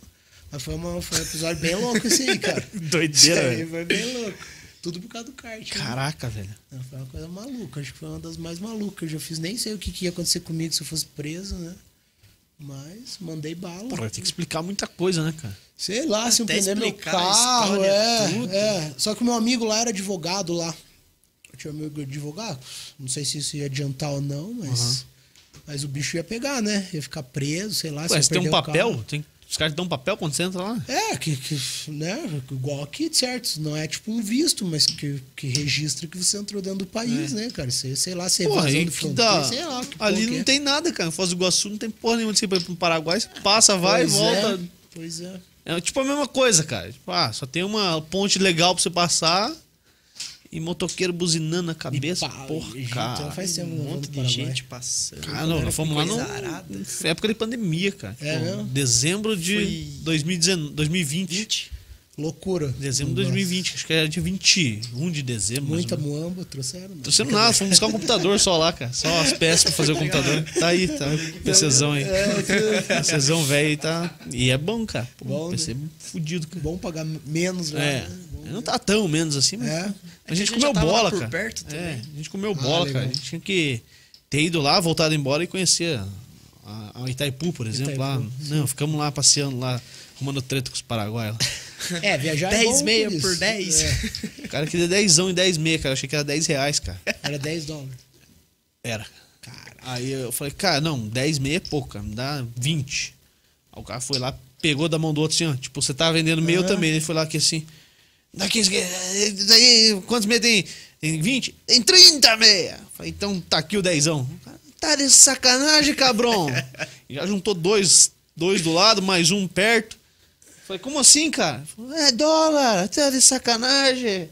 [SPEAKER 3] Mas foi, uma, foi um episódio bem louco esse [LAUGHS] aí, cara. Isso
[SPEAKER 1] Doideira, né?
[SPEAKER 3] aí
[SPEAKER 1] velho.
[SPEAKER 3] foi bem louco. Tudo por causa do kart. né?
[SPEAKER 1] Caraca, velho.
[SPEAKER 3] Não, Foi uma coisa maluca, acho que foi uma das mais malucas. Eu já fiz nem sei o que, que ia acontecer comigo se eu fosse preso, né? Mas mandei bala.
[SPEAKER 1] Pô, vai ter que explicar muita coisa, né, cara?
[SPEAKER 3] Sei lá, se eu
[SPEAKER 2] Até
[SPEAKER 3] prender meu
[SPEAKER 2] explicar a
[SPEAKER 3] carro,
[SPEAKER 2] história,
[SPEAKER 3] é,
[SPEAKER 2] tudo.
[SPEAKER 3] é. Só que o meu amigo lá era advogado lá. Eu tinha meu advogado. Não sei se isso ia adiantar ou não, mas. Mas o bicho ia pegar, né? Ia ficar preso, sei lá.
[SPEAKER 1] Ué,
[SPEAKER 3] ia
[SPEAKER 1] você tem um
[SPEAKER 3] perder Ah, o carro.
[SPEAKER 1] papel? Tem... Os caras te dão um papel quando você entra lá?
[SPEAKER 3] É, que, que, né? Igual aqui, certo? Não é tipo um visto, mas que, que registra que você entrou dentro do país,
[SPEAKER 2] É.
[SPEAKER 3] né, cara? Você, sei lá, você
[SPEAKER 1] Porra,
[SPEAKER 3] evasão
[SPEAKER 1] aí
[SPEAKER 3] de
[SPEAKER 1] que dá.
[SPEAKER 3] sei lá. que porra
[SPEAKER 1] Ali
[SPEAKER 3] que
[SPEAKER 1] não
[SPEAKER 3] é.
[SPEAKER 1] tem nada, cara. Foz do Iguaçu não tem porra nenhuma de você ir pro Paraguai. Você passa, vai,
[SPEAKER 3] Pois
[SPEAKER 1] volta.
[SPEAKER 3] É, pois é.
[SPEAKER 1] É tipo a mesma coisa, cara. Tipo, ah, só tem uma ponte legal pra você passar e motoqueiro buzinando na cabeça.
[SPEAKER 3] E pá,
[SPEAKER 1] Porra,
[SPEAKER 3] gente,
[SPEAKER 1] cara.
[SPEAKER 3] faz né? tempo que
[SPEAKER 2] um
[SPEAKER 3] eu não vou
[SPEAKER 2] monte
[SPEAKER 3] no
[SPEAKER 2] de
[SPEAKER 3] Paraguai.
[SPEAKER 2] gente passando.
[SPEAKER 1] Ah, não,
[SPEAKER 2] Era
[SPEAKER 1] nós fomos lá
[SPEAKER 2] coisa
[SPEAKER 1] no,
[SPEAKER 2] arada.
[SPEAKER 1] época de pandemia, cara.
[SPEAKER 3] É mesmo?
[SPEAKER 1] Dezembro de
[SPEAKER 2] Foi-
[SPEAKER 1] 2019, 2020.
[SPEAKER 2] 20?
[SPEAKER 3] Loucura.
[SPEAKER 1] Dezembro de
[SPEAKER 3] Nossa.
[SPEAKER 1] 2020, acho que era dia 21 de dezembro. mais
[SPEAKER 3] Muita
[SPEAKER 1] ou menos.
[SPEAKER 3] muamba, trouxeram. né?
[SPEAKER 1] Trouxeram nada, fomos buscar um computador só lá, cara. Só as peças pra fazer o computador. Tá aí, tá. PCzão aí. PCzão velho aí tá. E é bom, cara. Pô,
[SPEAKER 3] Bom,
[SPEAKER 1] PC fudido, cara.
[SPEAKER 3] Bom pagar menos, né?
[SPEAKER 1] É. Não tá tão menos assim, mas.
[SPEAKER 3] É.
[SPEAKER 1] A gente
[SPEAKER 2] já
[SPEAKER 1] comeu
[SPEAKER 2] tava lá
[SPEAKER 1] bola,
[SPEAKER 2] por
[SPEAKER 1] cara.
[SPEAKER 2] perto
[SPEAKER 1] É,
[SPEAKER 2] também.
[SPEAKER 1] a gente comeu
[SPEAKER 3] Ah,
[SPEAKER 1] bola,
[SPEAKER 3] legal.
[SPEAKER 1] cara. A gente tinha que ter ido lá, voltado embora e conhecer a, a Itaipu, por exemplo.
[SPEAKER 3] Itaipu,
[SPEAKER 1] lá. Não, ficamos lá passeando lá, arrumando treta com os paraguaios lá.
[SPEAKER 3] É, viajar é
[SPEAKER 2] 10
[SPEAKER 3] bom
[SPEAKER 2] meia
[SPEAKER 3] isso.
[SPEAKER 2] por 10.
[SPEAKER 3] É,
[SPEAKER 1] [LAUGHS] O cara queria 10 e 10 meia, cara. Eu achei que era 10 reais, cara.
[SPEAKER 3] era 10 dólares.
[SPEAKER 1] Era. Aí eu falei, cara, não, 10 meia é pouco, cara. Me dá 20. Aí o cara foi lá, pegou da mão do outro assim, ó. Tipo, você tá vendendo meia, eu também. Ele foi lá aqui assim. Dá 15. que- eh, Daí, quantos meia tem? Tem 20? Tem 30 meia. Falei, então tá aqui o dezão. O cara, Tá de sacanagem, cabrão. E Já juntou dois, dois do lado, mais um perto. Falei, como assim, cara? Falei, é dólar, tá de sacanagem.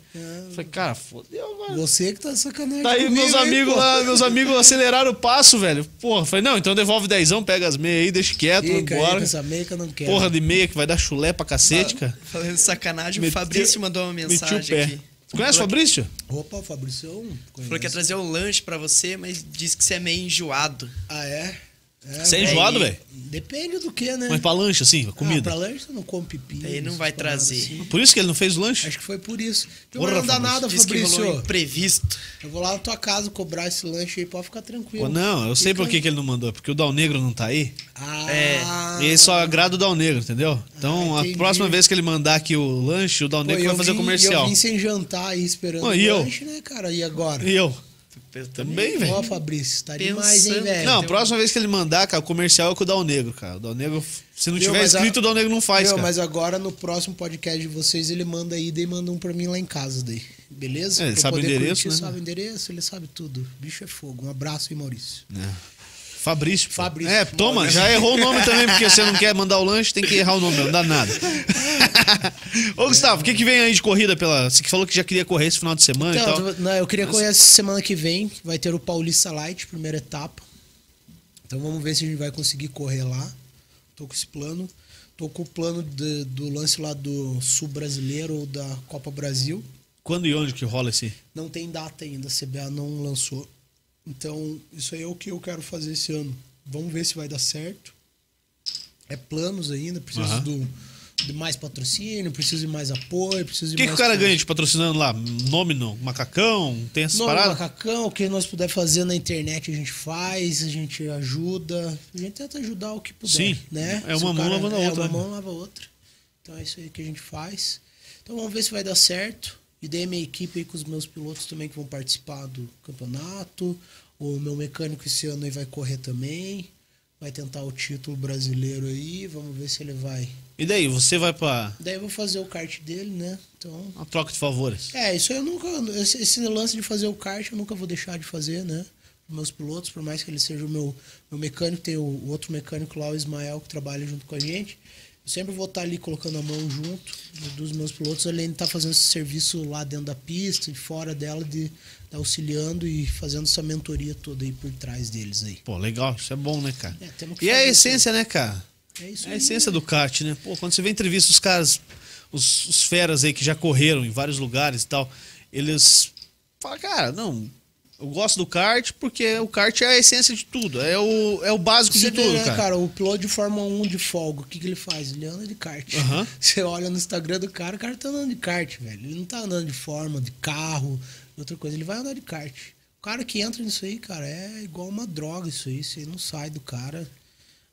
[SPEAKER 1] Falei, cara, fodeu agora.
[SPEAKER 3] Você que tá sacanagem.
[SPEAKER 1] Tá aí
[SPEAKER 3] comigo,
[SPEAKER 1] meus
[SPEAKER 3] hein,
[SPEAKER 1] amigos
[SPEAKER 3] pô?
[SPEAKER 1] lá, né? meus amigos aceleraram o passo, velho. Porra, falei, não, então devolve dezão, pega as meias aí, deixa quieto, vamos
[SPEAKER 3] Fica aí com
[SPEAKER 1] embora.
[SPEAKER 3] essa meia que eu não quero.
[SPEAKER 1] Porra de meia que vai dar chulé pra cacete, cara.
[SPEAKER 2] Falando de sacanagem, o
[SPEAKER 1] Meteu-
[SPEAKER 2] Fabrício mandou uma
[SPEAKER 1] Meti
[SPEAKER 2] mensagem
[SPEAKER 1] o pé.
[SPEAKER 2] aqui.
[SPEAKER 1] Tu conhece o
[SPEAKER 2] Falou
[SPEAKER 1] Fabrício?
[SPEAKER 3] Opa, o Fabrício é
[SPEAKER 2] que-
[SPEAKER 3] um.
[SPEAKER 2] Falou que ia
[SPEAKER 3] conhece.
[SPEAKER 2] trazer um lanche pra você, mas disse que você é meio enjoado.
[SPEAKER 3] Ah, é? é
[SPEAKER 1] Você é
[SPEAKER 2] velho.
[SPEAKER 1] enjoado, velho?
[SPEAKER 3] Depende do que, né?
[SPEAKER 1] Mas pra lanche, assim, pra
[SPEAKER 3] Ah, pra
[SPEAKER 1] comida.
[SPEAKER 3] lanche eu não come pepino.
[SPEAKER 2] Daí não
[SPEAKER 3] essas
[SPEAKER 2] vai
[SPEAKER 3] paradas
[SPEAKER 2] trazer.
[SPEAKER 3] assim.
[SPEAKER 1] Por isso que ele não fez o lanche?
[SPEAKER 3] Acho que foi por isso. Então
[SPEAKER 1] Porra,
[SPEAKER 3] não dá
[SPEAKER 1] Fabrício.
[SPEAKER 3] nada,
[SPEAKER 2] Disse que rolou um
[SPEAKER 3] Fabrício.
[SPEAKER 2] imprevisto.
[SPEAKER 3] Eu vou lá na tua casa cobrar esse lanche aí, pode ficar tranquilo.
[SPEAKER 1] Pô, não, eu sei
[SPEAKER 3] Fica
[SPEAKER 1] por que
[SPEAKER 3] aí.
[SPEAKER 1] que ele não mandou, é porque o Dal Negro não tá aí.
[SPEAKER 3] Ah,
[SPEAKER 1] E ele só agrada o Dal Negro, entendeu? Então, a
[SPEAKER 3] Ah, entendi.
[SPEAKER 1] próxima vez que ele mandar aqui o lanche, o Dal
[SPEAKER 3] Pô,
[SPEAKER 1] Negro vai
[SPEAKER 3] eu
[SPEAKER 1] fazer
[SPEAKER 3] vim-
[SPEAKER 1] comercial.
[SPEAKER 3] Eu vim sem jantar aí esperando
[SPEAKER 1] Pô,
[SPEAKER 3] o
[SPEAKER 1] e eu?
[SPEAKER 3] lanche, né, cara? E agora?
[SPEAKER 1] E eu?
[SPEAKER 2] Eu
[SPEAKER 1] Também, velho.
[SPEAKER 3] Ó, Fabrício, tá demais, hein,
[SPEAKER 2] Pensando.
[SPEAKER 3] velho?
[SPEAKER 1] Não, a
[SPEAKER 2] tem
[SPEAKER 1] próxima vez que ele mandar, cara, o comercial é com o Dal Negro, cara. O Dal Negro, se não
[SPEAKER 3] Meu,
[SPEAKER 1] tiver
[SPEAKER 3] mas a-
[SPEAKER 1] escrito, o Dal Negro não faz,
[SPEAKER 3] Meu,
[SPEAKER 1] cara.
[SPEAKER 3] mas agora no próximo podcast de vocês ele manda aí, daí manda um pra mim lá em casa, daí. Beleza?
[SPEAKER 1] É, ele
[SPEAKER 3] Pra eu
[SPEAKER 1] sabe o
[SPEAKER 3] poder
[SPEAKER 1] endereço,
[SPEAKER 3] curtir,
[SPEAKER 1] né?
[SPEAKER 3] sabe o endereço, ele sabe tudo. Bicho é fogo. Um abraço aí, Maurício.
[SPEAKER 1] Fabrício. pô.
[SPEAKER 3] Fabrício. né?
[SPEAKER 1] É, toma, já errou o nome também, porque você
[SPEAKER 3] [LAUGHS]
[SPEAKER 1] não quer mandar o lanche, tem que errar o nome, não dá nada. Ô, Gustavo, o que, que vem aí de corrida pela. Você que falou que já queria correr esse final de semana
[SPEAKER 3] Então,
[SPEAKER 1] e tal.
[SPEAKER 3] eu tô- não, eu queria correr essa semana que vem, que vai ter o Paulista Light, primeira etapa. Então vamos ver se a gente vai conseguir correr lá. Tô com esse plano. Tô com o plano de- do lance lá do Sul Brasileiro ou da Copa Brasil.
[SPEAKER 1] Quando e onde que rola esse?
[SPEAKER 3] Não tem data ainda, a CBA não lançou. Então, isso aí é o que eu quero fazer esse ano. Vamos ver se vai dar certo. É planos ainda, preciso
[SPEAKER 1] Aham.
[SPEAKER 3] do, de mais patrocínio, preciso de mais apoio, preciso de
[SPEAKER 1] O que, que
[SPEAKER 3] mais
[SPEAKER 1] o cara
[SPEAKER 3] coisa.
[SPEAKER 1] ganha te patrocinando lá? Nome no macacão? Tem essas
[SPEAKER 3] Nome
[SPEAKER 1] paradas?
[SPEAKER 3] macacão, o que nós puder fazer na internet a gente faz, a gente ajuda, a gente tenta ajudar o que puder,
[SPEAKER 1] Sim,
[SPEAKER 3] né?
[SPEAKER 1] é
[SPEAKER 3] Se
[SPEAKER 1] uma
[SPEAKER 3] o
[SPEAKER 1] mão lavando a
[SPEAKER 3] é,
[SPEAKER 1] outra,
[SPEAKER 3] uma
[SPEAKER 1] né?
[SPEAKER 3] mão lava a outra. Então é isso aí que a gente faz. Então vamos ver se vai dar certo. E dei a minha equipe aí com os meus pilotos também que vão participar do campeonato. O meu mecânico esse ano aí vai correr também. Vai tentar o título brasileiro aí, vamos ver se ele vai.
[SPEAKER 1] E daí, você vai pra.
[SPEAKER 3] Daí eu vou fazer o kart dele, né? Então
[SPEAKER 1] Uma troca de favores.
[SPEAKER 3] é, isso eu nunca. Esse, esse lance de fazer o kart eu nunca vou deixar de fazer, né? Meus pilotos, por mais que ele seja o meu, meu mecânico, tem o, o outro mecânico lá, o Ismael, que trabalha junto com a gente. Eu sempre vou estar ali colocando a mão junto do- dos meus pilotos, além de estar fazendo esse serviço lá dentro da pista e fora dela, de tá auxiliando e fazendo essa mentoria toda aí por trás deles aí.
[SPEAKER 1] Pô, legal, isso é bom, né, cara?
[SPEAKER 3] É, temos que
[SPEAKER 1] E é a
[SPEAKER 3] fazer isso aí.
[SPEAKER 1] essência, né, cara?
[SPEAKER 3] É isso
[SPEAKER 1] É a
[SPEAKER 3] aí.
[SPEAKER 1] essência do kart, né? Pô, quando você vê entrevista os caras, os, os feras aí que já correram em vários lugares e tal, eles falam, cara, não, eu gosto do kart porque o kart é a essência de tudo, é o, é o básico
[SPEAKER 3] Você
[SPEAKER 1] de
[SPEAKER 3] vê,
[SPEAKER 1] tudo,
[SPEAKER 3] né,
[SPEAKER 1] cara.
[SPEAKER 3] cara? o piloto de Fórmula 1 de folga, o que, que ele faz? Ele anda de kart.
[SPEAKER 1] Aham.
[SPEAKER 3] [LAUGHS] Você olha no Instagram do cara, o cara tá andando de kart, velho. Ele não tá andando de forma, de carro, de outra coisa. Ele vai andar de kart. O cara que entra nisso aí, cara, é igual uma droga isso aí. Isso aí não sai do cara.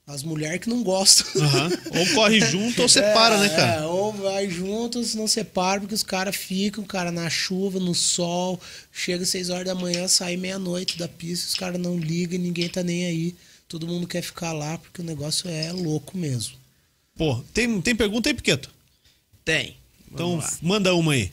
[SPEAKER 3] As mulheres que não gostam.
[SPEAKER 1] Aham.
[SPEAKER 3] [LAUGHS]
[SPEAKER 1] Ou corre junto ou separa, né, cara?
[SPEAKER 3] É, ou vai junto, ou se não separa, porque os caras ficam, cara, na chuva, no sol, chega às 6 horas da manhã, sai meia-noite da pista, os caras não ligam, ninguém tá nem aí. Todo mundo quer ficar lá, porque o negócio é louco mesmo.
[SPEAKER 1] Pô, tem, tem pergunta aí, Piqueto?
[SPEAKER 2] Tem. Vamos
[SPEAKER 1] Então,
[SPEAKER 2] lá.
[SPEAKER 1] f- manda uma aí.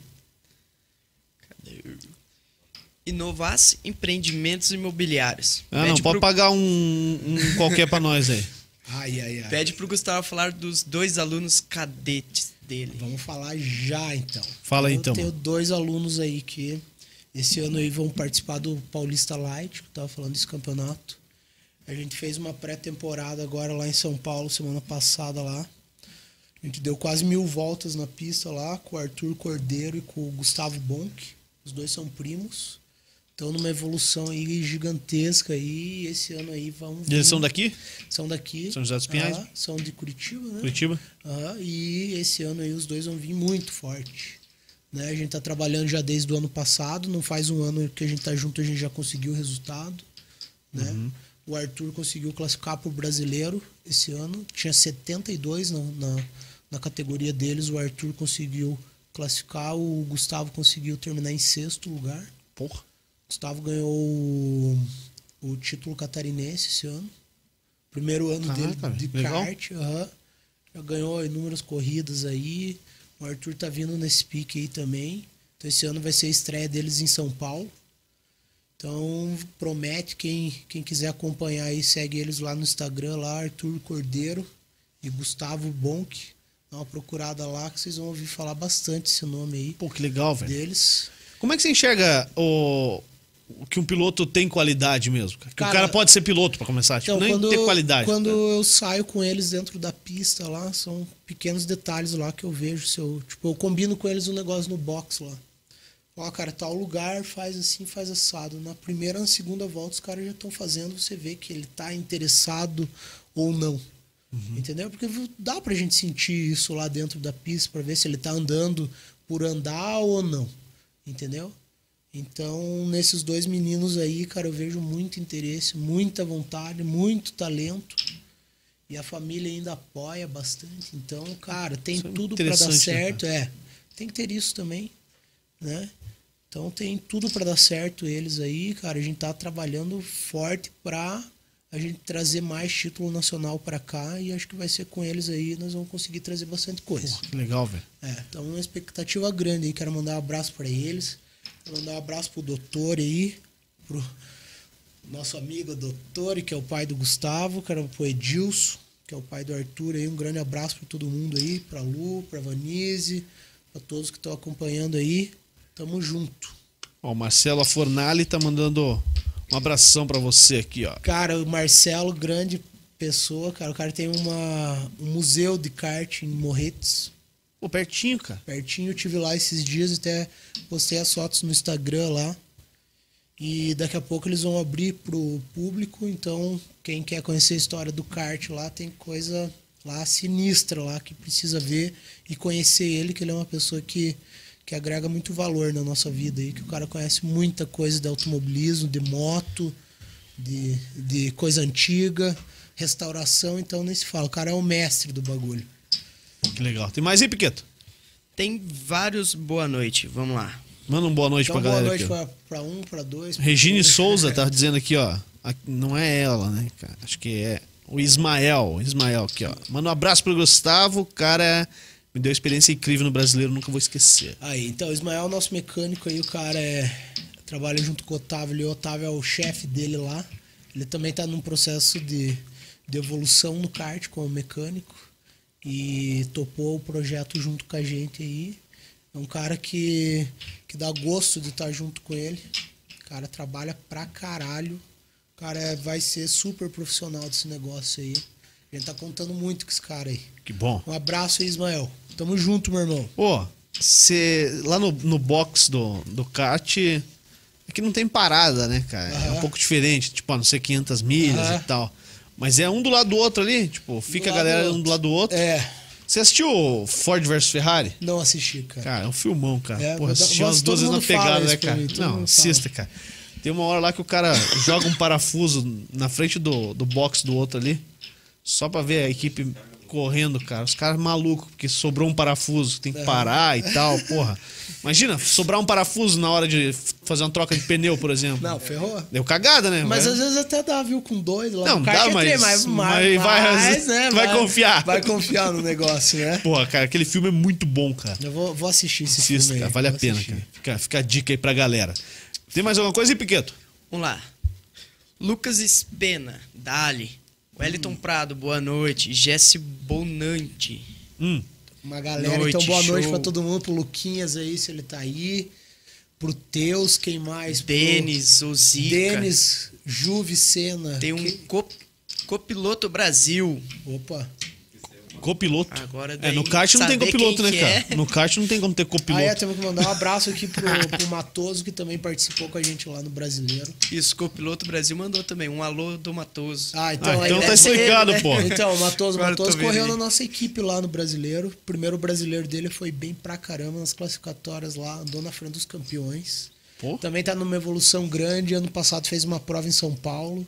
[SPEAKER 2] Inovasse empreendimentos imobiliários.
[SPEAKER 1] Ah,
[SPEAKER 2] Pede
[SPEAKER 1] não, pode
[SPEAKER 2] pro-
[SPEAKER 1] pagar um, um qualquer pra nós aí.
[SPEAKER 3] Ai, ai, ai.
[SPEAKER 2] Pede pro Gustavo falar dos dois alunos cadetes dele.
[SPEAKER 3] Vamos falar já então.
[SPEAKER 1] Fala aí, então.
[SPEAKER 3] Eu tenho dois alunos aí que esse ano aí vão participar do Paulista Light, que eu tava falando desse campeonato. A gente fez uma pré-temporada agora lá em São Paulo, semana passada lá. A gente deu quase mil voltas na pista lá com o Arthur Cordeiro e com o Gustavo Bonk. Os dois são primos. Estão numa evolução aí gigantesca aí. E esse ano aí vão.
[SPEAKER 1] E
[SPEAKER 3] vir-
[SPEAKER 1] Eles são daqui?
[SPEAKER 3] São daqui.
[SPEAKER 1] São José dos Pinhais?
[SPEAKER 3] Aham, são de Curitiba, né?
[SPEAKER 1] Curitiba?
[SPEAKER 3] Aham, e esse ano aí os dois vão vir muito forte. Né? A gente tá trabalhando já desde o ano passado, não faz um ano que a gente tá junto, a gente já conseguiu o resultado. Né? O Arthur conseguiu classificar pro brasileiro esse ano. Tinha 72 na, na, na categoria deles, o Arthur conseguiu classificar, o Gustavo conseguiu terminar em sexto lugar.
[SPEAKER 1] Porra.
[SPEAKER 3] Gustavo ganhou o, o título catarinense esse ano. Primeiro ano
[SPEAKER 1] Caraca,
[SPEAKER 3] dele de
[SPEAKER 1] velho. Legal.
[SPEAKER 3] kart. aham. Já ganhou inúmeras corridas aí. O Arthur tá vindo nesse pique aí também. Então esse ano vai ser a estreia deles em São Paulo. Então promete quem, quem quiser acompanhar aí, segue eles lá no Instagram, lá Arthur Cordeiro e Gustavo Bonk. Dá uma procurada lá que vocês vão ouvir falar bastante esse nome aí
[SPEAKER 1] Pô, que legal, velho.
[SPEAKER 3] deles.
[SPEAKER 1] Como é que você enxerga o, o que um piloto tem qualidade mesmo? cara? Que o
[SPEAKER 3] Cara-
[SPEAKER 1] cara pode ser piloto pra começar, tipo,
[SPEAKER 3] Então,
[SPEAKER 1] nem
[SPEAKER 3] quando,
[SPEAKER 1] ter qualidade. né?
[SPEAKER 3] quando
[SPEAKER 1] cara.
[SPEAKER 3] eu saio com eles dentro da pista lá, são pequenos detalhes lá que eu vejo. Se eu, tipo, eu combino com eles um negócio no box lá. Ó, cara, tal lugar, faz assim, faz assado. Na primeira, na segunda volta, os caras já estão fazendo, você vê que ele tá interessado ou não.
[SPEAKER 1] Uhum.
[SPEAKER 3] Entendeu? Porque dá pra gente sentir isso lá dentro da pista, pra ver se ele tá andando por andar ou não. Entendeu? Então, nesses dois meninos aí, cara, eu vejo muito interesse, muita vontade, muito talento. E a família ainda apoia bastante. Então, cara, tem
[SPEAKER 1] Isso é
[SPEAKER 3] tudo pra dar
[SPEAKER 1] interessante, né, cara?
[SPEAKER 3] certo. é, tem que ter isso também, né? Então tem tudo pra dar certo eles aí, cara. A gente tá trabalhando forte pra a gente trazer mais título nacional pra cá e acho que vai ser com eles aí nós vamos conseguir trazer bastante coisa.
[SPEAKER 1] Porra, que legal, velho.
[SPEAKER 3] É, então uma expectativa grande aí. Quero mandar um abraço pra eles. Quero mandar um abraço pro doutor aí, pro nosso amigo doutor, que é o pai do Gustavo, quero pro Edilson, que é o pai do Arthur aí. Um grande abraço pra todo mundo aí, pra Lu, pra Vanise, pra todos que estão acompanhando aí. Tamo junto.
[SPEAKER 1] Ó, o Marcelo Fornali tá mandando um abração pra você aqui, ó.
[SPEAKER 3] Cara, o Marcelo, grande pessoa, cara. O cara tem uma, um museu de kart em Morretes.
[SPEAKER 1] Pô, pertinho, cara.
[SPEAKER 3] pertinho. Eu tive lá esses dias, até postei as fotos no Instagram lá. E daqui a pouco eles vão abrir pro público, então quem quer conhecer a história do kart lá tem coisa lá sinistra lá que precisa ver e conhecer ele, que ele é uma pessoa que que agrega muito valor na nossa vida aí, que o cara conhece muita coisa de automobilismo, de moto, de, de coisa antiga, restauração, então nem se fala, o cara é o mestre do bagulho.
[SPEAKER 1] Pô, que legal. Tem mais aí, Piqueto?
[SPEAKER 2] Tem vários boa noite, vamos lá.
[SPEAKER 1] Manda um boa noite
[SPEAKER 3] Então,
[SPEAKER 1] pra
[SPEAKER 3] boa
[SPEAKER 1] galera aqui.
[SPEAKER 3] noite
[SPEAKER 1] ó.
[SPEAKER 3] pra, pra um, pra dois. pra
[SPEAKER 1] Regine
[SPEAKER 3] três.
[SPEAKER 1] Souza tá dizendo aqui, ó. A- Não é ela, né, cara? Acho que é o Ismael. o Ismael aqui, ó. Manda um abraço pro Gustavo. O cara me deu experiência incrível no brasileiro, nunca vou esquecer.
[SPEAKER 3] [LAUGHS] Aí, então, o Ismael, nosso mecânico aí, o cara é, trabalha junto com o Otávio. ali, O Otávio é o chefe dele lá. Ele também tá num processo de, de evolução no kart como mecânico. E topou o projeto junto com a gente aí. É um cara que, que dá gosto de estar junto com ele. O cara trabalha pra caralho. O cara é- vai ser super profissional desse negócio aí. A gente tá contando muito com esse cara aí.
[SPEAKER 1] Que bom.
[SPEAKER 3] Um abraço aí, Ismael. Tamo junto, meu irmão.
[SPEAKER 1] Pô, você lá no, no box do, do kart, aqui não tem parada, né, cara? É um
[SPEAKER 3] Aham.
[SPEAKER 1] pouco diferente, tipo, a não ser 500 milhas
[SPEAKER 3] Aham.
[SPEAKER 1] e tal. Mas é um do lado do outro ali, tipo, fica
[SPEAKER 3] Do
[SPEAKER 1] a
[SPEAKER 3] lado
[SPEAKER 1] galera
[SPEAKER 3] do
[SPEAKER 1] um do lado do outro.
[SPEAKER 3] É,
[SPEAKER 1] Você assistiu Ford versus Ferrari?
[SPEAKER 3] não assisti, cara.
[SPEAKER 1] Cara, é um filmão, cara.
[SPEAKER 3] É,
[SPEAKER 1] Porra,
[SPEAKER 3] vou dar-
[SPEAKER 1] assisti
[SPEAKER 3] vou-
[SPEAKER 1] umas
[SPEAKER 3] todo
[SPEAKER 1] duas vezes na
[SPEAKER 3] mundo fala
[SPEAKER 1] pegada,
[SPEAKER 3] isso
[SPEAKER 1] né,
[SPEAKER 3] pra
[SPEAKER 1] cara?
[SPEAKER 3] mim, todo
[SPEAKER 1] Não,
[SPEAKER 3] mundo
[SPEAKER 1] assista, cara. Tem uma hora lá que o cara joga um parafuso na frente do, do box do outro ali, só pra ver a equipe correndo, cara. Os caras malucos, porque sobrou um parafuso,
[SPEAKER 3] É.
[SPEAKER 1] tem que parar e tal, porra. Imagina, sobrar um parafuso na hora de f- fazer uma troca de pneu, por exemplo.
[SPEAKER 3] Não, ferrou.
[SPEAKER 1] Deu cagada, né?
[SPEAKER 3] Mas
[SPEAKER 1] velho?
[SPEAKER 3] às vezes até dá, viu, com dois lá.
[SPEAKER 1] Não,
[SPEAKER 3] no kart
[SPEAKER 1] dá,
[SPEAKER 3] é três,
[SPEAKER 1] mas-
[SPEAKER 3] mas, né,
[SPEAKER 1] mas vai- vai confiar.
[SPEAKER 3] Vai confiar no negócio, né?
[SPEAKER 1] Porra, cara, aquele filme é muito bom, cara.
[SPEAKER 3] Eu vou, vou assistir esse
[SPEAKER 1] Assista,
[SPEAKER 3] filme
[SPEAKER 1] cara.
[SPEAKER 3] aí,
[SPEAKER 1] Vale a
[SPEAKER 3] vou
[SPEAKER 1] pena,
[SPEAKER 3] assistir.
[SPEAKER 1] cara. Fica, fica a dica aí pra galera. Tem mais alguma coisa aí, Piqueto?
[SPEAKER 2] Vamos lá. Lucas Espena, Dali.
[SPEAKER 3] Hum.
[SPEAKER 2] Wellington Prado, boa noite. Jesse Bonante.
[SPEAKER 1] Hum.
[SPEAKER 3] Uma galera,
[SPEAKER 2] Noite,
[SPEAKER 3] então boa noite
[SPEAKER 2] show.
[SPEAKER 3] pra todo mundo, pro Luquinhas aí, se ele tá aí. Pro Teus, quem mais? Pro
[SPEAKER 2] Denis, Ozica.
[SPEAKER 3] Denis, Juve Sena.
[SPEAKER 2] Tem um
[SPEAKER 3] que-
[SPEAKER 2] co- copiloto Brasil.
[SPEAKER 3] Opa.
[SPEAKER 1] Copiloto.
[SPEAKER 2] Agora
[SPEAKER 1] É,
[SPEAKER 2] daí,
[SPEAKER 1] no kart não tem
[SPEAKER 2] saber
[SPEAKER 1] copiloto,
[SPEAKER 2] quem
[SPEAKER 1] né,
[SPEAKER 2] que
[SPEAKER 1] cara?
[SPEAKER 2] é.
[SPEAKER 1] No kart não tem como ter
[SPEAKER 3] Ah, é,
[SPEAKER 1] copiloto.
[SPEAKER 3] temos que mandar um abraço aqui pro, pro Matoso, que também participou com a gente lá no Brasileiro.
[SPEAKER 2] Isso, copiloto Brasil mandou também. Um alô do Matoso.
[SPEAKER 3] Ah, então,
[SPEAKER 1] Ah,
[SPEAKER 3] aí
[SPEAKER 1] então
[SPEAKER 3] deve
[SPEAKER 1] tá
[SPEAKER 3] ser ele,
[SPEAKER 1] explicado,
[SPEAKER 3] né? [LAUGHS]
[SPEAKER 1] pô.
[SPEAKER 3] Então, o Matoso, o
[SPEAKER 2] Agora eu tô
[SPEAKER 3] Matoso
[SPEAKER 2] vendo
[SPEAKER 3] correu
[SPEAKER 2] aí.
[SPEAKER 3] na nossa equipe lá no Brasileiro. O primeiro brasileiro dele foi bem pra caramba nas classificatórias lá, andou na frente dos campeões.
[SPEAKER 1] Pô.
[SPEAKER 3] Também tá numa evolução grande. Ano passado fez uma prova em São Paulo.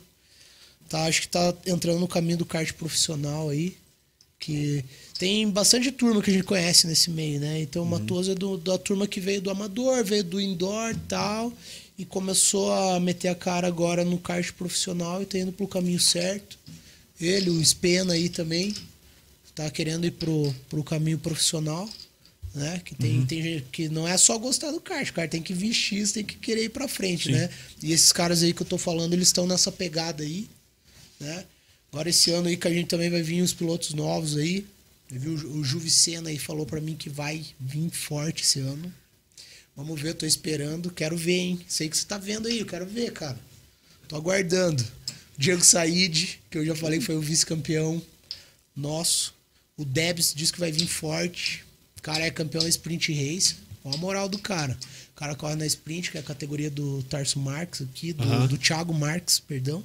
[SPEAKER 3] Tá, acho que tá entrando no caminho do kart profissional aí. Que tem bastante turma que a gente conhece nesse meio, né? Então o Matoso é do- da turma que veio do amador, veio do indoor e tal. E começou a meter a cara agora no kart profissional e tá indo pro caminho certo. Ele, o Spena aí também, tá querendo ir pro, pro caminho profissional, né? Que tem, tem gente que não é só gostar do kart, cara, tem que vestir, isso, tem que querer ir pra frente,
[SPEAKER 1] Sim.
[SPEAKER 3] né? E esses caras aí que eu tô falando, eles estão nessa pegada aí, né? Agora esse ano aí que a gente também vai vir uns pilotos novos aí. Eu vi o, Ju- o Juvicena aí falou pra mim que vai vir forte esse ano. Vamos ver, eu tô esperando, quero ver, hein? Sei que você tá vendo aí, eu quero ver, cara. Tô aguardando. Diego Said, que eu já falei que foi o vice-campeão nosso. O Debs diz que vai vir forte. O cara é campeão da Sprint Race. Olha a moral do cara. O cara corre na Sprint, que é a categoria do Tarso Marques aqui, do,
[SPEAKER 1] Aham.
[SPEAKER 3] do Thiago Marques, perdão.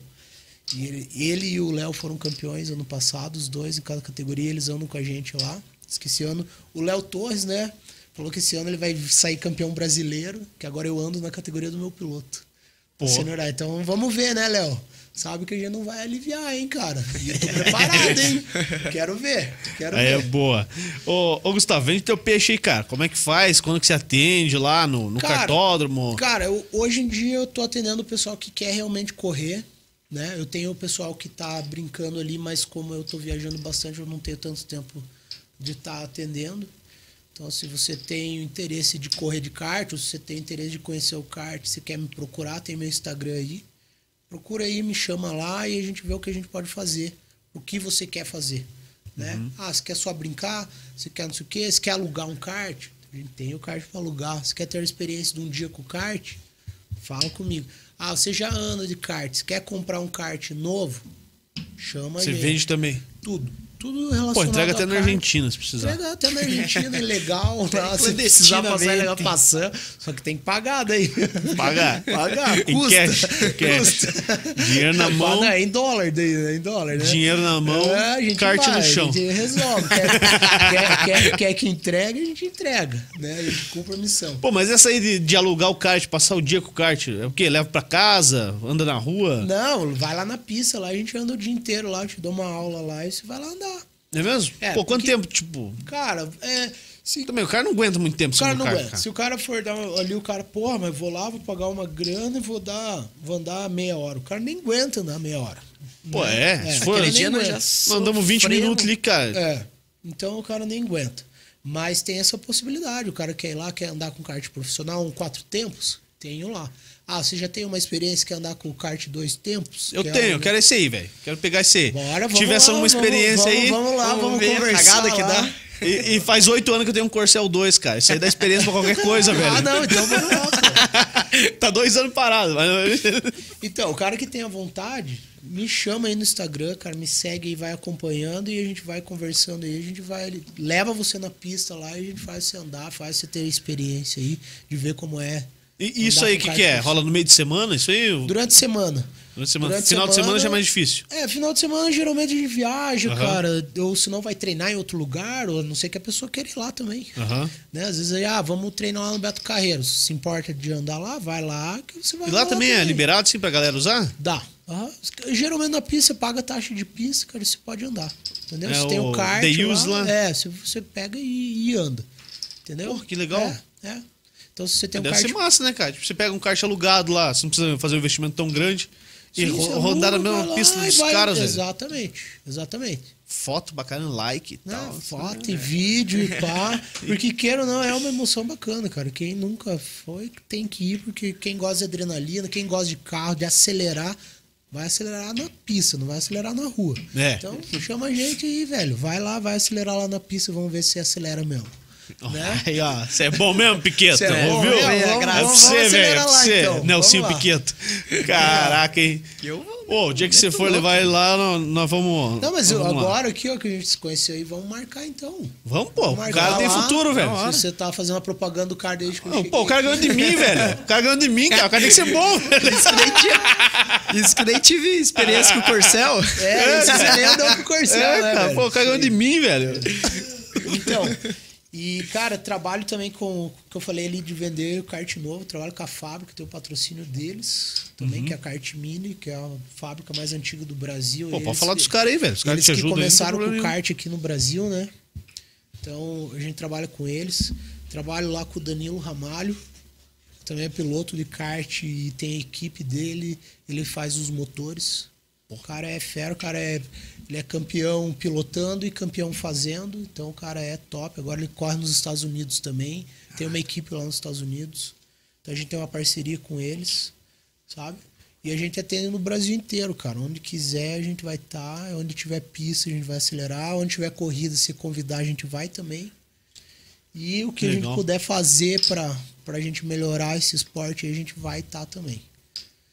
[SPEAKER 3] E ele, ele e o Léo foram campeões ano passado, os dois em cada categoria, eles andam com a gente lá. Diz que esse ano. O Léo Torres, né? Falou que esse ano ele vai sair campeão brasileiro, que agora eu ando na categoria do meu piloto.
[SPEAKER 1] Pô.
[SPEAKER 3] Senior A. Então vamos ver, né, Léo? Sabe que a gente não vai aliviar, hein, cara? E eu tô
[SPEAKER 1] [LAUGHS]
[SPEAKER 3] preparado, hein? Quero ver. Quero
[SPEAKER 1] É,
[SPEAKER 3] ver.
[SPEAKER 1] boa. Ô, ô, Gustavo, vende teu peixe aí, cara. Como é que faz? Quando que você atende lá no, no
[SPEAKER 3] Cara,
[SPEAKER 1] cartódromo?
[SPEAKER 3] Cara, eu- hoje em dia eu tô atendendo o pessoal que quer realmente correr, né? Eu tenho o pessoal que tá brincando ali, mas como eu tô viajando bastante, eu não tenho tanto tempo de estar atendendo. Então, se você tem o interesse de correr de kart, ou se você tem interesse de conhecer o kart, você quer me procurar, tem meu Instagram aí. Procura aí, me chama lá e a gente vê o que a gente pode fazer, o que você quer fazer, né?
[SPEAKER 1] Uhum.
[SPEAKER 3] Ah, você quer só brincar? Você quer não sei o quê? Você quer alugar um kart? A gente tem o kart para alugar. Você quer ter a experiência de um dia com o kart? Fala comigo. Ah, você já anda de kart, você quer comprar um kart novo? Chama
[SPEAKER 1] Você
[SPEAKER 3] a gente.
[SPEAKER 1] vende também.
[SPEAKER 3] tudo. Tudo relacionado
[SPEAKER 1] Pô, entrega
[SPEAKER 3] ao
[SPEAKER 1] até na
[SPEAKER 3] kart.
[SPEAKER 1] Argentina, se precisar.
[SPEAKER 3] Entrega até é na
[SPEAKER 1] [LAUGHS]
[SPEAKER 3] Argentina, ilegal. lá, Tá, se
[SPEAKER 2] clandestinamente.
[SPEAKER 3] precisar passar, ilegal passando. Só que tem que pagar daí.
[SPEAKER 1] [LAUGHS] Pagar.
[SPEAKER 3] Pagar,
[SPEAKER 1] Em
[SPEAKER 3] custa.
[SPEAKER 1] cash, em cash.
[SPEAKER 3] Custa. [LAUGHS]
[SPEAKER 1] Dinheiro na mão.
[SPEAKER 3] Paga em dólar daí, né? Em dólar, né?
[SPEAKER 1] Dinheiro na mão,
[SPEAKER 3] É, a gente
[SPEAKER 1] kart
[SPEAKER 3] vai,
[SPEAKER 1] no chão.
[SPEAKER 3] A gente resolve. Quer, quer, quer, quer que entregue, a gente entrega. Né? A gente cumpre a missão.
[SPEAKER 1] Pô, mas essa aí de, de alugar o kart, passar o dia com o kart, é o quê? Leva pra casa? Anda na rua?
[SPEAKER 3] Não, vai lá na pista, lá a gente anda o dia inteiro lá, eu te dou uma aula lá e você vai lá andar.
[SPEAKER 1] Não é mesmo?
[SPEAKER 3] É,
[SPEAKER 1] Pô, quanto
[SPEAKER 3] porque-
[SPEAKER 1] tempo, tipo...
[SPEAKER 3] Cara, é, se
[SPEAKER 1] Também, o cara não aguenta muito tempo
[SPEAKER 3] O
[SPEAKER 1] sem
[SPEAKER 3] cara
[SPEAKER 1] o
[SPEAKER 3] não
[SPEAKER 1] kart,
[SPEAKER 3] aguenta.
[SPEAKER 1] cara.
[SPEAKER 3] Se o cara for dar uma- ali, o cara, porra, mas vou lá, vou pagar uma grana e vou dar, vou andar meia hora. O cara nem aguenta andar meia hora.
[SPEAKER 1] Pô, é.
[SPEAKER 3] É,
[SPEAKER 1] Se for,
[SPEAKER 2] Aquele
[SPEAKER 3] Pô,
[SPEAKER 2] dia nós
[SPEAKER 3] nem
[SPEAKER 2] já
[SPEAKER 1] nós andamos 20
[SPEAKER 2] sofremos.
[SPEAKER 1] minutos ali, cara.
[SPEAKER 3] É. Então o cara nem aguenta. Mas tem essa possibilidade. O cara quer ir lá, quer andar com kart profissional, um quatro tempos, tenho lá. Ah, você já tem uma experiência que é andar com kart dois tempos?
[SPEAKER 1] Eu
[SPEAKER 3] Quer
[SPEAKER 1] tenho, eu
[SPEAKER 3] um-
[SPEAKER 1] quero esse aí, velho. Quero pegar esse aí.
[SPEAKER 3] Bora, vamos
[SPEAKER 1] Se tivesse
[SPEAKER 3] lá,
[SPEAKER 1] alguma
[SPEAKER 3] vamos-
[SPEAKER 1] experiência
[SPEAKER 3] vamos-
[SPEAKER 1] aí...
[SPEAKER 3] Vamos lá,
[SPEAKER 2] vamos
[SPEAKER 3] vamos,
[SPEAKER 2] ver a
[SPEAKER 3] conversar.
[SPEAKER 2] cagada que
[SPEAKER 3] lá.
[SPEAKER 2] dá.
[SPEAKER 1] E, e faz oito anos que eu tenho um Corsel 2, cara. Isso aí dá experiência pra qualquer coisa, velho.
[SPEAKER 3] Ah, não, então vamos lá, pô.
[SPEAKER 1] [LAUGHS] Tá dois anos parado. Mas...
[SPEAKER 3] Então, o cara que tem a vontade, me chama aí no Instagram, cara, me segue e vai acompanhando e a gente vai conversando aí, a gente vai ele leva você na pista lá e a gente faz você andar, faz você ter experiência aí de ver como é.
[SPEAKER 1] [LAUGHS] E isso
[SPEAKER 3] andar
[SPEAKER 1] aí, o
[SPEAKER 3] com
[SPEAKER 1] que,
[SPEAKER 3] kart
[SPEAKER 1] que é?
[SPEAKER 3] profissional.
[SPEAKER 1] Rola no meio de semana? Isso aí? Durante
[SPEAKER 3] Durante a semana.
[SPEAKER 1] a semana.
[SPEAKER 3] durante a
[SPEAKER 1] Final de semana
[SPEAKER 3] semana-
[SPEAKER 1] já é mais difícil.
[SPEAKER 3] É, final de semana geralmente a gente viaja,
[SPEAKER 1] Aham.
[SPEAKER 3] cara, ou se não vai treinar em outro lugar, ou a não sei que a pessoa queira ir lá também.
[SPEAKER 1] Aham.
[SPEAKER 3] Né? Às vezes aí, ah, vamos treinar lá no Beto Carreiro. Se se importa de andar lá, vai lá que você vai
[SPEAKER 1] E lá também é liberado, sim, pra galera usar?
[SPEAKER 3] Dá. Aham. Geralmente na pista você paga a taxa de pista, cara, e você pode andar. Entendeu?
[SPEAKER 1] É
[SPEAKER 3] você tem
[SPEAKER 1] o
[SPEAKER 3] o kart.
[SPEAKER 1] The Use lá.
[SPEAKER 3] É, você, você pega e, e anda. Entendeu?
[SPEAKER 1] Porra, que legal.
[SPEAKER 3] É, é. Então se você tem um
[SPEAKER 1] Deve
[SPEAKER 3] kart.
[SPEAKER 1] ser massa, né, cara? Tipo, você pega um kart alugado lá, você não precisa fazer um investimento tão grande. E
[SPEAKER 3] sim,
[SPEAKER 1] ro-
[SPEAKER 3] você
[SPEAKER 1] rodar na
[SPEAKER 3] aluga,
[SPEAKER 1] mesma
[SPEAKER 3] vai lá
[SPEAKER 1] pista
[SPEAKER 3] e
[SPEAKER 1] dos
[SPEAKER 3] vai-
[SPEAKER 1] caras, né? velho.
[SPEAKER 3] Exatamente, exatamente.
[SPEAKER 1] Foto bacana, like e
[SPEAKER 3] Né?
[SPEAKER 1] tal. é.
[SPEAKER 3] Foto e vídeo e
[SPEAKER 1] [LAUGHS]
[SPEAKER 3] pá. Porque queira ou não, é uma emoção bacana, cara. Quem nunca foi tem que ir, porque quem gosta de adrenalina, quem gosta de carro, de acelerar, vai acelerar na pista, não vai acelerar na rua.
[SPEAKER 1] É.
[SPEAKER 3] Então chama a gente aí, velho. Vai lá, vai acelerar lá na pista, vamos ver se acelera mesmo. [LAUGHS] né?
[SPEAKER 1] Aí, ó, você é bom mesmo, Piqueto.
[SPEAKER 3] Cê é bom
[SPEAKER 1] ouviu?
[SPEAKER 3] mesmo,
[SPEAKER 1] é
[SPEAKER 2] vamos-
[SPEAKER 1] pra
[SPEAKER 3] vamos
[SPEAKER 1] você, velho.
[SPEAKER 3] acelerar
[SPEAKER 1] É pra
[SPEAKER 3] lá,
[SPEAKER 1] você.
[SPEAKER 3] então.
[SPEAKER 1] Nelsinho
[SPEAKER 3] Vamos lá.
[SPEAKER 1] Piqueto.
[SPEAKER 3] [LAUGHS]
[SPEAKER 1] Caraca, hein?
[SPEAKER 2] Eu vou.
[SPEAKER 1] Ô, o dia que você for levar ele lá, nó- nós vamos.
[SPEAKER 3] Não, mas eu-
[SPEAKER 1] vamos lá.
[SPEAKER 3] agora aqui, ó, que a gente se conheceu aí, vamos marcar então.
[SPEAKER 1] Vamos, pô. O
[SPEAKER 3] Marcar
[SPEAKER 1] cara tem
[SPEAKER 3] lá.
[SPEAKER 1] futuro, velho.
[SPEAKER 3] Se você tá fazendo uma propaganda do cara desde que eu
[SPEAKER 1] Não,
[SPEAKER 3] cheguei.
[SPEAKER 1] pô, o cara ganhou de mim, velho. O cara ganhou de mim, cara. O cara tem que ser bom, [LAUGHS] velho.
[SPEAKER 2] Isso que nem tive, isso que nem tive experiência com o Corcel.
[SPEAKER 3] É, isso você nem andou com o
[SPEAKER 1] É,
[SPEAKER 3] Corcel, né,
[SPEAKER 1] cara.
[SPEAKER 3] velho?
[SPEAKER 1] Pô, o cara ganhou de mim, velho.
[SPEAKER 3] [LAUGHS] Então, e cara, trabalho também com o que eu falei ali de vender o kart novo, trabalho com a fábrica, tenho o patrocínio deles também,
[SPEAKER 1] Uhum.
[SPEAKER 3] que é a Kart Mini, que é a fábrica mais antiga do Brasil.
[SPEAKER 1] Pô, pode
[SPEAKER 3] Eles
[SPEAKER 1] falar
[SPEAKER 3] que-
[SPEAKER 1] dos caras aí, velho. Os caras
[SPEAKER 3] eles
[SPEAKER 1] te
[SPEAKER 3] que
[SPEAKER 1] ajudam aí, não tem
[SPEAKER 3] começaram com
[SPEAKER 1] problema
[SPEAKER 3] o
[SPEAKER 1] nenhum.
[SPEAKER 3] kart aqui no Brasil, né? Então a gente trabalha com eles. Trabalho lá com o Danilo Ramalho, que também é piloto de kart e tem a equipe dele. Ele faz os motores. O cara é fera, o cara é, ele é campeão pilotando e campeão fazendo. Então o cara é top. Agora ele corre nos Estados Unidos também. Tem
[SPEAKER 1] Ah.
[SPEAKER 3] uma equipe lá nos Estados Unidos. Então a gente tem uma parceria com eles, sabe? E a gente atende no Brasil inteiro, cara. Onde quiser a gente vai estar. Onde tiver pista a gente vai acelerar. Onde tiver corrida, se convidar a gente vai também. E o que a
[SPEAKER 1] Legal.
[SPEAKER 3] gente puder fazer pra, pra gente melhorar esse esporte aí, a gente vai estar também.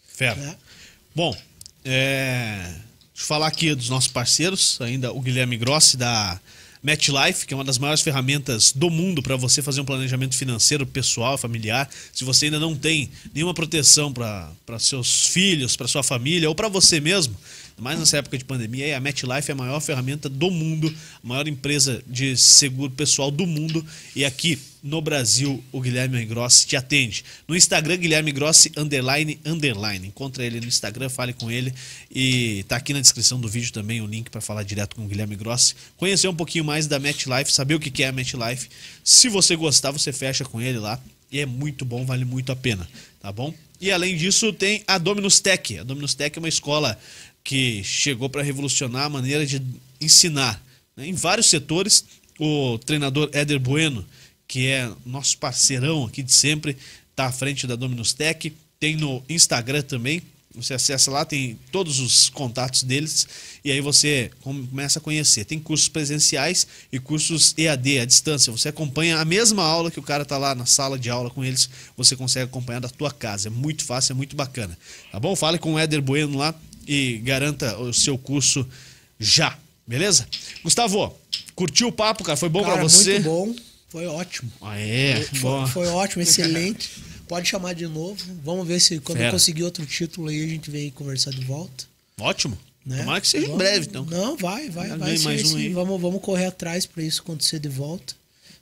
[SPEAKER 1] Fera.
[SPEAKER 3] né?
[SPEAKER 1] Bom, é... deixa eu falar aqui dos nossos parceiros, ainda o Guilherme Grossi da MetLife, que é uma das maiores ferramentas do mundo para você fazer um planejamento financeiro, pessoal, familiar. Se você ainda não tem nenhuma proteção para seus filhos, para sua família ou para você mesmo, mas nessa época de pandemia, aí a MetLife é a maior ferramenta do mundo, a maior empresa de seguro pessoal do mundo. E aqui no Brasil, o Guilherme Grossi te atende. No Instagram, Guilherme Grossi, underline, underline. Encontra ele no Instagram, fale com ele. E tá aqui na descrição do vídeo também o link para falar direto com o Guilherme Grossi. Conhecer um pouquinho mais da MetLife, saber o que que é a MetLife. Se você gostar, você fecha com ele lá. E é muito bom, vale muito a pena, tá bom? E além disso, tem a Dominus Tech. A Dominus Tech é uma escola que chegou para revolucionar a maneira de ensinar né? em vários setores. O treinador Éder Bueno, que é nosso parceirão aqui de sempre, está à frente da Dominus Tech. Tem no Instagram também. Você acessa lá, tem todos os contatos deles e aí você come- começa a conhecer. Tem cursos presenciais e cursos EAD, à distância. Você acompanha a mesma aula que o cara tá lá na sala de aula com eles, você consegue acompanhar da tua casa. É muito fácil, é muito bacana. Tá bom? Fale com o Éder Bueno lá e garanta o seu curso já, beleza? Gustavo, curtiu o papo, cara? Foi bom
[SPEAKER 3] Cara,
[SPEAKER 1] pra você?
[SPEAKER 3] muito bom. Foi ótimo.
[SPEAKER 1] Ah, é, bom.
[SPEAKER 3] Foi, foi
[SPEAKER 1] [LAUGHS]
[SPEAKER 3] ótimo, excelente. Pode chamar de novo. Vamos ver se quando
[SPEAKER 1] Fera.
[SPEAKER 3] eu conseguir outro título aí a gente vem conversar de volta.
[SPEAKER 1] Ótimo.
[SPEAKER 3] Né?
[SPEAKER 1] Tomara que seja em
[SPEAKER 3] Vamos-
[SPEAKER 1] breve, então.
[SPEAKER 3] Não, vai, vai,
[SPEAKER 1] Já
[SPEAKER 3] vai.
[SPEAKER 1] ganhei
[SPEAKER 3] sim,
[SPEAKER 1] mais um
[SPEAKER 3] sim.
[SPEAKER 1] aí.
[SPEAKER 3] Vamos, vamos correr atrás pra isso acontecer de volta.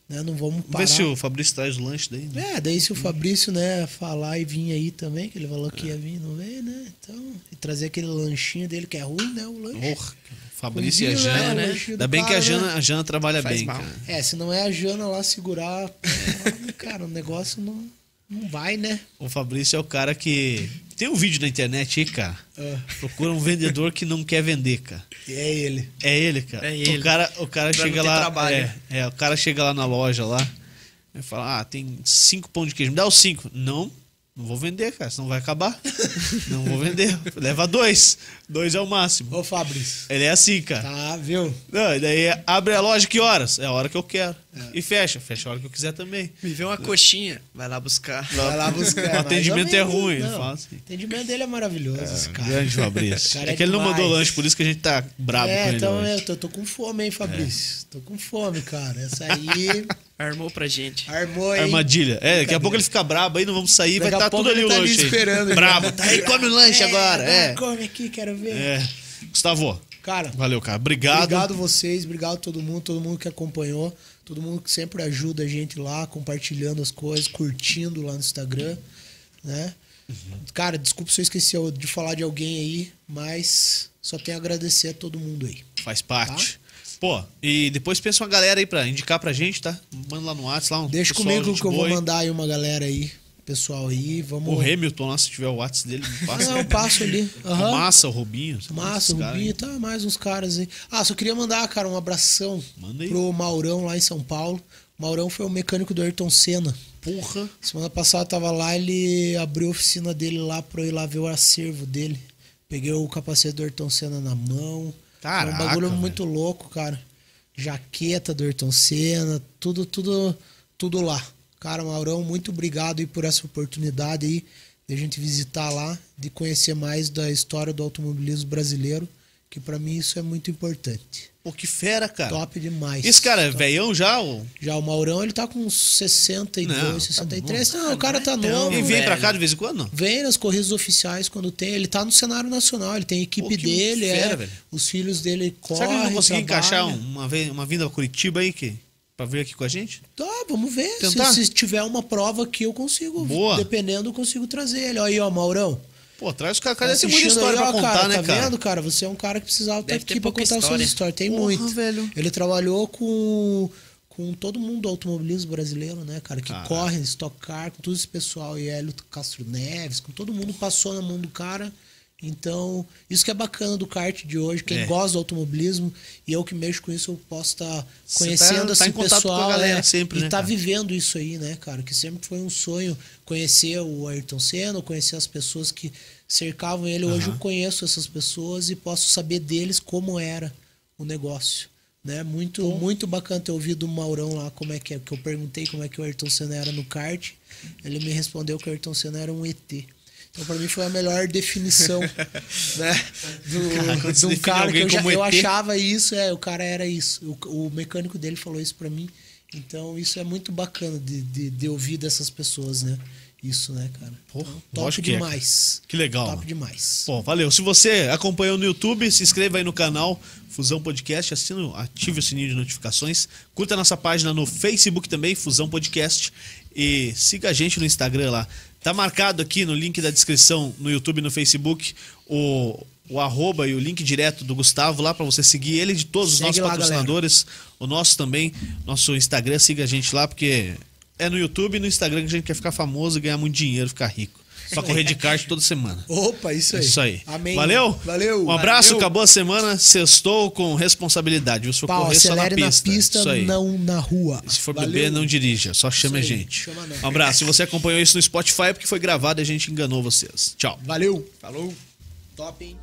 [SPEAKER 3] Né? Não vamos parar.
[SPEAKER 1] Vamos ver se o Fabrício traz o lanche daí. Né?
[SPEAKER 3] É, daí se o Fabrício, né, falar e vir aí também, que ele falou que
[SPEAKER 1] É.
[SPEAKER 3] ia vir, não veio, né? Então, e trazer aquele lanchinho dele que é ruim, né? O lanche.
[SPEAKER 1] Porra, Fabrício e a
[SPEAKER 3] Coisinha, né?
[SPEAKER 1] Jana,
[SPEAKER 2] O
[SPEAKER 1] né?
[SPEAKER 3] lanchinho do
[SPEAKER 1] Ainda bem que a
[SPEAKER 3] cara,
[SPEAKER 1] Jana, a Jana trabalha
[SPEAKER 2] Faz
[SPEAKER 1] bem,
[SPEAKER 2] mal.
[SPEAKER 1] cara.
[SPEAKER 3] É, se não é a Jana lá segurar, [LAUGHS] cara, o negócio não, não vai, né?
[SPEAKER 1] O Fabrício é o cara que. Tem um vídeo na internet aí, cara.
[SPEAKER 3] Ah,
[SPEAKER 1] Procura um vendedor que não quer vender, cara.
[SPEAKER 3] e é ele.
[SPEAKER 1] É ele, cara.
[SPEAKER 2] É ele.
[SPEAKER 1] O cara, o cara
[SPEAKER 2] Pra
[SPEAKER 1] chega
[SPEAKER 2] não ter
[SPEAKER 1] lá.
[SPEAKER 2] trabalho.
[SPEAKER 1] É, é, o cara chega lá na loja lá e fala: Ah, tem cinco pão de queijo. Me dá os cinco. Não, não vou vender, cara. Senão vai
[SPEAKER 3] [LAUGHS]
[SPEAKER 1] acabar. não vou vender. Leva dois. Dois é o máximo.
[SPEAKER 3] Ô, Fabrício.
[SPEAKER 1] Ele é assim, cara.
[SPEAKER 3] Tá, viu?
[SPEAKER 1] Não, e daí abre a loja que horas? É a hora que eu quero. E fecha, fecha a hora que eu quiser também.
[SPEAKER 2] Me vê uma coxinha, vai lá buscar.
[SPEAKER 3] Vai lá buscar.
[SPEAKER 1] O
[SPEAKER 3] mais ou
[SPEAKER 1] atendimento é
[SPEAKER 3] menos,
[SPEAKER 1] ruim,
[SPEAKER 3] não.
[SPEAKER 1] ele fala assim.
[SPEAKER 3] O atendimento dele é maravilhoso, esse cara.
[SPEAKER 1] Grande Fabrício.
[SPEAKER 3] [LAUGHS] Cara,
[SPEAKER 1] é
[SPEAKER 3] é
[SPEAKER 1] que ele não
[SPEAKER 3] demais.
[SPEAKER 1] mandou lanche, por isso que a gente tá brabo com
[SPEAKER 3] é,
[SPEAKER 1] ele.
[SPEAKER 3] então
[SPEAKER 1] hoje. É.
[SPEAKER 3] eu tô, tô com fome, hein, Fabrício? Tô com fome, cara. Essa
[SPEAKER 1] [LAUGHS]
[SPEAKER 3] aí
[SPEAKER 2] Armou pra gente.
[SPEAKER 3] armou, hein?
[SPEAKER 1] Armadilha. É, daqui a pouco ele fica brabo aí, não vamos sair, vai
[SPEAKER 3] Daqui a
[SPEAKER 1] estar
[SPEAKER 3] pouco
[SPEAKER 1] tudo ali o
[SPEAKER 3] ele tá ali
[SPEAKER 1] lanche. aí.
[SPEAKER 3] esperando então. né? já.
[SPEAKER 1] Brabo. Tá aí, come o lanche agora. É.
[SPEAKER 3] Come aqui, quero ver.
[SPEAKER 1] é. Gustavo,
[SPEAKER 3] Cara,
[SPEAKER 1] valeu, cara. Obrigado.
[SPEAKER 3] Obrigado vocês, obrigado todo mundo, todo mundo que acompanhou, todo mundo que sempre ajuda a gente lá, compartilhando as coisas, curtindo lá no Instagram, né?
[SPEAKER 1] Uhum.
[SPEAKER 3] Cara, desculpa se eu esqueci de falar de alguém aí, mas só tenho a agradecer a todo mundo aí.
[SPEAKER 1] Faz parte.
[SPEAKER 3] Tá?
[SPEAKER 1] Pô, e depois pensa uma galera aí pra indicar pra gente, tá? Manda lá no WhatsApp. Lá um
[SPEAKER 3] Deixa
[SPEAKER 1] pessoal,
[SPEAKER 3] comigo
[SPEAKER 1] gente
[SPEAKER 3] que eu vou
[SPEAKER 1] boa aí.
[SPEAKER 3] mandar aí uma galera aí, pessoal aí, vamos...
[SPEAKER 1] O Hamilton lá, se tiver o WhatsApp dele, me passa.
[SPEAKER 3] Não, eu
[SPEAKER 1] [LAUGHS]
[SPEAKER 3] passo ali.
[SPEAKER 1] O
[SPEAKER 3] Aham.
[SPEAKER 1] Massa, o Robinho. sei lá,
[SPEAKER 3] Massa,
[SPEAKER 1] esses caras aí.
[SPEAKER 3] Rubinho, tá mais uns caras aí. Ah, só queria mandar, cara, um abração
[SPEAKER 1] Manda aí.
[SPEAKER 3] pro Maurão lá em São Paulo. O Maurão foi o mecânico do Ayrton Senna.
[SPEAKER 1] Porra.
[SPEAKER 3] Semana passada eu tava lá, ele abriu a oficina dele lá pra eu ir lá ver o acervo dele. Peguei o capacete do Ayrton Senna na mão. Foi
[SPEAKER 1] Caraca,
[SPEAKER 3] um bagulho
[SPEAKER 1] velho.
[SPEAKER 3] muito louco, cara. jaqueta do Ayrton Senna, tudo, tudo, tudo lá. Cara, Maurão, muito obrigado aí por essa oportunidade aí de a gente visitar lá, de conhecer mais da história do automobilismo brasileiro, que pra mim isso é muito importante.
[SPEAKER 1] Pô, que fera, cara.
[SPEAKER 3] Top demais.
[SPEAKER 1] Esse cara é
[SPEAKER 3] Top.
[SPEAKER 1] veião já? ô?
[SPEAKER 3] Já o Maurão, ele tá com 62,
[SPEAKER 1] Não, tá
[SPEAKER 3] 63. Não, o cara tá
[SPEAKER 2] não é tão-
[SPEAKER 3] novo.
[SPEAKER 1] E vem pra
[SPEAKER 2] velho.
[SPEAKER 1] cá de vez em quando?
[SPEAKER 3] Vem nas corridas oficiais quando tem. Ele tá no cenário nacional, ele tem a
[SPEAKER 1] Pô,
[SPEAKER 3] equipe
[SPEAKER 1] que
[SPEAKER 3] dele,
[SPEAKER 1] fera,
[SPEAKER 3] é,
[SPEAKER 1] velho.
[SPEAKER 3] os filhos dele correm.
[SPEAKER 1] Será que a gente não conseguiu
[SPEAKER 3] trabalha.
[SPEAKER 1] encaixar um- uma, vez- uma vinda pra Curitiba aí que, pra vir aqui com a gente?
[SPEAKER 3] Tá, vamos ver. Se-
[SPEAKER 1] Tentar?
[SPEAKER 3] Se, tiver uma prova que eu consigo,
[SPEAKER 1] Boa.
[SPEAKER 3] dependendo, eu consigo trazer ele. Olha aí, ó, Maurão.
[SPEAKER 1] Pô, traz os caras.
[SPEAKER 3] Tá
[SPEAKER 1] Cara, tem muita
[SPEAKER 3] assistindo
[SPEAKER 1] história
[SPEAKER 3] aí,
[SPEAKER 1] pra
[SPEAKER 3] ó,
[SPEAKER 1] contar,
[SPEAKER 3] cara,
[SPEAKER 1] né,
[SPEAKER 3] tá
[SPEAKER 1] cara?
[SPEAKER 3] vendo, cara? Você é um cara que precisava estar
[SPEAKER 2] Deve ter
[SPEAKER 3] aqui pra
[SPEAKER 2] pouca
[SPEAKER 3] contar as
[SPEAKER 2] história.
[SPEAKER 3] suas histórias. Tem
[SPEAKER 1] Porra,
[SPEAKER 3] muito.
[SPEAKER 1] velho.
[SPEAKER 3] Ele trabalhou com, com todo mundo do automobilismo brasileiro, né, cara? Que
[SPEAKER 1] Cara.
[SPEAKER 3] corre, Stock Car, com todo esse pessoal. E Hélio Castro Neves, com todo mundo passou na mão do cara. Então, isso que é bacana do kart de hoje. Quem
[SPEAKER 1] É.
[SPEAKER 3] gosta do automobilismo e eu que mexo com isso, eu posso estar
[SPEAKER 1] Você
[SPEAKER 3] conhecendo
[SPEAKER 1] tá- tá
[SPEAKER 3] esse
[SPEAKER 1] em contato com a
[SPEAKER 3] pessoal
[SPEAKER 1] galera
[SPEAKER 3] é,
[SPEAKER 1] sempre,
[SPEAKER 3] e
[SPEAKER 1] né,
[SPEAKER 3] tá
[SPEAKER 1] cara?
[SPEAKER 3] vivendo isso aí, né, cara? Que sempre foi um sonho conhecer o Ayrton Senna, conhecer as pessoas que cercavam ele. Hoje eu conheço essas pessoas e posso saber deles como era o negócio. Né? Muito, muito bacana ter ouvido o Maurão lá, como é que é, que eu perguntei como é que o Ayrton Senna era no kart. Ele me respondeu que o Ayrton Senna era um ET. Então, pra mim, foi a melhor
[SPEAKER 1] [LAUGHS]
[SPEAKER 3] definição né?
[SPEAKER 1] Cara,
[SPEAKER 3] do,
[SPEAKER 1] quando
[SPEAKER 3] de
[SPEAKER 1] você
[SPEAKER 3] um
[SPEAKER 1] define
[SPEAKER 3] cara que
[SPEAKER 1] alguém
[SPEAKER 3] eu, já,
[SPEAKER 1] como
[SPEAKER 3] eu
[SPEAKER 1] ET.
[SPEAKER 3] achava achava isso, é, o cara era isso. O, o mecânico dele falou isso pra mim. Então, isso é muito bacana de, de, de ouvir dessas pessoas, né? Isso, né, cara?
[SPEAKER 1] Porra,
[SPEAKER 3] Então,
[SPEAKER 1] lógico
[SPEAKER 3] top
[SPEAKER 1] que é,
[SPEAKER 3] demais.
[SPEAKER 1] Que legal.
[SPEAKER 3] Top
[SPEAKER 1] mano.
[SPEAKER 3] demais.
[SPEAKER 1] Bom, valeu. Se você acompanhou no YouTube, se inscreva aí no canal Fusão Podcast, assina, ative o sininho de notificações, curta a nossa página no Facebook também, Fusão Podcast, e siga a gente no Instagram lá. Tá marcado aqui no link da descrição no YouTube e no Facebook o, o arroba e o link direto do Gustavo lá pra você seguir ele e de todos os
[SPEAKER 3] Segue
[SPEAKER 1] nossos
[SPEAKER 3] lá,
[SPEAKER 1] patrocinadores, o nosso também, nosso Instagram, siga a gente lá porque é no YouTube e no Instagram que a gente quer ficar famoso e ganhar muito dinheiro, ficar rico. Pra correr de kart toda semana.
[SPEAKER 3] Opa, isso aí.
[SPEAKER 1] Isso aí.
[SPEAKER 3] Amém.
[SPEAKER 1] Valeu?
[SPEAKER 3] Valeu.
[SPEAKER 1] Um abraço,
[SPEAKER 3] Valeu.
[SPEAKER 1] acabou a semana. Sextou com responsabilidade. viu? Se for
[SPEAKER 3] Pau,
[SPEAKER 1] correr, só na
[SPEAKER 3] acelere
[SPEAKER 1] pista.
[SPEAKER 3] na pista,
[SPEAKER 1] isso aí.
[SPEAKER 3] não na rua.
[SPEAKER 1] Se for
[SPEAKER 3] Valeu.
[SPEAKER 1] beber, não dirija. Só chame a
[SPEAKER 3] aí.
[SPEAKER 1] gente.
[SPEAKER 3] Chama nós.
[SPEAKER 1] Um abraço. Se você acompanhou isso no Spotify, é porque foi gravado e a gente enganou vocês. Tchau.
[SPEAKER 3] Valeu.
[SPEAKER 2] Falou.
[SPEAKER 3] Top, hein?